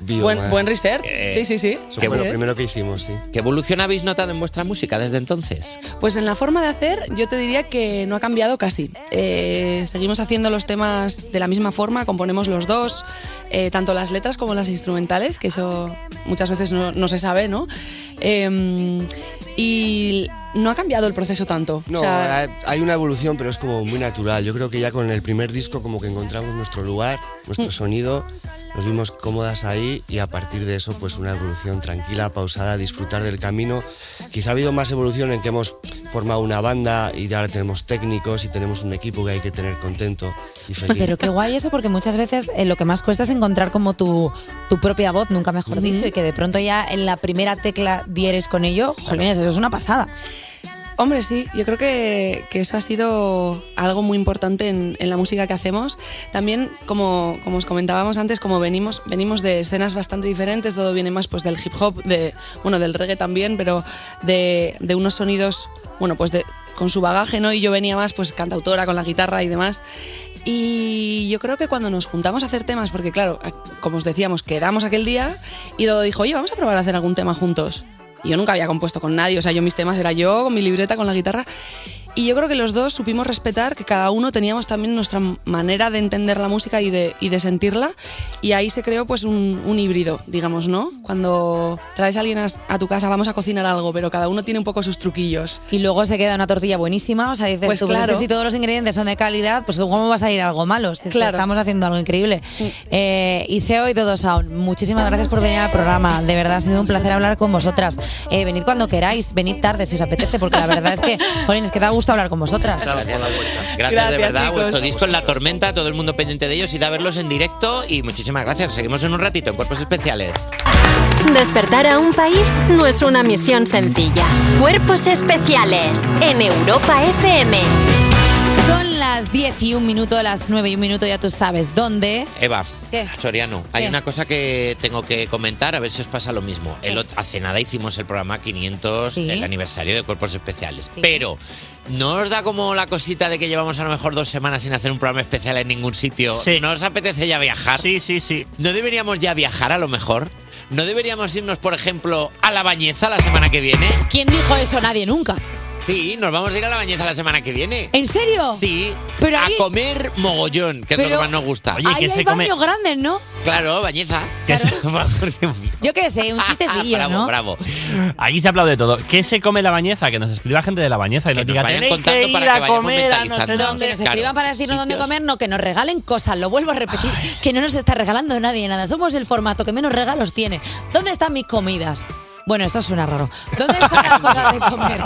bio,
Buen,
madre.
buen research.
Eh,
sí, sí, sí.
Eso
Qué
fue lo
bueno.
primero que hicimos, sí.
¿Qué evolución habéis notado en vuestra música desde entonces?
Pues en la forma de hacer, yo te diría que no ha cambiado casi. Eh, seguimos haciendo los temas de la misma forma, componemos los dos, eh, tanto las letras como las instrumentales, que eso muchas veces no, no se sabe, ¿no? Eh, y no ha cambiado el proceso tanto.
No,
O sea,
hay- hay una evolución, pero es como muy natural. Yo creo que ya con el primer disco como que encontramos nuestro lugar, nuestro
Mm.
sonido, nos vimos cómodas ahí y a partir de eso pues una evolución tranquila, pausada, disfrutar del camino. Quizá ha habido más evolución en que hemos formado una banda y ahora tenemos técnicos y tenemos un equipo que hay que tener contento y feliz.
Pero qué guay eso, porque muchas veces eh, lo que más cuesta es encontrar como tu, tu propia voz, nunca mejor dicho, y que de pronto ya en la primera tecla dieres con ello, jolines, eso es una pasada.
Hombre, sí, yo creo que, que eso ha sido algo muy importante en, en la música que hacemos. También, como, como os comentábamos antes, como venimos, venimos de escenas bastante diferentes, todo viene más pues del hip hop, de, bueno, del reggae también, pero de, de unos sonidos, bueno, pues de, con su bagaje, ¿no? Y yo venía más pues cantautora con la guitarra y demás. Y yo creo que cuando nos juntamos a hacer temas, porque claro, a- como os decíamos, quedamos aquel día y Dodo dijo, oye, vamos a probar a hacer algún tema juntos. Y yo nunca había compuesto con nadie, o sea, yo mis temas era yo, con mi libreta, con la guitarra. Y yo creo que los dos supimos respetar que cada uno teníamos también nuestra manera de entender la música y de, y de sentirla. Y ahí se creó pues un, un híbrido, digamos, ¿no? Cuando traes a alguien a, a tu casa, vamos a cocinar algo, pero cada uno tiene un poco sus truquillos.
Y luego se queda una tortilla buenísima, o sea, dices
Pues
tú, pues es que
claro.
si todos los ingredientes son de calidad, pues ¿cómo va a salir algo malo? Si es que
Claro.
estamos haciendo algo increíble. Eh, Iseo y Dodo Sound, muchísimas gracias por venir al programa, de verdad ha sido un placer hablar con vosotras. Eh, venid cuando queráis, venid tarde si os apetece, porque la verdad es que, jolines, que da gusto hablar con vosotras.
Gracias, de
Gracias,
verdad.
chicos.
Vuestro disco en la tormenta, todo el mundo pendiente de ellos y da verlos en directo. Y muchísimas gracias. Seguimos en un ratito en Cuerpos Especiales.
Despertar a un país no es una misión sencilla. Cuerpos especiales en Europa FM.
Son las 10 y un minuto, las 9 y un minuto, ya tú sabes dónde.
Eva,
¿Qué?
Soriano, hay
¿Qué?
una cosa que tengo que comentar, a ver si os pasa lo mismo. El ot- hace nada hicimos el programa 500,
Sí.
el aniversario de Cuerpos Especiales.
Sí.
Pero, ¿no os da como la cosita de que llevamos a lo mejor dos semanas sin hacer un programa especial en ningún sitio?
Sí.
¿No os apetece ya viajar?
Sí, sí, sí.
¿No deberíamos ya viajar a lo mejor? ¿No deberíamos irnos, por ejemplo, a La Bañeza la semana que viene?
¿Quién dijo eso? Nadie nunca.
Sí, nos vamos a ir a La Bañeza la semana que viene.
¿En serio?
Sí,
Pero
a
ahí-
comer mogollón, que es lo
Pero-
que más nos gusta.
Ahí hay baños grandes, ¿no?
Claro, bañezas.
(laughs)
Yo qué sé,
(laughs)
un chistecillo, ¿no?
bravo.
Allí se aplaude todo. ¿Qué se come la bañeza? Que nos escriba gente de la bañeza y nos diga,
vayan
tenéis
contando
que ir
para que
a
vayamos
comer a no sé
mentalizando".
dónde.
Que nos escriban para decirnos dónde comer, no que nos regalen cosas. Lo vuelvo a repetir, que no nos está regalando nadie nada. Somos el formato que menos regalos tiene. ¿Dónde están mis comidas? Bueno, esto suena raro. ¿Dónde están las cosas de (laughs)
(laughs)
comer?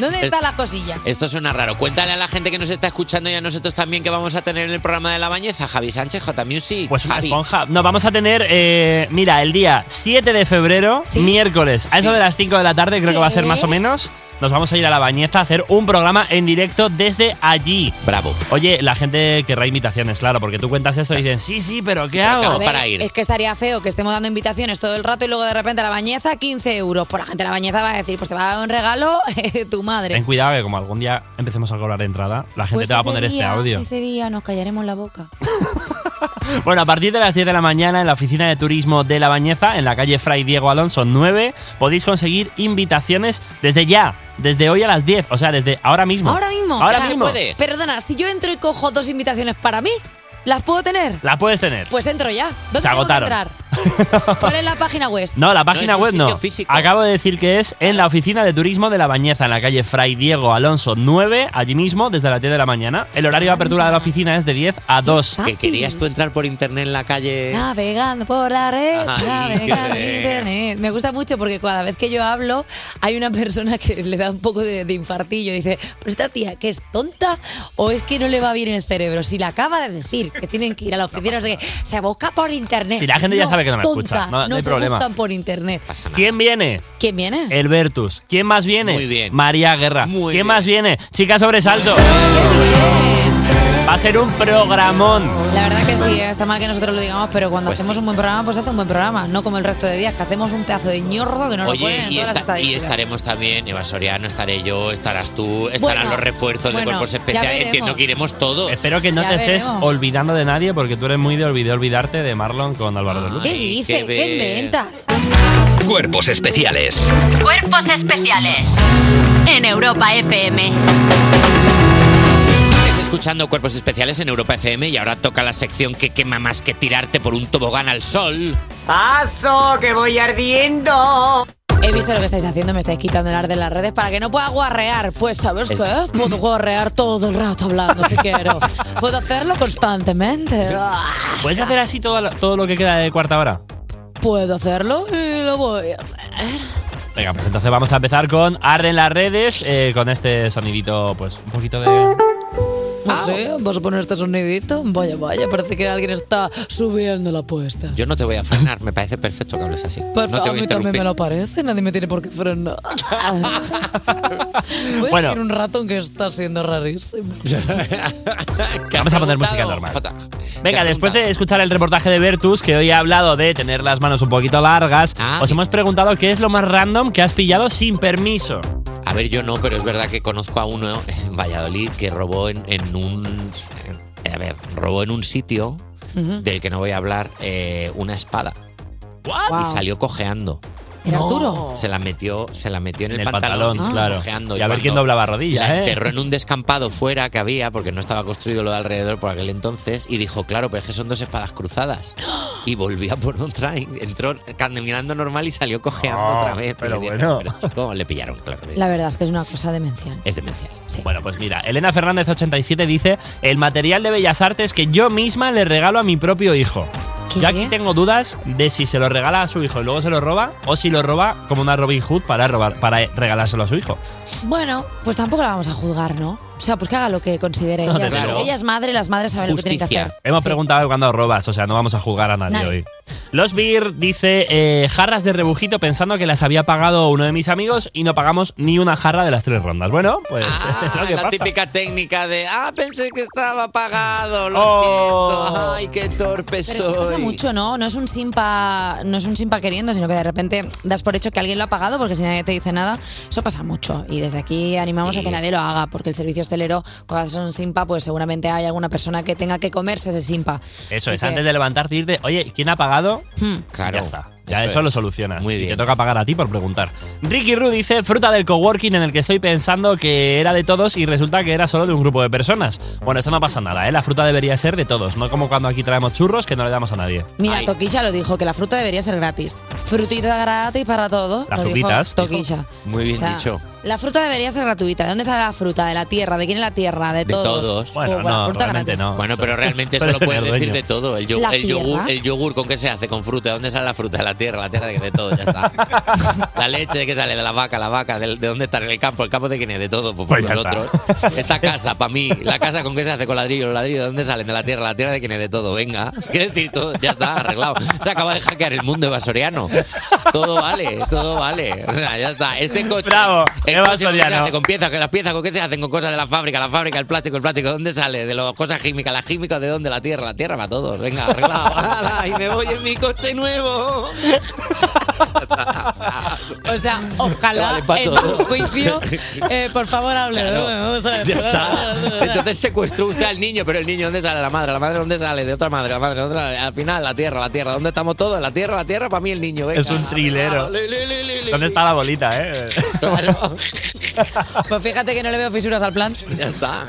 ¿Dónde
Es-
están las cosillas?
Esto suena raro. Cuéntale a la gente que nos está escuchando y a nosotros también que vamos a tener en el programa de la bañeza. Javi Sánchez, J Music.
Pues una esponja. No, vamos a tener, eh, mira, el día 7 de febrero, miércoles, a eso de las 5 de la tarde, creo que va a ser más o menos. Nos vamos a ir a la bañeza a hacer un programa en directo desde allí.
Bravo.
Oye, la gente querrá invitaciones, claro, porque tú cuentas eso y dicen, sí, sí, pero ¿qué hago?
A ver, Es que estaría feo que estemos dando invitaciones todo el rato y luego de repente a la bañeza 15 euros. Por la gente de la bañeza va a decir, pues te va a dar un regalo (laughs) tu madre.
Ten cuidado que como algún día empecemos a cobrar de entrada, la gente
Pues
te va a
ese
poner este
día-
audio.
Ese día nos callaremos la boca.
Bueno, a partir de las 10 de la mañana en la oficina de turismo de La Bañeza, en la calle Fray Diego Alonso 9, podéis conseguir invitaciones desde ya, desde hoy a las 10, o sea, desde ahora mismo.
Ahora mismo.
Ahora
Claro.
mismo.
Perdona, si yo entro y cojo dos invitaciones para mí, ¿las puedo tener?
La puedes tener.
Pues entro ya. ¿Dónde
Se
tengo que
agotaron.
entrar?
(laughs)
¿Cuál es la página web?
No, la página web no.
físico.
Acabo de decir que es en la oficina de turismo de La Bañeza, en la calle Fray Diego Alonso 9, allí mismo, desde las 10 de la mañana. El horario de apertura de la oficina es de 10 a 2.
Que querías tú entrar por internet en la calle.
Navegando por la red,
Ay,
navegando en
qué (laughs) bien.
internet. Me gusta mucho porque cada vez que yo hablo hay una persona que le da un poco de, de infartillo. Dice, pero esta tía, ¿que es tonta o es que no le va bien el cerebro? Si la acaba de decir que tienen que ir a la oficina, no sé qué, se busca por internet.
Si la gente ya sabe que no me
tonta,
escuchas, no- no hay
se
problema.
buscan por internet.
¿Quién viene?
¿Quién viene?
El Vertus. ¿Quién más viene?
Muy bien.
María Guerra. ¿Quién más viene? Chica Sobresalto. Va a ser un programón.
La verdad que sí, ¿eh? está mal que nosotros lo digamos, pero cuando hacemos un buen programa, pues hace un buen programa, no como el resto de días, que hacemos un pedazo de ñorro que no lo
Oye,
ponen en
y,
todas las
esta- y
estadísticas.
estaremos también, Eva Soriano, estaré yo, estarás tú, estarán
Bueno,
los refuerzos
bueno,
de cuerpos
ya
especiales.
veremos.
Entiendo que iremos todos.
Espero que no
Ya
te estés
veremos.
olvidando de nadie porque tú eres muy de olvidé olvidarte de Marlon con Álvaro de Luz.
¿Qué dices? ¿Qué inventas?
Cuerpos especiales.
Cuerpos especiales en Europa FM.
Estáis escuchando Cuerpos Especiales en Europa FM y ahora toca la sección que quema más que tirarte por un tobogán al sol.
¡Paso, que voy ardiendo! He visto lo que estáis haciendo, me estáis quitando el ar de las redes para que no pueda guarrear. Pues, ¿sabes
Es-
qué? Puedo guarrear todo el rato hablando si quiero. Puedo hacerlo constantemente.
¿Puedes hacer así todo, lo- todo lo que queda de cuarta hora?
Puedo hacerlo y lo voy a hacer.
Venga, pues entonces vamos a empezar con Arden las redes eh, con este sonidito, pues un poquito de.
No sé, vas a poner este sonidito. Vaya, vaya, parece que alguien está subiendo la apuesta.
Yo no te voy a frenar, me parece perfecto que hables así.
Por
no
favor,
te
a
voy
mí
a
también me
interrumpir.
lo parece, nadie me tiene por qué frenar.
(laughs)
Voy
Bueno.
a decir un ratón que está siendo
(laughs)
rarísimo.
Vamos a poner música normal. Venga, después de escuchar el reportaje de Vertus, que hoy ha hablado de tener las manos un poquito largas, os hemos preguntado qué es lo más random que has pillado sin permiso.
A ver, yo no, pero es verdad que conozco a uno en Valladolid que robó en, en un. en- a ver, robó en un sitio
Mm.
Ujú.
del que no voy a hablar eh, una espada.
Wow.
Ah.
Y salió cojeando.
¿Era Arturo?
Se la metió, se la metió en,
En
el,
el
pantalón,
pantalón,
y
claro.
cojeando.
Y a ver
cuando
quién doblaba rodilla,
La
¿eh?
enterró en un descampado fuera que había, porque no estaba construido lo de alrededor por aquel entonces, y dijo, claro, pero es que son dos espadas cruzadas. Y volvía por otra, y entró caminando normal y salió cojeando
Ah,
otra vez.
pero
Y le
bueno.
pero chico, le pillaron, claro.
La verdad es que es una cosa demencial.
Es demencial.
Bueno, pues mira, Elena Fernández 87 dice el material de Bellas Artes que yo misma le regalo a mi propio hijo. Yo aquí tengo dudas de si se lo regala a su hijo y luego se lo roba o si lo roba como una Robin Hood para robar para regalárselo a su hijo.
Bueno, pues tampoco la vamos a juzgar, ¿no? O sea, pues que haga lo que considere.
No,
ella,
desde luego.
Ella es madre, las madres saben lo que tienen que hacer.
Hemos
Sí.
preguntado cuándo robas, o sea, no vamos a jugar a nadie,
Nadie.
hoy. Los Beer dice eh, jarras de rebujito pensando que las había pagado uno de mis amigos y no pagamos ni una jarra de las tres rondas. Bueno, pues
Ah,
lo que
Ah, la
pasa.
típica técnica de, ah, pensé que estaba pagado,
Oh.
lo siento, ay, qué torpe
Pero eso pasa
soy.
mucho, ¿no? No es un simpa, no es un simpa queriendo, sino que de repente das por hecho que alguien lo ha pagado porque si nadie te dice nada, eso pasa mucho. Y desde aquí animamos a que nadie lo haga, porque el servicio hostelero, cuando haces un simpa, pues seguramente hay alguna persona que tenga que comerse ese simpa.
Eso es,
Dice-
antes de levantarte y irte, oye, ¿quién ha pagado?
Hmm.
Claro. Ya está. Ya
Eso
eso,
es.
lo solucionas. Muy bien. Y te toca pagar a ti por preguntar. Ricky Ru dice, fruta del coworking en el que estoy pensando que era de todos y resulta que era solo de un grupo de personas. Bueno, eso no pasa nada, ¿eh? La fruta debería ser de todos, no como cuando aquí traemos churros que no le damos a nadie.
Mira, Toquilla lo dijo, que la fruta debería ser gratis. Frutita gratis para todos.
Las
lo dijo
frupitas.
Toquilla.
Muy
O sea, La fruta debería ser gratuita. ¿De dónde sale la fruta? ¿De la tierra? ¿De quién es la tierra? De,
De todos.
Bueno, Pues, no, la fruta realmente gratis.
no.
Bueno, pero realmente eso
Puede
lo puedes
tener
decir
dueño.
de todo. El, yo-
La
el yogur,
tierra.
el yogur, ¿con qué se hace? Con fruta. ¿De dónde sale la fruta? De la tierra, la tierra de, de todo, ya está. la leche, ¿de qué sale? De la vaca, la vaca. ¿De, de dónde está? ¿En el campo? ¿El campo de quién es? De todo, pues, por
Pues ya está.
nosotros. Esta casa, para mí. ¿La casa con qué se hace? Con ladrillo, los ladrillos. ¿De dónde salen? De la tierra, la tierra de quién es? De todo, venga. Quiere decir todo, ya está, arreglado. Se acaba de hackear el mundo evasoriano. Todo vale, todo vale. (laughs) O sea, ya está. Este coche.
Bravo,
el coche, ¿con qué se
evasoriano.
hace? con piezas, que las piezas con qué se hacen, con cosas de la fábrica, la fábrica, el plástico, el plástico, ¿de ¿dónde sale? De las cosas químicas, las químicas, ¿de dónde? La tierra, la tierra para todos, venga, arreglado.
(laughs)
¡Hala! y me voy en mi coche nuevo.
O sea, (laughs) oh, ojalá
Vale, pa'
en
todo.
un juicio, eh, por favor, hable.
Claro.
¿no? Vamos a ver.
Ya está. Entonces secuestró usted al niño, pero el niño ¿dónde sale? La madre, la madre ¿dónde sale? De otra madre, la madre, de otra. Al final, la tierra, la tierra, ¿dónde estamos todos? La tierra, la tierra, para mí el niño, venga.
Es un trilero. ¿Dónde está la bolita, eh?
Pues fíjate que no le veo fisuras al plan.
Ya está.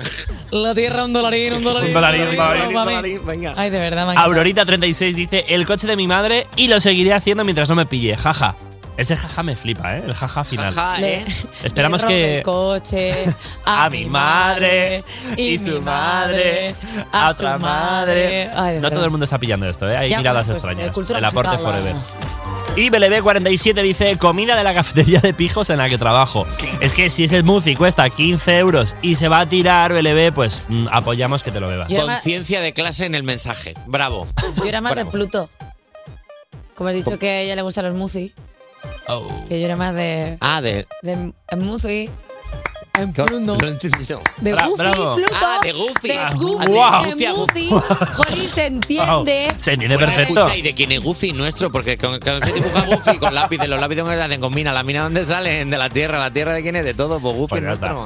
La tierra, un dolarín, un
(laughs)
dolarín.
Un dolarín, un dolarín, un
mami.
dolarín,
venga.
Ay, de verdad, me ha encantado.
Aurorita36 dice, el coche de mi madre y lo seguiré haciendo mientras no me pille, jaja. Ese jaja me flipa, ¿eh? El jaja final.
Le-
Esperamos
le robé
que-
el coche
(laughs) A mi madre y su madre, a otra madre.
Ay, de
No
verdad.
todo el mundo está pillando esto, ¿eh? Hay
Ya,
miradas
pues, eh,
extrañas.
cultura
el aporte
musical,
forever.
vamos.
Y BLB47 dice, comida de la cafetería de pijos en la que trabajo. Es que si ese smoothie cuesta 15 euros y se va a tirar BLB, pues mm, apoyamos que te lo bebas.
Y además-
Conciencia de clase en el mensaje. Bravo.
Yo era más de Pluto. Como has dicho que a ella le gustan los muzi,
Oh.
que yo era más de.
Ah, de.
de muzi.
¿Qué? No he entendido.
De
Bra-
Goofy,
bravo.
Pluto.
Ah, de Goofy.
De
Ah,
Goofy,
de Goofy
de
a
Muzi.
Goofy.
Jolín, se entiende.
Se entiende
Bueno,
perfecto.
escucha, ¿Y de quién es Goofy nuestro? Porque con, con se dibuja Goofy con lápices. Los lápices que se hacen con mina. ¿La mina dónde salen? De la tierra. ¿La tierra de quién es? De todo. Pues Goofy nuestro.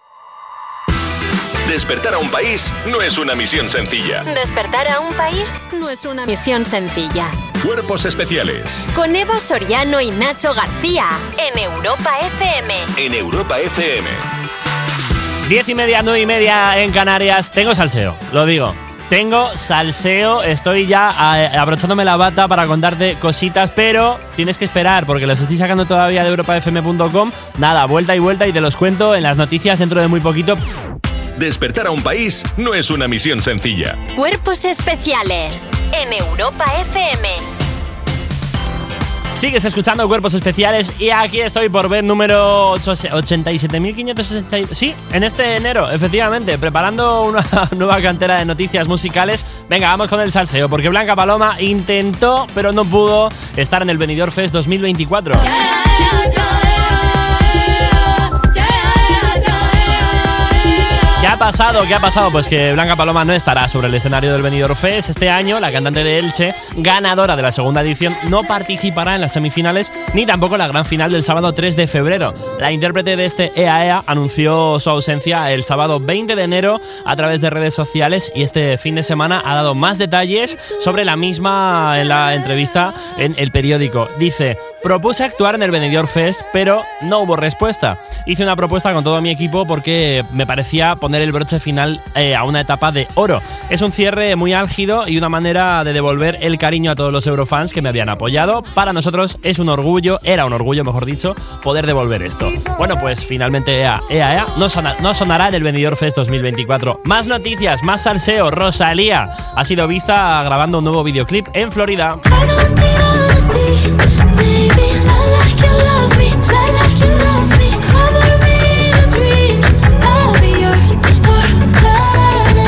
Despertar a un país no es una misión sencilla.
Despertar a un país no es una misión sencilla.
Cuerpos especiales
Con Eva Soriano y Nacho García en Europa FM.
en Europa FM.
Diez y media, nueve y media en Canarias. Tengo salseo, lo digo. Tengo salseo, estoy ya a- abrochándome la bata para contarte cositas, pero tienes que esperar porque los estoy sacando todavía de europafm.com. Nada, vuelta y vuelta y te los cuento en las noticias dentro de muy poquito.
Despertar a un país no es una misión sencilla.
Cuerpos especiales en Europa FM.
Sigues escuchando Cuerpos Especiales y aquí estoy por vez número ocho- 87.560. Sí, en este enero, efectivamente, preparando una (laughs) nueva cantera de noticias musicales. Venga, vamos con el salseo, porque Blanca Paloma intentó, pero no pudo, estar en el Benidorm Fest 2024. ¿Qué ha pasado? ¿Qué ha pasado? Pues que Blanca Paloma no estará sobre el escenario del Benidorm Fest este año. La cantante de Elche, ganadora de la segunda edición, no participará en las semifinales ni tampoco en la gran final del sábado 3 de febrero. La intérprete de este EAEA anunció su ausencia el sábado 20 de enero a través de redes sociales y este fin de semana ha dado más detalles sobre la misma en la entrevista en el periódico. Dice, propuse actuar en el Benidorm Fest, pero no hubo respuesta. Hice una propuesta con todo mi equipo porque me parecía poner el broche final eh, a una etapa de oro. Es un cierre muy álgido y una manera de devolver el cariño a todos los eurofans que me habían apoyado. Para nosotros es un orgullo, era un orgullo, mejor dicho, poder devolver esto. Bueno, pues finalmente EAEA no, sona- no sonará en el Benidorm Fest 2024. Más noticias, más salseo. Rosalía ha sido vista grabando un nuevo videoclip en Florida.
Cover me in a dream, I'll be yours, or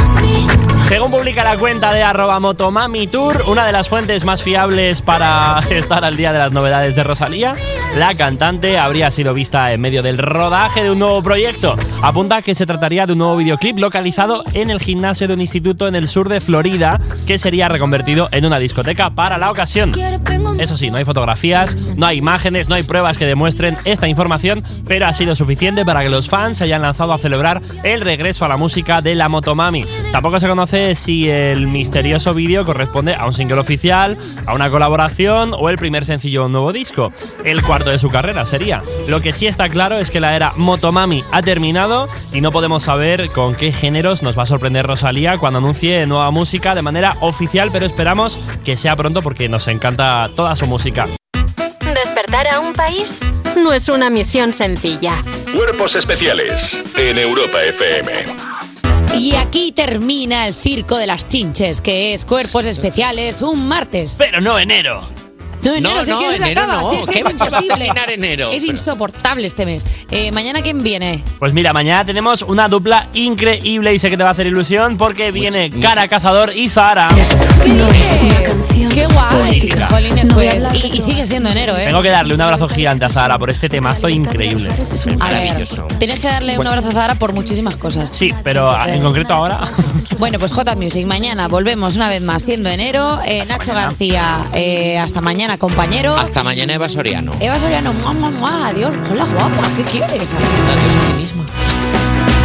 la cuenta de arroba motomamitour, una de las fuentes más fiables para (laughs) estar al día de las novedades de Rosalía. La cantante habría sido vista en medio del rodaje de un nuevo proyecto. Apunta que se trataría de un nuevo videoclip localizado en el gimnasio de un instituto en el sur de Florida, que sería reconvertido en una discoteca para la ocasión. Eso sí, no hay fotografías, no hay imágenes, no hay pruebas que demuestren esta información, pero ha sido suficiente para que los fans se hayan lanzado a celebrar el regreso a la música de la Motomami. Tampoco se conoce si el misterioso vídeo corresponde a un single oficial, a una colaboración o el primer sencillo de un nuevo disco. El cuarto de su carrera sería. Lo que sí está claro es que la era Motomami ha terminado y no podemos saber con qué géneros nos va a sorprender Rosalía cuando anuncie nueva música de manera oficial, pero esperamos que sea pronto porque nos encanta toda su música.
Despertar a un país no es una misión sencilla.
Cuerpos especiales en Europa FM.
Y aquí termina el circo de las chinches, que es cuerpos especiales un martes.
Pero no enero.
No, enero,
No,
si es
no,
que se
enero
acaba,
no.
si es que
¿Qué
es
va- va a
imposible.
terminar enero?
Es
Pero-
insoportable este mes. Eh, ¿Mañana quién viene?
Pues mira, mañana tenemos una dupla increíble y sé que te va a hacer ilusión porque viene Cara Cazador y Zara.
¡Qué guay!
política.
Jolines, pues. Y, y sigue siendo enero, ¿eh?
Tengo que darle un abrazo gigante a Zara por este temazo increíble.
A ver, tienes que darle un
Bueno.
abrazo a Zara por muchísimas cosas.
Sí, pero en concreto ahora.
Bueno, pues J Music, mañana volvemos una vez más, siendo enero. Eh, Nacho García, eh, hasta mañana, compañero.
Hasta mañana, Eva Soriano.
Eva Soriano, mua, mua, mua, adiós. Hola, guapa, ¿qué quieres? Adiós a sí misma.